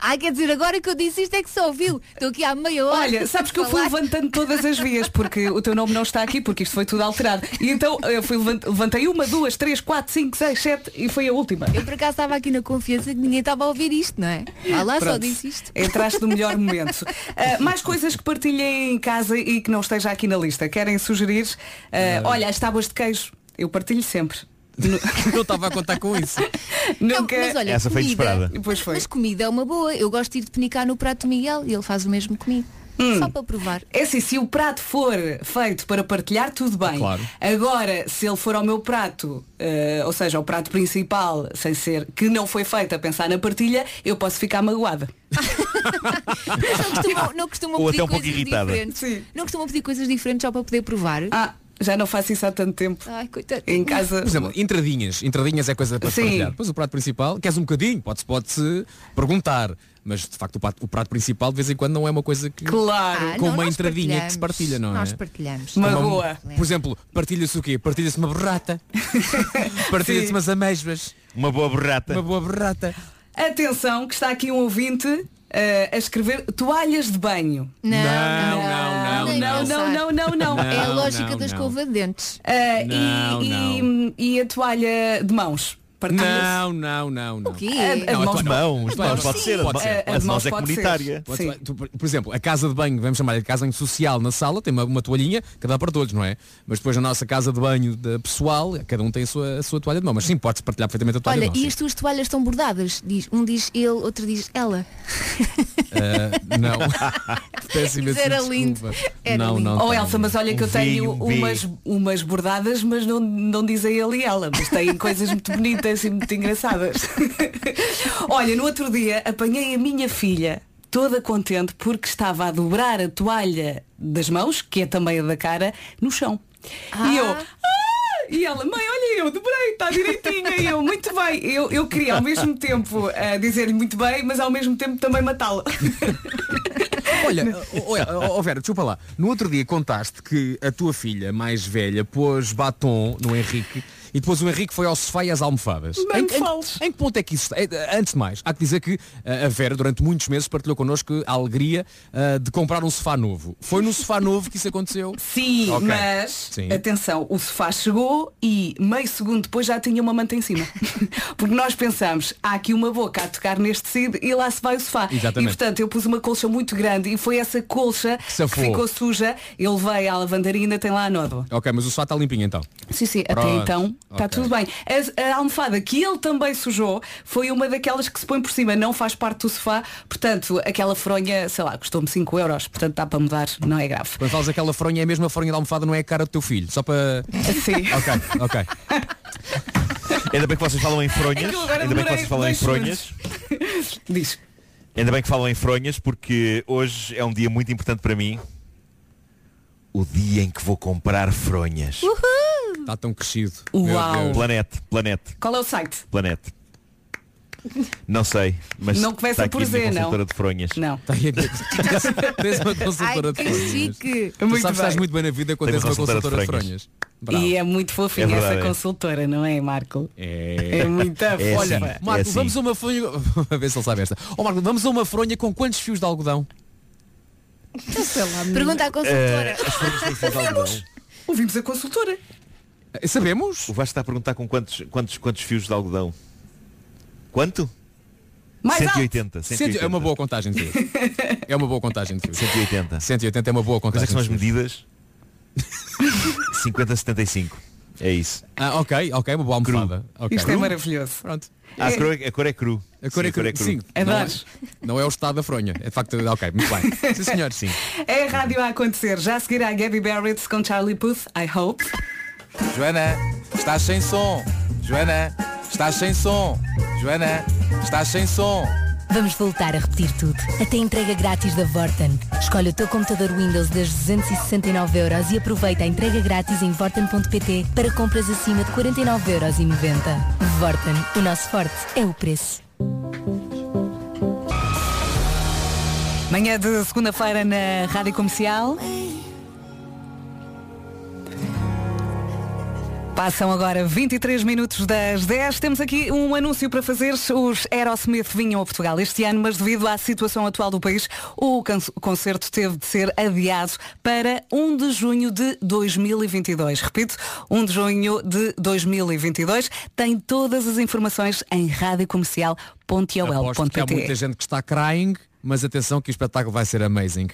Speaker 14: Ai, quer dizer, agora que eu disse isto é que só ouviu. Estou aqui há meia hora.
Speaker 4: Olha, sabes que eu fui levantando todas as vias porque o teu nome não está aqui porque isto foi tudo alterado. E então eu fui levant- levantei uma, duas, três, quatro, cinco, seis, sete e foi a última.
Speaker 14: Eu por acaso estava aqui na confiança que ninguém estava a ouvir isto, não é? Vá lá, só
Speaker 4: Pronto.
Speaker 14: disse isto.
Speaker 4: Entraste no melhor momento. Ah, mais coisas que partilhem em casa e que não esteja aqui na lista. Querem sugerir? Ah, olha, as tábuas de queijo. Eu partilho sempre.
Speaker 23: eu estava a contar com isso.
Speaker 4: Nunca.
Speaker 14: Mas olha, comida-
Speaker 4: Pois foi.
Speaker 14: Mas comida é uma boa. Eu gosto de ir de penicar no prato do Miguel e ele faz o mesmo comigo. Só para provar.
Speaker 4: É assim, se o prato for feito para partilhar, tudo bem.
Speaker 14: Claro.
Speaker 4: Agora, se ele for ao meu prato, ah, ou seja, ao prato principal, sem ser que não foi feito a pensar na partilha, eu posso ficar magoada.
Speaker 14: Não costumam, não costumam
Speaker 4: Ou
Speaker 14: pedir
Speaker 4: até um pouco
Speaker 14: coisas
Speaker 4: irritada.
Speaker 14: diferentes. Não costumam pedir coisas diferentes só para poder provar.
Speaker 4: Ah, já não faço isso há tanto tempo. É
Speaker 14: Ai, coitado.
Speaker 4: Em casa.
Speaker 23: Por exemplo, entradinhas. Entradinhas é coisa para se
Speaker 4: Sim.
Speaker 23: partilhar. Depois o prato principal, queres um bocadinho, pode-se pode perguntar. Mas de facto o prato, o prato principal de vez em quando não é uma coisa que
Speaker 4: Claro.
Speaker 14: Ah,
Speaker 23: com
Speaker 14: não,
Speaker 23: uma
Speaker 14: nós
Speaker 23: entradinha que se
Speaker 14: partilhamos.
Speaker 23: partilha, não
Speaker 14: Nós
Speaker 23: é?
Speaker 14: partilhamos.
Speaker 23: Uma-
Speaker 4: Magoa.
Speaker 23: Por exemplo, partilha-se o quê? Partilha-se uma borrata. partilha-se umas ameixas.
Speaker 13: Uma boa borrata.
Speaker 23: Uma boa borrata.
Speaker 4: Atenção, que está aqui um ouvinte eh, a escrever toalhas de banho.
Speaker 14: Não,
Speaker 4: não, não, não, não, não, não.
Speaker 14: É a lógica da escova de dentes.
Speaker 4: Eh,
Speaker 23: Não,
Speaker 4: e, e- e a toalha de mãos.
Speaker 23: Não, não, não, não. É,
Speaker 4: O quê? A- a de
Speaker 23: a
Speaker 4: mãos-
Speaker 23: tua-
Speaker 4: mãos,
Speaker 23: a tua-
Speaker 4: mãos pode ser, a de
Speaker 23: um pode
Speaker 4: mão- a de
Speaker 23: Pode ser.
Speaker 4: mãos é pode ser. comunitária.
Speaker 23: Pode
Speaker 4: Sim.
Speaker 23: ser. Tu, por por exemplo, a casa de banho, vamos chamar-lhe casa de banho social na sala, tem uma, uma toalhinha que dá para todos, não é? Mas depois na nossa casa de banho da pessoal, cada um tem a sua, a sua toalha de mão. Mas sim, pode-se partilhar perfeitamente a toalha
Speaker 14: Olha,
Speaker 23: de mão.
Speaker 14: e as tuas toalhas estão bordadas? Diz, um diz ele, outro diz ela.
Speaker 23: Ah, não. Peço imensa
Speaker 14: Isso era
Speaker 23: desculpa.
Speaker 14: lindo. Era
Speaker 23: não,
Speaker 14: lindo.
Speaker 23: não.
Speaker 4: Oh
Speaker 23: tenho.
Speaker 4: Elsa, mas olha que eu
Speaker 23: Um
Speaker 4: tenho
Speaker 23: vinho, vinho.
Speaker 4: umas, umas bordadas, mas não, não dizem ele e ela, mas têm coisas muito bonitas e muito engraçadas. olha, no outro dia apanhei a minha filha toda contente porque estava a dobrar a toalha das mãos, que é também a da cara, no chão. E eu,
Speaker 24: Ah.
Speaker 4: "Ah, E ela, mãe, olha eu, dobrei, está direitinho. E eu, muito bem. Eu, eu queria ao mesmo tempo eh, dizer-lhe muito bem, mas ao mesmo tempo também matá-la.
Speaker 23: Olha, ó- ó- ó, Vera, desculpa lá. No outro dia contaste que a tua filha mais velha pôs batom no Henrique e depois o Henrique foi ao sofá e às almofadas.
Speaker 4: Bem
Speaker 23: Em-
Speaker 4: que
Speaker 23: em-
Speaker 4: fales.
Speaker 23: Em que ponto é que isso está? Eh, eh, Antes de mais, há que dizer que eh, a Vera durante muitos meses partilhou connosco a alegria eh, de comprar um sofá novo. Foi no sofá novo que isso aconteceu?
Speaker 4: Sim,
Speaker 23: Ok.
Speaker 4: mas
Speaker 23: Sim.
Speaker 4: atenção, o sofá chegou e meio segundo depois já tinha uma manta em cima. Porque nós pensamos, há aqui uma boca a tocar neste tecido e lá se vai o sofá.
Speaker 23: Exatamente.
Speaker 4: E portanto eu pus uma colcha muito grande e foi essa colcha que,
Speaker 23: safou.
Speaker 4: ficou suja. Eu levei à lavandaria e ainda tem lá a nódoa.
Speaker 23: Ok, mas o sofá está limpinho então.
Speaker 4: Sim, sim, até
Speaker 23: Pronto.
Speaker 4: então Está tudo bem. A, a almofada que ele também sujou foi uma daquelas que se põe por cima, não faz parte do sofá, portanto, aquela fronha, sei lá, custou-me 5 euros, portanto dá para mudar, não é grave.
Speaker 23: Quando falas aquela fronha, é mesmo a fronha da almofada, não é a cara do teu filho. Só para.
Speaker 4: Sim.
Speaker 23: Ok, ok.
Speaker 13: Ainda bem que vocês falam em fronhas.
Speaker 4: Aquilo É agora
Speaker 13: Ainda bem que
Speaker 4: demorei
Speaker 13: vocês falam em
Speaker 4: dois segundos.
Speaker 13: fronhas.
Speaker 4: Diz.
Speaker 13: Ainda bem que falam em fronhas porque hoje é um dia muito importante para mim. O dia em que vou comprar fronhas.
Speaker 23: Está Tá tão crescido.
Speaker 4: Uau. Meu Deus.
Speaker 13: Planete, planete,
Speaker 4: Qual é o site?
Speaker 13: planete. Não sei, mas
Speaker 4: Não começa
Speaker 13: está aqui
Speaker 4: por
Speaker 13: a minha
Speaker 4: Z, não.
Speaker 13: consultora de fronhas.
Speaker 4: Não.
Speaker 23: Tá Tens uma consultora de
Speaker 4: Ai, que
Speaker 23: fronhas.
Speaker 4: chique.
Speaker 23: Tu
Speaker 4: É
Speaker 23: sabes
Speaker 4: Muito
Speaker 23: que estás
Speaker 4: bem.
Speaker 23: muito bem na vida quando
Speaker 13: Tenho
Speaker 23: tens uma consultora de fronhas.
Speaker 4: E é muito fofinha
Speaker 13: É verdade,
Speaker 4: essa
Speaker 13: é.
Speaker 4: consultora, não é, Marco?
Speaker 23: É,
Speaker 4: muita
Speaker 23: É
Speaker 4: fofa.
Speaker 23: Olha, Marco, vamos a uma fronha. a ver se ele sabe esta. Ó Marco, vamos a uma fronha com quantos fios de algodão?
Speaker 14: Pergunta à
Speaker 13: Eh,
Speaker 23: É.
Speaker 14: consultora.
Speaker 13: as fronhas têm fios de algodão.
Speaker 4: Ouvimos a consultora.
Speaker 23: Eh,
Speaker 13: Sabemos? O Vasco está a perguntar com quantos, quantos, quantos fios de algodão? Quanto? 180, 180.
Speaker 23: É uma boa contagem de fios. É uma boa contagem de fios.
Speaker 13: 180.
Speaker 23: 180 é uma boa
Speaker 13: Quais
Speaker 23: contagem.
Speaker 13: é que são as
Speaker 23: de fios.
Speaker 13: medidas? 50, 75. É isso.
Speaker 23: Ah, ok, ok, uma boa almofada. Ok.
Speaker 4: Isto é maravilhoso.
Speaker 23: Pronto.
Speaker 13: Ah, a, cor é, a cor é cru.
Speaker 23: A cor
Speaker 13: Sim,
Speaker 23: é cru. Sim, não, é, não é o estado da fronha. É de facto, ok, muito bem. Sim, senhor. Sim.
Speaker 4: É a rádio a acontecer. Já a seguir a Gabby Barrett com Charlie Puth, I hope.
Speaker 10: Joana, estás sem som. Joana, estás sem som. Joana, estás sem som.
Speaker 24: Vamos voltar a repetir tudo. Até entrega grátis da Vorten. Escolhe o teu computador Windows das 269 euros e aproveita a entrega grátis em vorten.pt para compras acima de 49,90 euros. Vorten, o nosso forte é o preço.
Speaker 4: Manhã de segunda-feira na Rádio Comercial. Passam agora 23 minutos das 10. Temos aqui um anúncio para fazer. Os Aerosmith vinham a Portugal este ano, mas devido à situação atual do país, o can- concerto teve de ser adiado para 1 de junho de 2022. Repito, 1 de junho de 2022. Tem todas as informações em
Speaker 23: Aposto que há muita
Speaker 4: radiocomercial.ol.pt.
Speaker 23: gente que está crying, mas atenção que o espetáculo vai ser amazing.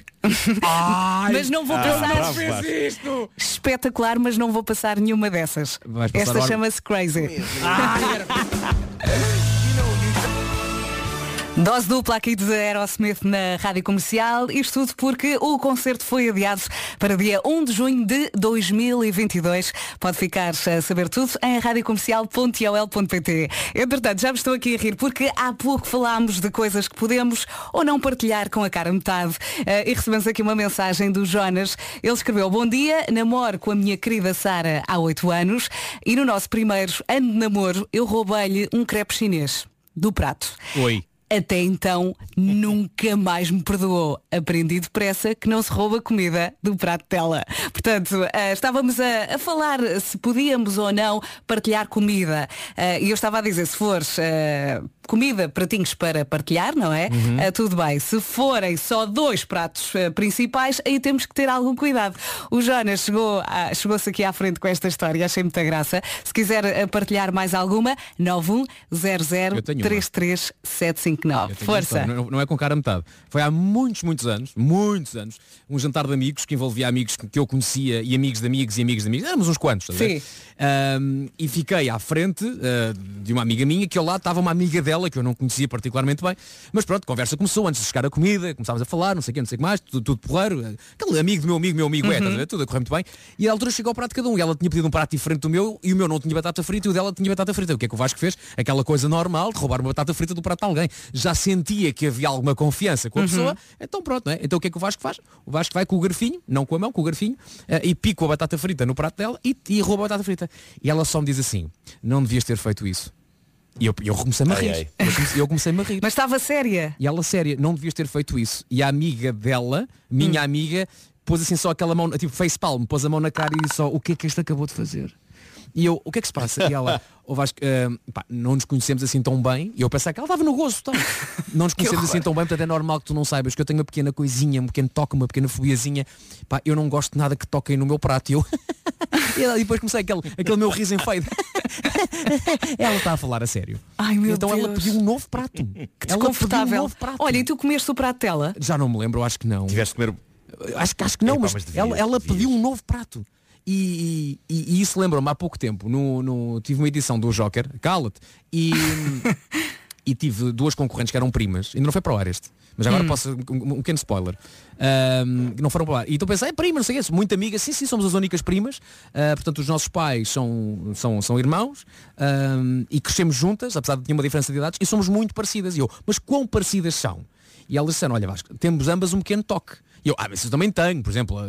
Speaker 4: mas não vou
Speaker 23: ah,
Speaker 4: passar
Speaker 23: bravo, Vasco. Fez
Speaker 4: espetacular, mas não vou passar nenhuma dessas.
Speaker 23: Vais passar
Speaker 4: Esta
Speaker 23: logo-
Speaker 4: chama-se Crazy. Dose dupla aqui de Aerosmith na Rádio Comercial, isto tudo porque o concerto foi adiado para dia 1 de junho de 2022. Pode ficar a saber tudo em radiocomercial.ol.pt. Entretanto, já me estou aqui a rir porque há pouco falámos de coisas que podemos ou não partilhar com a cara metade Eh, e recebemos aqui uma mensagem do Jonas. Ele escreveu, bom dia, namoro com a minha querida Sara há 8 anos e no nosso primeiro ano de namoro eu roubei-lhe um crepe chinês do prato.
Speaker 23: Oi.
Speaker 4: Até então, nunca mais me perdoou. Aprendi depressa que não se rouba comida do prato dela. Portanto, eh, estávamos a, a falar se podíamos ou não partilhar comida. Eh, E eu estava a dizer, se fores eh, comida, pratinhos para partilhar, não é?
Speaker 11: Uhum.
Speaker 4: Eh, tudo bem. Se forem só dois pratos eh, principais, aí temos que ter algum cuidado. O Jonas chegou a- chegou-se aqui à frente com esta história, achei muita graça. Se quiser eh, partilhar mais alguma, 9100
Speaker 23: Eu tenho uma.
Speaker 4: 33759.
Speaker 23: Tenho
Speaker 4: Força.
Speaker 23: noção, Não, não é com cara a metade. Foi há muitos, muitos anos, muitos anos, um jantar de amigos que envolvia amigos que, que eu conhecia e amigos de amigos e amigos de amigos. Éramos uns quantos, estás a ver?
Speaker 4: Sim.
Speaker 23: Ahm, e fiquei à frente ah, de uma amiga minha que ao lado estava uma amiga dela que eu não conhecia particularmente bem. Mas pronto, a conversa começou antes de chegar a comida, começámos a falar, não sei o que, não sei o que mais, tudo, tudo porreiro. Aquele amigo do meu amigo, meu amigo é,
Speaker 15: Uhum.
Speaker 23: estás a ver? Tudo a correr muito bem. E à altura chegou ao prato de cada um. E ela tinha pedido um prato diferente do meu e o meu não tinha batata frita e o dela tinha batata frita. O que é que o Vasco fez? Aquela coisa normal de roubar uma batata frita do prato de alguém. Já sentia que havia alguma confiança com a
Speaker 15: Uhum.
Speaker 23: pessoa. Então pronto, não é? Então o que é que o Vasco faz? O Vasco vai com o garfinho, não com a mão, com o garfinho, eh, e pico a batata frita no prato dela e, e rouba a batata frita. E ela só me diz assim, não devias ter feito isso. E eu, eu comecei-me a
Speaker 15: Ai,
Speaker 23: rir.
Speaker 15: ai.
Speaker 23: Eu comecei- eu comecei-me a rir.
Speaker 4: Mas estava séria.
Speaker 23: E ela séria, não devias ter feito isso. E a amiga dela,
Speaker 4: Hum.
Speaker 23: minha amiga, pôs assim só aquela mão, tipo face palm, pôs a mão na cara e só, o que é que este acabou de fazer? E eu, o que é que se passa? E ela, "Ó Vasco, ah, pá, não nos conhecemos assim tão bem. E eu pensava que ela estava no gozo, tá? Não nos conhecemos assim tão bem, portanto é normal que tu não saibas que eu tenho uma pequena coisinha, um pequeno toque, uma pequena fobiazinha. Pá, eu não gosto de nada que toquem no meu prato. E eu, e ela- e depois comecei aquele, aquele meu riso em fade. ela está a falar a sério.
Speaker 4: Ai, meu
Speaker 23: então ela
Speaker 4: Deus.
Speaker 23: pediu um novo prato.
Speaker 4: Que
Speaker 23: Ela pediu um
Speaker 4: desconfortável.
Speaker 23: novo prato.
Speaker 4: Olha, e tu comeste o prato dela?
Speaker 23: Já não me lembro, acho que não.
Speaker 13: Tiveste de comer.
Speaker 23: Acho, que- acho que não, Epá, mas, mas devias, ela, ela devias. pediu um novo prato. E, e- e isso lembra-me há pouco tempo, no, no- tive uma edição do Joker, cala-te, e, e tive duas concorrentes que eram primas, ainda não foi para o ar este, mas agora
Speaker 11: Hum.
Speaker 23: posso, um, um pequeno spoiler, Ahm, que não foram para o ar. E então pensei, é prima, não sei o que, muito amiga, sim, sim, somos as únicas primas, Ah, portanto os nossos pais são, são, são irmãos, ahm, e crescemos juntas, apesar de ter uma diferença de idades, e somos muito parecidas. E eu, mas quão parecidas são? E elas disseram, olha Vasco, temos ambas um pequeno toque. E eu, ah, mas isso eu também tenho, por exemplo, a, a-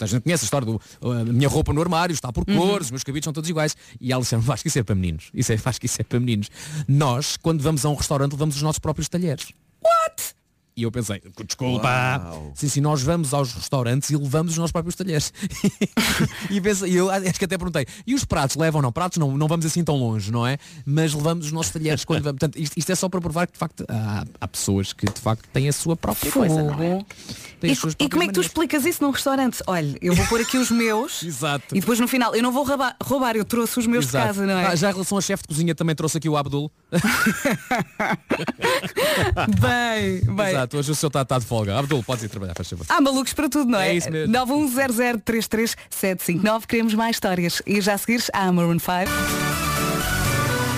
Speaker 23: a gente conhece a história do a minha roupa no armário, está por
Speaker 11: Uhum.
Speaker 23: cores, os meus cabelos são todos iguais. E elas disseram, Vasco, isso é para meninos. Isso é, Vasco, isso é para meninos. Nós, quando vamos a um restaurante, levamos os nossos próprios talheres. What? E eu pensei, desculpa, sim, sim, nós vamos aos restaurantes e levamos os nossos próprios talheres. e pensa, e eu acho que até perguntei, e os pratos levam ou não? Pratos não, não vamos assim tão longe, não é? Mas levamos os nossos talheres quando vamos. Portanto, isto, isto é só para provar que de facto há, há pessoas que de facto têm a sua própria coisa. Não é? Têm
Speaker 4: E,
Speaker 23: as suas
Speaker 4: e como é que tu
Speaker 23: próprias maneiras.
Speaker 4: explicas isso num restaurante? Olha, eu vou pôr aqui os meus
Speaker 23: Exato.
Speaker 4: e depois no final, eu não vou roubar, roubar, eu trouxe os meus
Speaker 23: Exato.
Speaker 4: de casa, não é?
Speaker 23: Ah, já em relação ao chefe de cozinha também trouxe aqui o Abdul.
Speaker 4: bem, bem.
Speaker 23: Exato, hoje o seu está de folga. Abdul, podes ir trabalhar, faz favor.
Speaker 4: Há malucos para tudo, não é?
Speaker 23: É isso mesmo.
Speaker 4: 910033759. Queremos mais histórias. E já a seguir, a Maroon 5.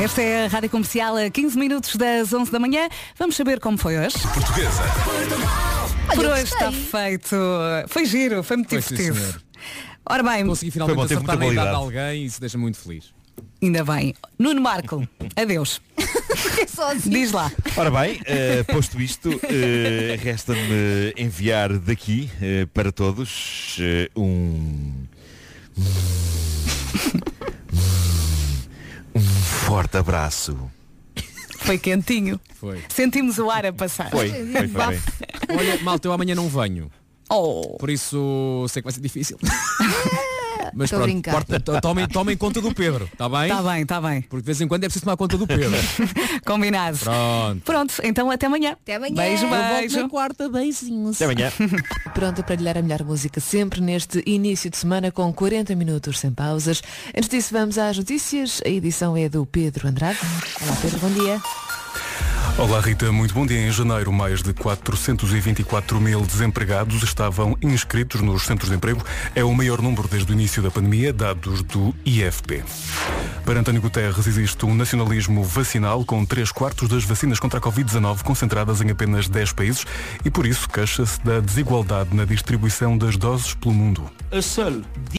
Speaker 4: Esta é a Rádio Comercial a 15 minutos das 11 da manhã. Vamos saber como foi hoje.
Speaker 19: Portuguesa.
Speaker 4: Por hoje está feito. Foi giro, foi muito
Speaker 23: Foi, sim,
Speaker 4: divertido.
Speaker 23: senhor.
Speaker 4: Ora bem,
Speaker 23: Consegui finalmente acertar na idade de alguém e isso deixa muito feliz.
Speaker 4: ainda bem. Nuno Marco, adeus. Diz lá.
Speaker 13: Ora bem, eh, posto isto, eh, resta-me enviar daqui eh, para todos eh, um. Um forte abraço.
Speaker 4: Foi quentinho.
Speaker 23: Foi.
Speaker 4: Sentimos o ar a passar. Bafo. Oh.
Speaker 23: Olha, malta, eu amanhã não venho. Por isso sei que vai ser difícil. Mas
Speaker 4: Tô a
Speaker 23: pronto,
Speaker 4: brincar.
Speaker 23: porta- to- tomem, tomem conta do Pedro, está bem?
Speaker 4: Está bem, está bem.
Speaker 23: Porque de vez em quando é preciso tomar conta do Pedro.
Speaker 4: Combinado.
Speaker 23: Pronto.
Speaker 4: Pronto, então até amanhã.
Speaker 14: Até amanhã.
Speaker 4: Beijo,
Speaker 14: Eu volto
Speaker 4: beijo.
Speaker 14: na
Speaker 4: quarta, beijinhos.
Speaker 13: Até amanhã.
Speaker 15: Pronta para lhe dar a melhor música sempre neste início de semana com 40 minutos sem pausas. Antes disso, vamos às notícias. A edição é do Pedro Andrade. Olá, Pedro, bom dia.
Speaker 16: Olá Rita, muito bom dia. Em janeiro, mais de 424 mil desempregados estavam inscritos nos centros de emprego. É o maior número desde o início da pandemia, dados do IFP. Para António Guterres existe um nacionalismo vacinal com 3 quartos das vacinas contra a Covid-19 concentradas em apenas 10 países e por isso queixa-se da desigualdade na distribuição das doses pelo mundo.
Speaker 17: A seule